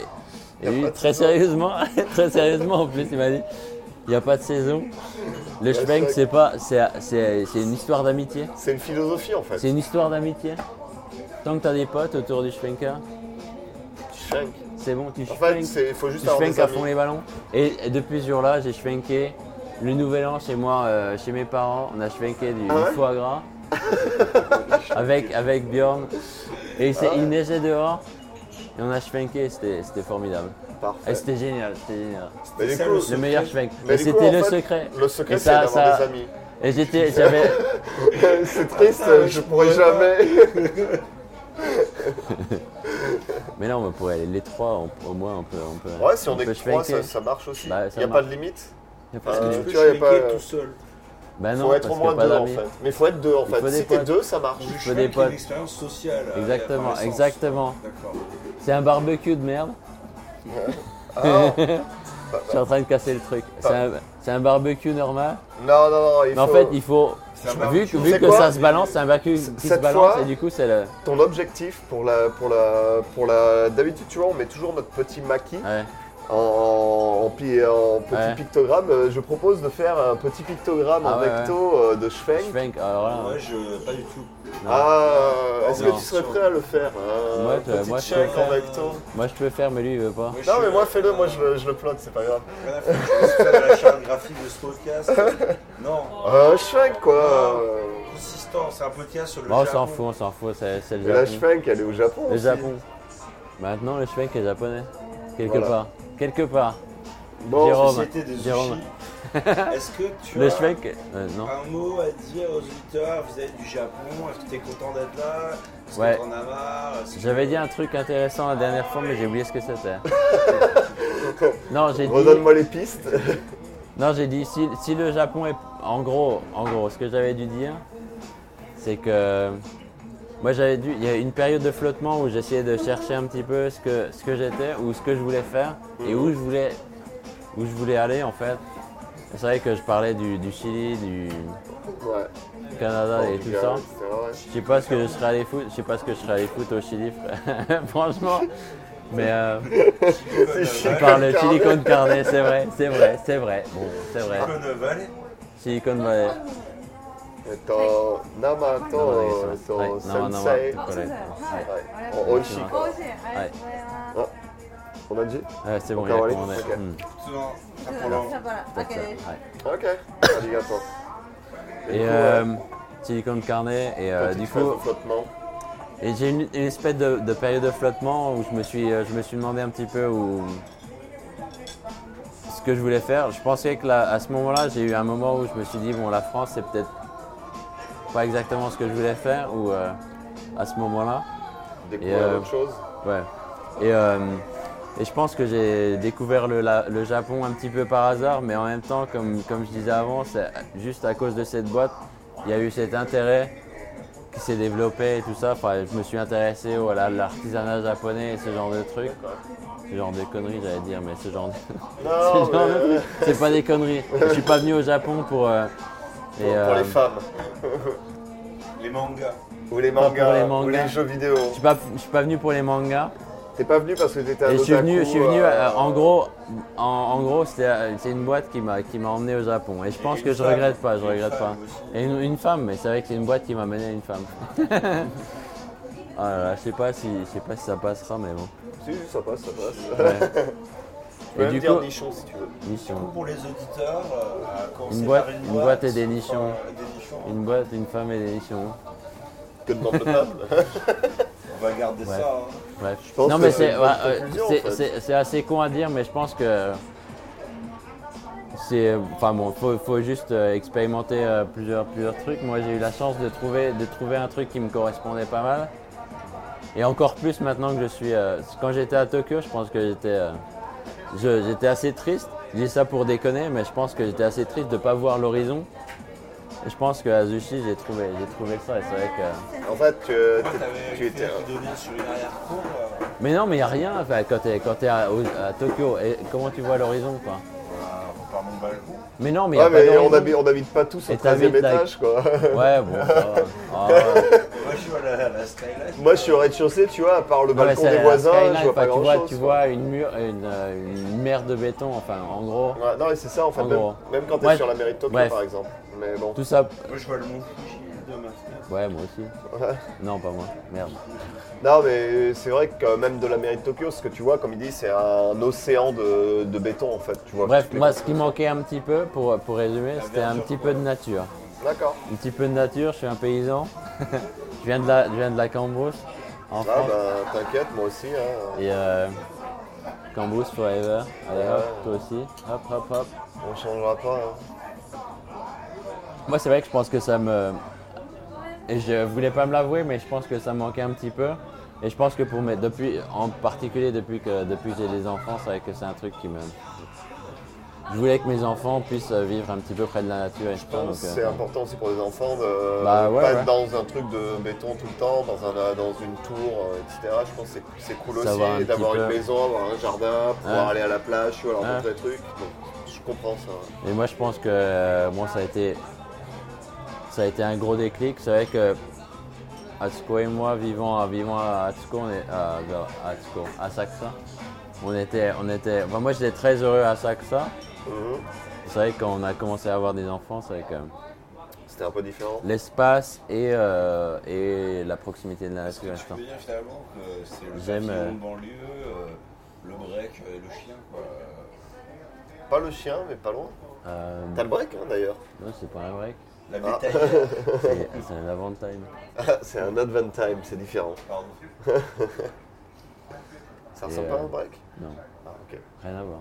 S3: et lui, très sérieusement, très sérieusement en plus, il m'a dit, il n'y a pas de saison. Le Schwenk,
S2: Schwenk.
S3: c'est pas, c'est c'est- c'est une histoire d'amitié.
S2: C'est une philosophie en fait.
S3: C'est une histoire d'amitié. Tant que tu as des potes autour du Schwenker,
S2: Shank.
S3: c'est bon, tu
S2: En fait,
S3: Schwenk.
S2: il faut juste
S3: Tu
S2: avoir
S3: schwenk
S2: des
S3: à fond
S2: amis.
S3: les ballons. Et, et depuis ce jour-là, j'ai schwenké le nouvel an chez moi, euh, chez mes parents. On a schwenké du,
S2: Ah ouais
S3: du foie gras avec, avec Bjorn. Et
S2: Ah
S3: il, s'est- il neigeait dehors. Et on a schwenké, c'était c'était formidable. Et
S2: Parfait.
S3: c'était génial, c'était génial.
S2: Mais du
S1: C'est
S2: coup,
S1: le
S2: le-
S3: Le
S1: secret.
S3: meilleur schwenk.
S2: mais
S3: Et
S2: du coup,
S3: c'était
S2: en
S3: le
S2: fait,
S3: secret.
S2: Le
S3: Et
S2: secret, c'est
S3: ça-
S2: d'avoir
S3: ça-
S2: des amis.
S3: Et j'étais, j'avais,
S2: c'est triste,
S1: Ah,
S2: je
S1: je
S2: pourrais
S1: pourrais pas.
S2: jamais.
S3: mais là on pourrait aller les trois on- au moins on peut, on peut.
S2: Ouais, si on est
S3: peut
S2: que trois,
S3: schwenker.
S2: ça, ça marche aussi. Il
S3: Bah, ça
S2: n'y a pas
S3: marche.
S2: de limite.
S3: Y a pas
S1: Parce que
S3: de-
S2: Euh,
S1: tu peux
S2: tu vois, y a
S1: shrinker
S2: pas, euh,
S1: tout seul.
S3: Bah
S2: Il
S3: non,
S2: faut être
S3: parce
S2: au
S3: qu'il
S2: moins
S3: y a pas
S2: deux en
S3: d'amis.
S2: fait. Mais il faut être deux en
S3: Il faut
S2: fait.
S3: des
S2: Si t'es
S3: potes.
S2: deux, ça marche.
S1: Le
S3: des
S1: shrink est
S3: potes.
S1: une expérience sociale. euh,
S3: Exactement,
S1: à la
S3: exactement.
S1: D'accord.
S3: C'est un barbecue de merde.
S2: Ah,
S3: Je suis en train de casser le truc. C'est un, c'est un barbecue normal.
S2: non, non, non. Il
S3: Mais en
S2: faut-
S3: fait, il faut.
S1: C'est un
S3: Vu,
S1: barbecue.
S3: que-
S2: Tu
S3: vu
S2: sais
S3: que
S2: quoi
S3: ça se balance, c'est un barbecue qui se
S2: Cette
S3: balance
S2: fois-
S3: et du coup, c'est le.
S2: Ton objectif pour la. pour la. pour la. D'habitude, tu vois, on met toujours notre petit maquis
S3: Ouais.
S2: en, en, pi- en petit
S3: Ah. Ouais.
S2: pictogramme. Euh, Je propose de faire un petit pictogramme
S3: Ah
S2: en
S3: ouais,
S2: recto euh, de Schwenk.
S3: Schwenk, alors là.
S1: Moi, je. Pas du tout.
S2: Ah, est-ce que
S3: Non.
S2: tu serais prêt à le faire euh,
S3: Moi, tu-
S2: Petit
S3: moi, je peux
S2: Schwenk
S3: le
S2: en
S3: faire.
S2: recto.
S3: Moi, je peux faire, mais lui, il veut pas.
S1: je
S2: Non,
S1: suis-
S2: mais moi, fais-le, moi, je, le- je le plug, c'est pas grave.
S1: Rien à foutre, je suis sur la charte graphique de ce podcast. Non,
S2: Euh, Schwenk,
S3: Ah.
S2: quoi. Euh,
S1: consistant, c'est un podcast sur le
S3: Bon, on s'en
S1: Japon.
S3: fout, on s'en fout, c'est c'est
S2: Mais la
S3: le Japon.
S2: Schwenk, elle est au Japon.
S3: Le
S2: aussi.
S3: Japon. Maintenant, le Schwenk est japonais. Quelque
S2: Voilà.
S3: part. Quelque part.
S2: Bon,
S3: Jérôme.
S1: Société des
S3: Jérôme.
S1: sushis. Est-ce que tu
S3: Le
S1: as
S3: Schwenk. euh, non.
S1: un mot à dire aux auditeurs vis-à-vis du Japon Est-ce que tu es content d'être là Est-ce
S3: Ouais.
S1: que t'en as marre Est-ce que-
S3: J'avais dit un truc intéressant la dernière fois, mais j'ai oublié ce que c'était. non, j'ai dit.
S2: redonne-moi les pistes.
S3: Non, j'ai dit si, si le Japon est en gros, en gros, ce que j'avais dû dire, c'est que moi j'avais dû. Il y a eu une période de flottement où j'essayais de chercher un petit peu ce que ce que j'étais ou ce que je voulais faire et où je voulais où je voulais aller en fait. C'est vrai que je parlais du, du Chili, du
S2: ouais.
S3: Canada et tout ça.
S2: C'est vrai.
S3: Je sais pas ce que je serais allé foutre. Je sais pas ce que je serais allé foutre au Chili, frère. franchement. Mais euh,
S2: Silicon
S3: par le
S2: Valley.
S3: Chili con carne, c'est vrai, c'est vrai, c'est vrai. Bon, c'est vrai.
S1: Silicon Valley
S3: Silicon Valley.
S2: Attends, non mais attends, euh, ton sensei. Ouais. En Oishi, quoi. On a dit
S3: Ouais, c'est bon,
S2: Encore
S3: il a
S2: aller
S3: commandé.
S2: Ok.
S3: Hmm.
S1: Non, ça prend long.
S2: Ok, arigato.
S3: Et euh, silicone carnet. Et euh, du
S2: Petite
S3: coup,
S2: phase de flottement.
S3: et j'ai une, une espèce de, de période de flottement où je me suis, euh, je me suis demandé un petit peu où, ce que je voulais faire. Je pensais que là, à ce moment-là, j'ai eu un moment où je me suis dit bon, la France, c'est peut-être pas exactement ce que je voulais faire. Ou euh, à ce moment-là.
S2: Découvrir
S3: euh,
S2: autre chose.
S3: Ouais. Et, euh, et je pense que j'ai découvert le, la- le Japon un petit peu par hasard, mais en même temps, comme, comme je disais avant, c'est juste à cause de cette boîte, il y a eu cet intérêt qui s'est développé et tout ça. Enfin, je me suis intéressé au- à la- l'artisanat japonais et ce genre de trucs. Ce genre de conneries, j'allais dire, mais ce genre de.
S2: Non,
S3: ce genre de-
S2: mais-
S3: C'est pas des conneries. Je suis pas venu au Japon pour. euh, et,
S2: pour,
S3: euh,
S2: les femmes.
S1: Les mangas.
S2: Ou les
S3: pas pour
S2: mangas,
S3: les
S2: ou
S3: mangas.
S2: les jeux vidéo.
S3: je suis pas, je suis pas venu pour les mangas.
S2: T'es pas venu parce que t'étais un
S3: Et je suis venu,
S2: otaku,
S3: je suis venu
S2: euh,
S3: euh, en gros, en, en gros, c'était, euh, c'est une boîte qui m'a, qui m'a emmené au Japon. Et je pense
S1: Et
S3: que
S1: une
S3: je
S1: femme.
S3: regrette pas, je
S1: Et une
S3: regrette pas.
S1: femme aussi.
S3: Et une, une femme, mais c'est vrai que c'est une boîte qui m'a amené à une femme. Ah là là, je sais pas si, je sais pas si ça passera, mais bon.
S2: Si, si, ça passe, ça passe.
S3: Ouais.
S2: Tu peux
S3: Et
S2: même
S3: du
S2: dire
S3: coup,
S2: nichon si tu veux.
S3: nichon.
S1: Pour les auditeurs, euh, quand on
S3: Une
S1: sépare
S3: boîte-
S1: une
S3: une
S1: boîte,
S3: boîte et des nichons.
S1: enfin, des nichons,
S3: Une boîte, une femme et des nichons.
S2: Que demande le peuple
S1: On va garder
S3: Ouais.
S1: ça. hein.
S3: Bref.
S2: pense
S3: non,
S2: que
S3: mais
S2: c'est
S3: c'est,
S2: une
S3: ouais,
S2: bonne
S3: euh,
S2: conclusion,
S3: c'est-
S2: en fait.
S3: c'est- c'est assez con à dire, mais je pense que c'est, enfin bon, faut, faut juste euh, expérimenter euh, plusieurs, plusieurs trucs. Moi, j'ai eu la chance de trouver, de trouver un truc qui me correspondait pas mal. Et encore plus maintenant que je suis. euh, quand j'étais à Tokyo, je pense que j'étais. euh, je- j'étais assez triste. Je dis ça pour déconner, mais je pense que j'étais assez triste de ne pas voir l'horizon. Et je pense qu'à Zushi, j'ai trouvé, j'ai trouvé ça. Et c'est vrai que.
S2: En fait, tu, euh, t'es-
S1: T'avais
S2: tu étais.
S1: qui donnait sur une arrière-cour. euh,
S3: Mais non, mais il n'y a rien enfin, quand tu es, à, au- à Tokyo. Et comment tu vois l'horizon quoi
S1: bah, par mon balcon.
S3: Mais non, mais il
S2: Ouais,
S3: n'y a
S2: mais
S3: pas
S2: on
S3: d'horizon.
S2: n'habite on habite pas tous au
S3: Et t'habites,
S2: 13e
S3: like-
S2: étage, quoi.
S3: Ouais, bon. ça va. Ah, ouais.
S1: Moi, je suis à la, la skyline.
S2: Moi, je suis au rez-de-chaussée, tu vois, à part le
S3: Non, mais
S2: balcon
S3: c'est
S2: des
S3: la
S2: voisins,
S3: skyline,
S2: je vois
S3: enfin,
S2: pas
S3: tu vois,
S2: grand-chose.
S3: tu
S2: quoi.
S3: vois une, mur, une, euh, une mer de béton, enfin, en gros.
S2: Ouais, non, mais c'est ça, en fait,
S3: En gros.
S2: même, même quand t'es
S3: Ouais.
S2: sur la mairie de Tokyo,
S3: Bref.
S2: par exemple. Mais bon.
S3: Tout ça.
S1: Moi, je vois le mont Fuji de ma fenêtre.
S3: Ouais, moi aussi.
S2: Ouais.
S3: Non, pas moi. Merde.
S2: Non, mais c'est vrai que même de la mairie de Tokyo, ce que tu vois, comme il dit, c'est un océan de, de béton, en fait. Tu vois,
S3: Bref,
S2: toutes les
S3: moi,
S2: côtes.
S3: ce qui manquait un petit peu, pour, pour résumer, c'était un petit peu de nature.
S2: D'accord.
S3: Un petit peu de nature, je suis un paysan. je, viens de la, je viens de la Cambrousse, en
S2: Ah,
S3: France.
S2: bah, t'inquiète, moi aussi. hein.
S3: Et euh, Cambrousse forever. Allez, hop,
S2: Ouais.
S3: toi aussi. Hop, hop, hop.
S2: On changera pas. hein.
S3: Moi, c'est vrai que je pense que ça me. Et je voulais pas me l'avouer, mais je pense que ça me manquait un petit peu. Et je pense que pour mes. Depuis, en particulier depuis que, depuis que j'ai des enfants, c'est vrai que c'est un truc qui me. Je voulais que mes enfants puissent vivre un petit peu près de la nature et je euh,
S2: Je pense que C'est important aussi pour les enfants de
S3: Ah, Bah,
S2: de
S3: ouais,
S2: pas
S3: ouais.
S2: être dans un truc de béton tout le temps, dans, un, dans une tour, euh, etc. Je pense que c'est- c'est cool
S3: Ça va un
S2: aussi
S3: petit
S2: d'avoir une
S3: peu.
S2: maison, avoir un jardin, pouvoir
S3: Ouais.
S2: aller à la plage, ou alors
S3: Ouais.
S2: des trucs. Donc, je comprends ça.
S3: Et moi, je pense que euh, bon, ça a été ça a été un gros déclic. C'est vrai que Atsuko et moi, vivant, à- vivant à Atsuko, on est à, à Atsuko, à Saxa, on était, on était. Enfin, moi, j'étais très heureux à Saxa.
S2: Mhm.
S3: C'est vrai que quand on a commencé à avoir des enfants, c'est vrai que
S2: C'était un peu différent.
S3: l'espace et, euh, et la proximité de la
S1: Est-ce que
S3: nature.
S1: tu
S3: instant.
S1: peux dire finalement que c'est le
S3: J'aime,
S1: papillon
S3: euh,
S1: de banlieue, euh, le break et le chien quoi.
S2: Pas le chien, mais pas loin.
S3: Euh,
S2: T'as le break, hein, d'ailleurs.
S3: non, c'est pas un break,
S1: La bétaillère,
S3: c'est c'est un avantage.
S2: Ah, c'est un advent time, c'est différent.
S1: pardon.
S2: Ça
S3: Et,
S2: ressemble pas à
S3: euh,
S2: un break
S3: Non,
S2: Ah, ok.
S3: rien à voir.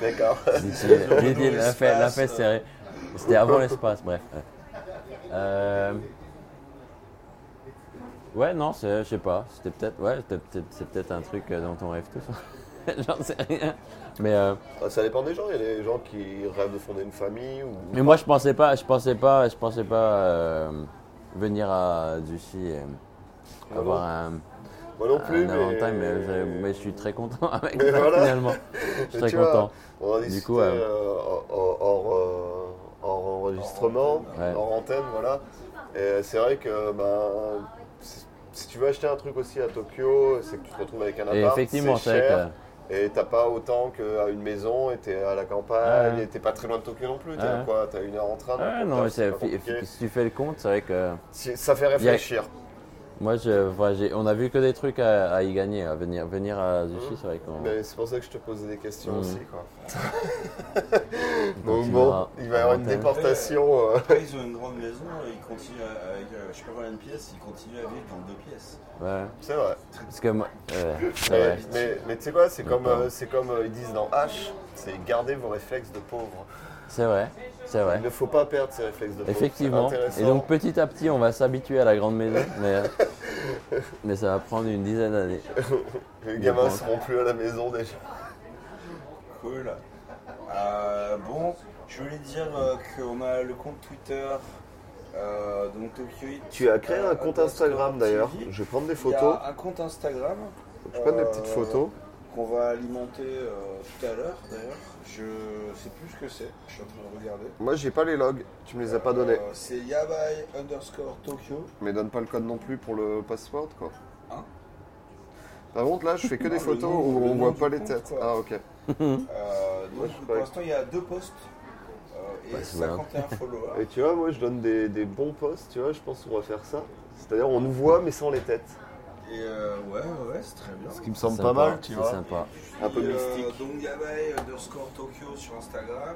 S2: D'accord.
S3: Dit-il- dit-il, la fête,
S1: l'espace,
S3: la
S2: hein.
S3: fête
S1: euh.
S3: serrée. C'était avant l'espace, bref. ouais. Euh, Ouais, non, c'est- je sais pas. C'était peut-être, ouais, c'était peut-être- c'est peut-être un truc euh, dont on rêve tous. J'en sais rien. Mais euh,
S2: Ah, ça dépend des gens. Il y a des gens qui rêvent de fonder une famille ou.
S3: Mais moi, je pensais pas, je pensais pas, je pensais pas euh, venir à Ducy et
S2: Ah
S3: avoir
S2: bon
S3: un,
S2: Moi non
S3: un
S2: plus,
S3: avantage, Ah, mais...
S2: mais.
S3: je, mais je suis très content avec
S2: Mais
S3: ça
S2: voilà.
S3: finalement. Je suis
S2: Mais
S3: très
S2: tu vois,
S3: content.
S2: On en
S3: Du
S2: discutait
S3: coup, ouais.
S2: euh, hors, hors, euh, hors enregistrement,
S3: Ouais.
S2: hors antenne, voilà. Et euh, c'est vrai que ben, si, si tu veux acheter un truc aussi à Tokyo, c'est que tu te retrouves avec un
S3: Et
S2: appart,
S3: effectivement,
S2: c'est
S3: c'est vrai
S2: cher,
S3: que-
S2: et t'as pas autant qu'à une maison, et t'es à la campagne,
S3: Ouais.
S2: et t'es pas très loin de Tokyo non plus, t'es
S3: Ouais.
S2: à quoi T'as une heure en train donc,
S3: Ah,
S2: au
S3: non,
S2: taf,
S3: mais c'est-
S2: pas compliqué.
S3: si tu fais le compte, c'est vrai que
S2: C'est- Ça fait réfléchir.
S3: moi, je, enfin, j'ai- on a vu que des trucs à, à y gagner, à venir, venir à Zushi, c'est vrai qu'on.
S2: Mais c'est pour ça que je te posais des questions
S3: Mhm.
S2: aussi, quoi. Donc
S3: tu
S2: bon,
S3: verras
S2: il va y avoir
S3: en
S2: une
S3: antenne.
S2: déportation. euh,
S1: Après, ils ont une grande maison et ils continuent à- avec euh, je sais pas combien de pièces, ils continuent à vivre dans deux pièces.
S3: Ouais.
S2: C'est vrai.
S3: Parce que moi, ouais, c'est
S2: Mais,
S3: vrai.
S2: mais- mais tu sais quoi, c'est comme,
S3: D'accord.
S2: euh, c'est comme euh, ils disent dans H, c'est garder vos réflexes de pauvre.
S3: c'est vrai, c'est vrai.
S2: Il ne faut pas perdre ces réflexes de pauvre.
S3: Effectivement.
S2: C'est intéressant.
S3: Et donc petit à petit, on va s'habituer à la grande maison, mais, mais ça va prendre une dizaine d'années.
S2: les gamins ne
S3: D'accord.
S2: seront plus à la maison déjà.
S1: Cool. Euh, bon, je voulais dire euh, qu'on a le compte Twitter. euh, donc Tokyo It.
S2: Tu as créé un compte
S1: Euh,
S2: Instagram d'ailleurs.
S1: TV.
S2: Je vais prendre des
S1: Il y a
S2: photos.
S1: un compte Instagram.
S2: Je prends des
S1: euh,
S2: petites photos.
S1: qu'on va alimenter euh, tout à l'heure d'ailleurs. Je sais plus ce que c'est, je suis en train de regarder.
S2: Moi j'ai pas les logs, tu me les as pas donnés.
S1: Euh, c'est yabai underscore Tokyo.
S2: Mais donne pas le code non plus pour le password quoi.
S1: Hein
S2: Par contre là je fais que
S1: Non,
S2: des
S1: le
S2: photos
S1: nom-
S2: où
S1: le
S2: on
S1: nom
S2: voit
S1: du
S2: pas les
S1: compte,
S2: têtes.
S1: quoi.
S2: Ah ok.
S1: Euh, donc,
S2: Ouais, je
S1: pour
S2: crois.
S1: l'instant, il y a deux posts euh, et
S3: Bah, c'est
S2: hein.
S1: 51 followers.
S2: Et tu vois moi je donne des, des bons posts, tu vois, je pense qu'on va faire ça. C'est-à-dire on nous voit mais sans les têtes.
S1: Et euh, ouais, ouais, ouais, c'est très bien.
S2: Ce qui me semble
S3: Sympa,
S2: pas mal, tu
S3: c'est
S2: vois.
S3: sympa.
S2: Un peu
S1: Et, euh,
S2: mystique.
S1: donc Yabai underscore Tokyo sur Instagram,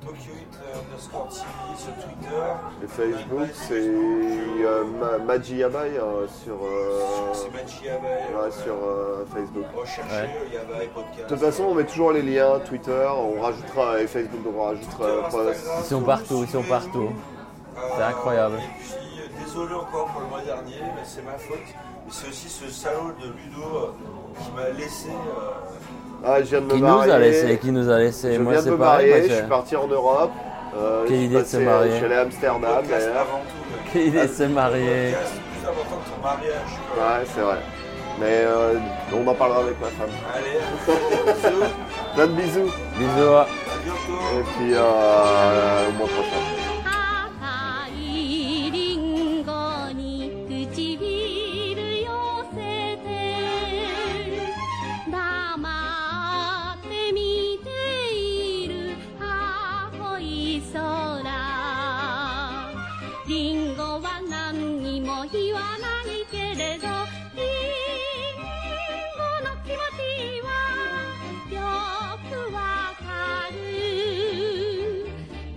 S1: Tokyo It underscore TV sur Twitter.
S2: Et Facebook, c'est euh, Ma- Maji Yabai euh, sur, euh,
S1: C'est Machi Yabai.
S2: ouais, sur euh, Facebook.
S1: Recherchez
S3: Ouais.
S1: Yabai Podcast.
S2: De toute façon, on met toujours les liens Twitter, on rajoutera et Facebook, donc on rajoutera.
S1: Twitter,
S2: pas-
S1: Instagram,
S3: Ils sont partout, ils sont partout.
S1: Euh,
S3: C'est incroyable.
S1: Et puis, euh, désolé encore pour le mois dernier, mais c'est ma faute. Mais c'est aussi ce salaud de Ludo euh, qui m'a laissé. euh,
S2: Ah, je viens de me
S3: Qui nous
S2: marier.
S3: a laissé Qui nous a
S2: Je
S3: laissé
S2: viens
S3: Moi,
S2: de me
S3: c'est pareil.
S2: marier,
S3: moi,
S2: je suis parti en Europe. Euh,
S3: Quelle
S2: je suis
S3: idée de
S2: passé-
S3: se marier.
S2: Je suis allé à Amsterdam
S1: podcast
S2: d'ailleurs.
S1: avant tout.
S3: Qui il est se marier
S1: podcast plus important que ton mariage. quoi.
S2: Ouais, c'est vrai. Mais euh, on en parlera avec ma femme.
S1: Allez, bisous,
S2: Plein de bisous.
S3: Bisous. hein. à-
S1: à
S2: Et
S1: bientôt.
S2: puis euh, au mois prochain.
S5: 赤いリンゴに唇寄せて黙って見ている青い空リンゴは何にも言わないけれどリンゴの気持ちはよくわかる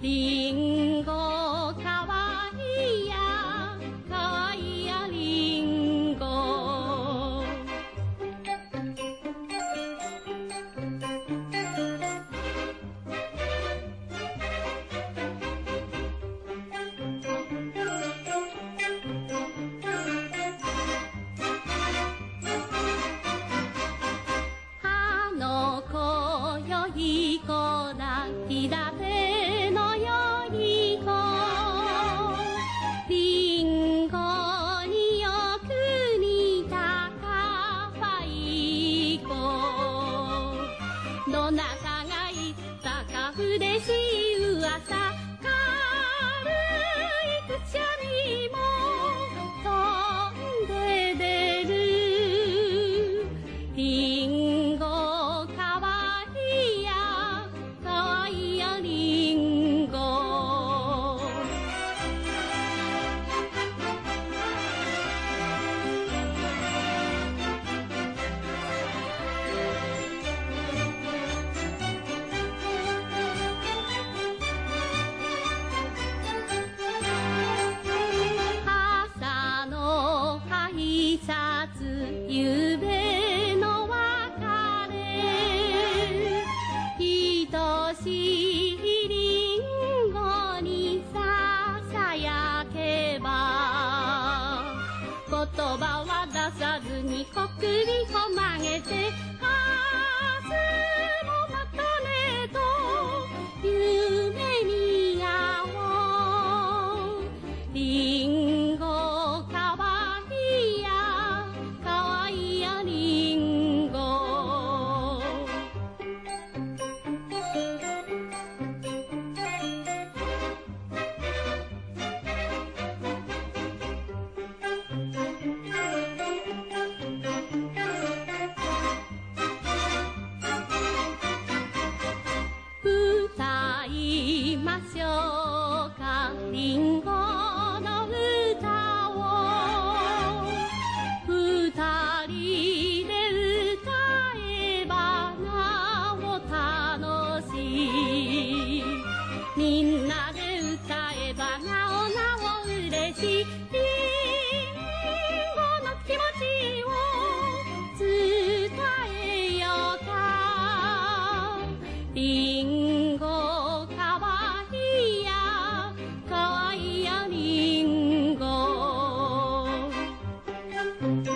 S5: リンゴかわいいやかわいいやリンゴあの子よい子だ気だてのよい子リンゴによく似たかわいい子どなたが言ったか嬉しい噂軽いくしゃみも飛んで出るリンゴかわいいやかわいいやリンゴ朝の挨拶ゆうべの別れ愛しいリンゴにささやけば言葉は出さずにこくりこまげて「はずもまたねと夢見合おう」「りんごかわいいやかわいいやりんご」歌いましょうかリンゴの歌を二人で歌えばなお楽しいみんなで歌えばなおなお嬉しいリンゴの気持ちを伝えようかリンゴかわいいやかわいいやリンゴ thank you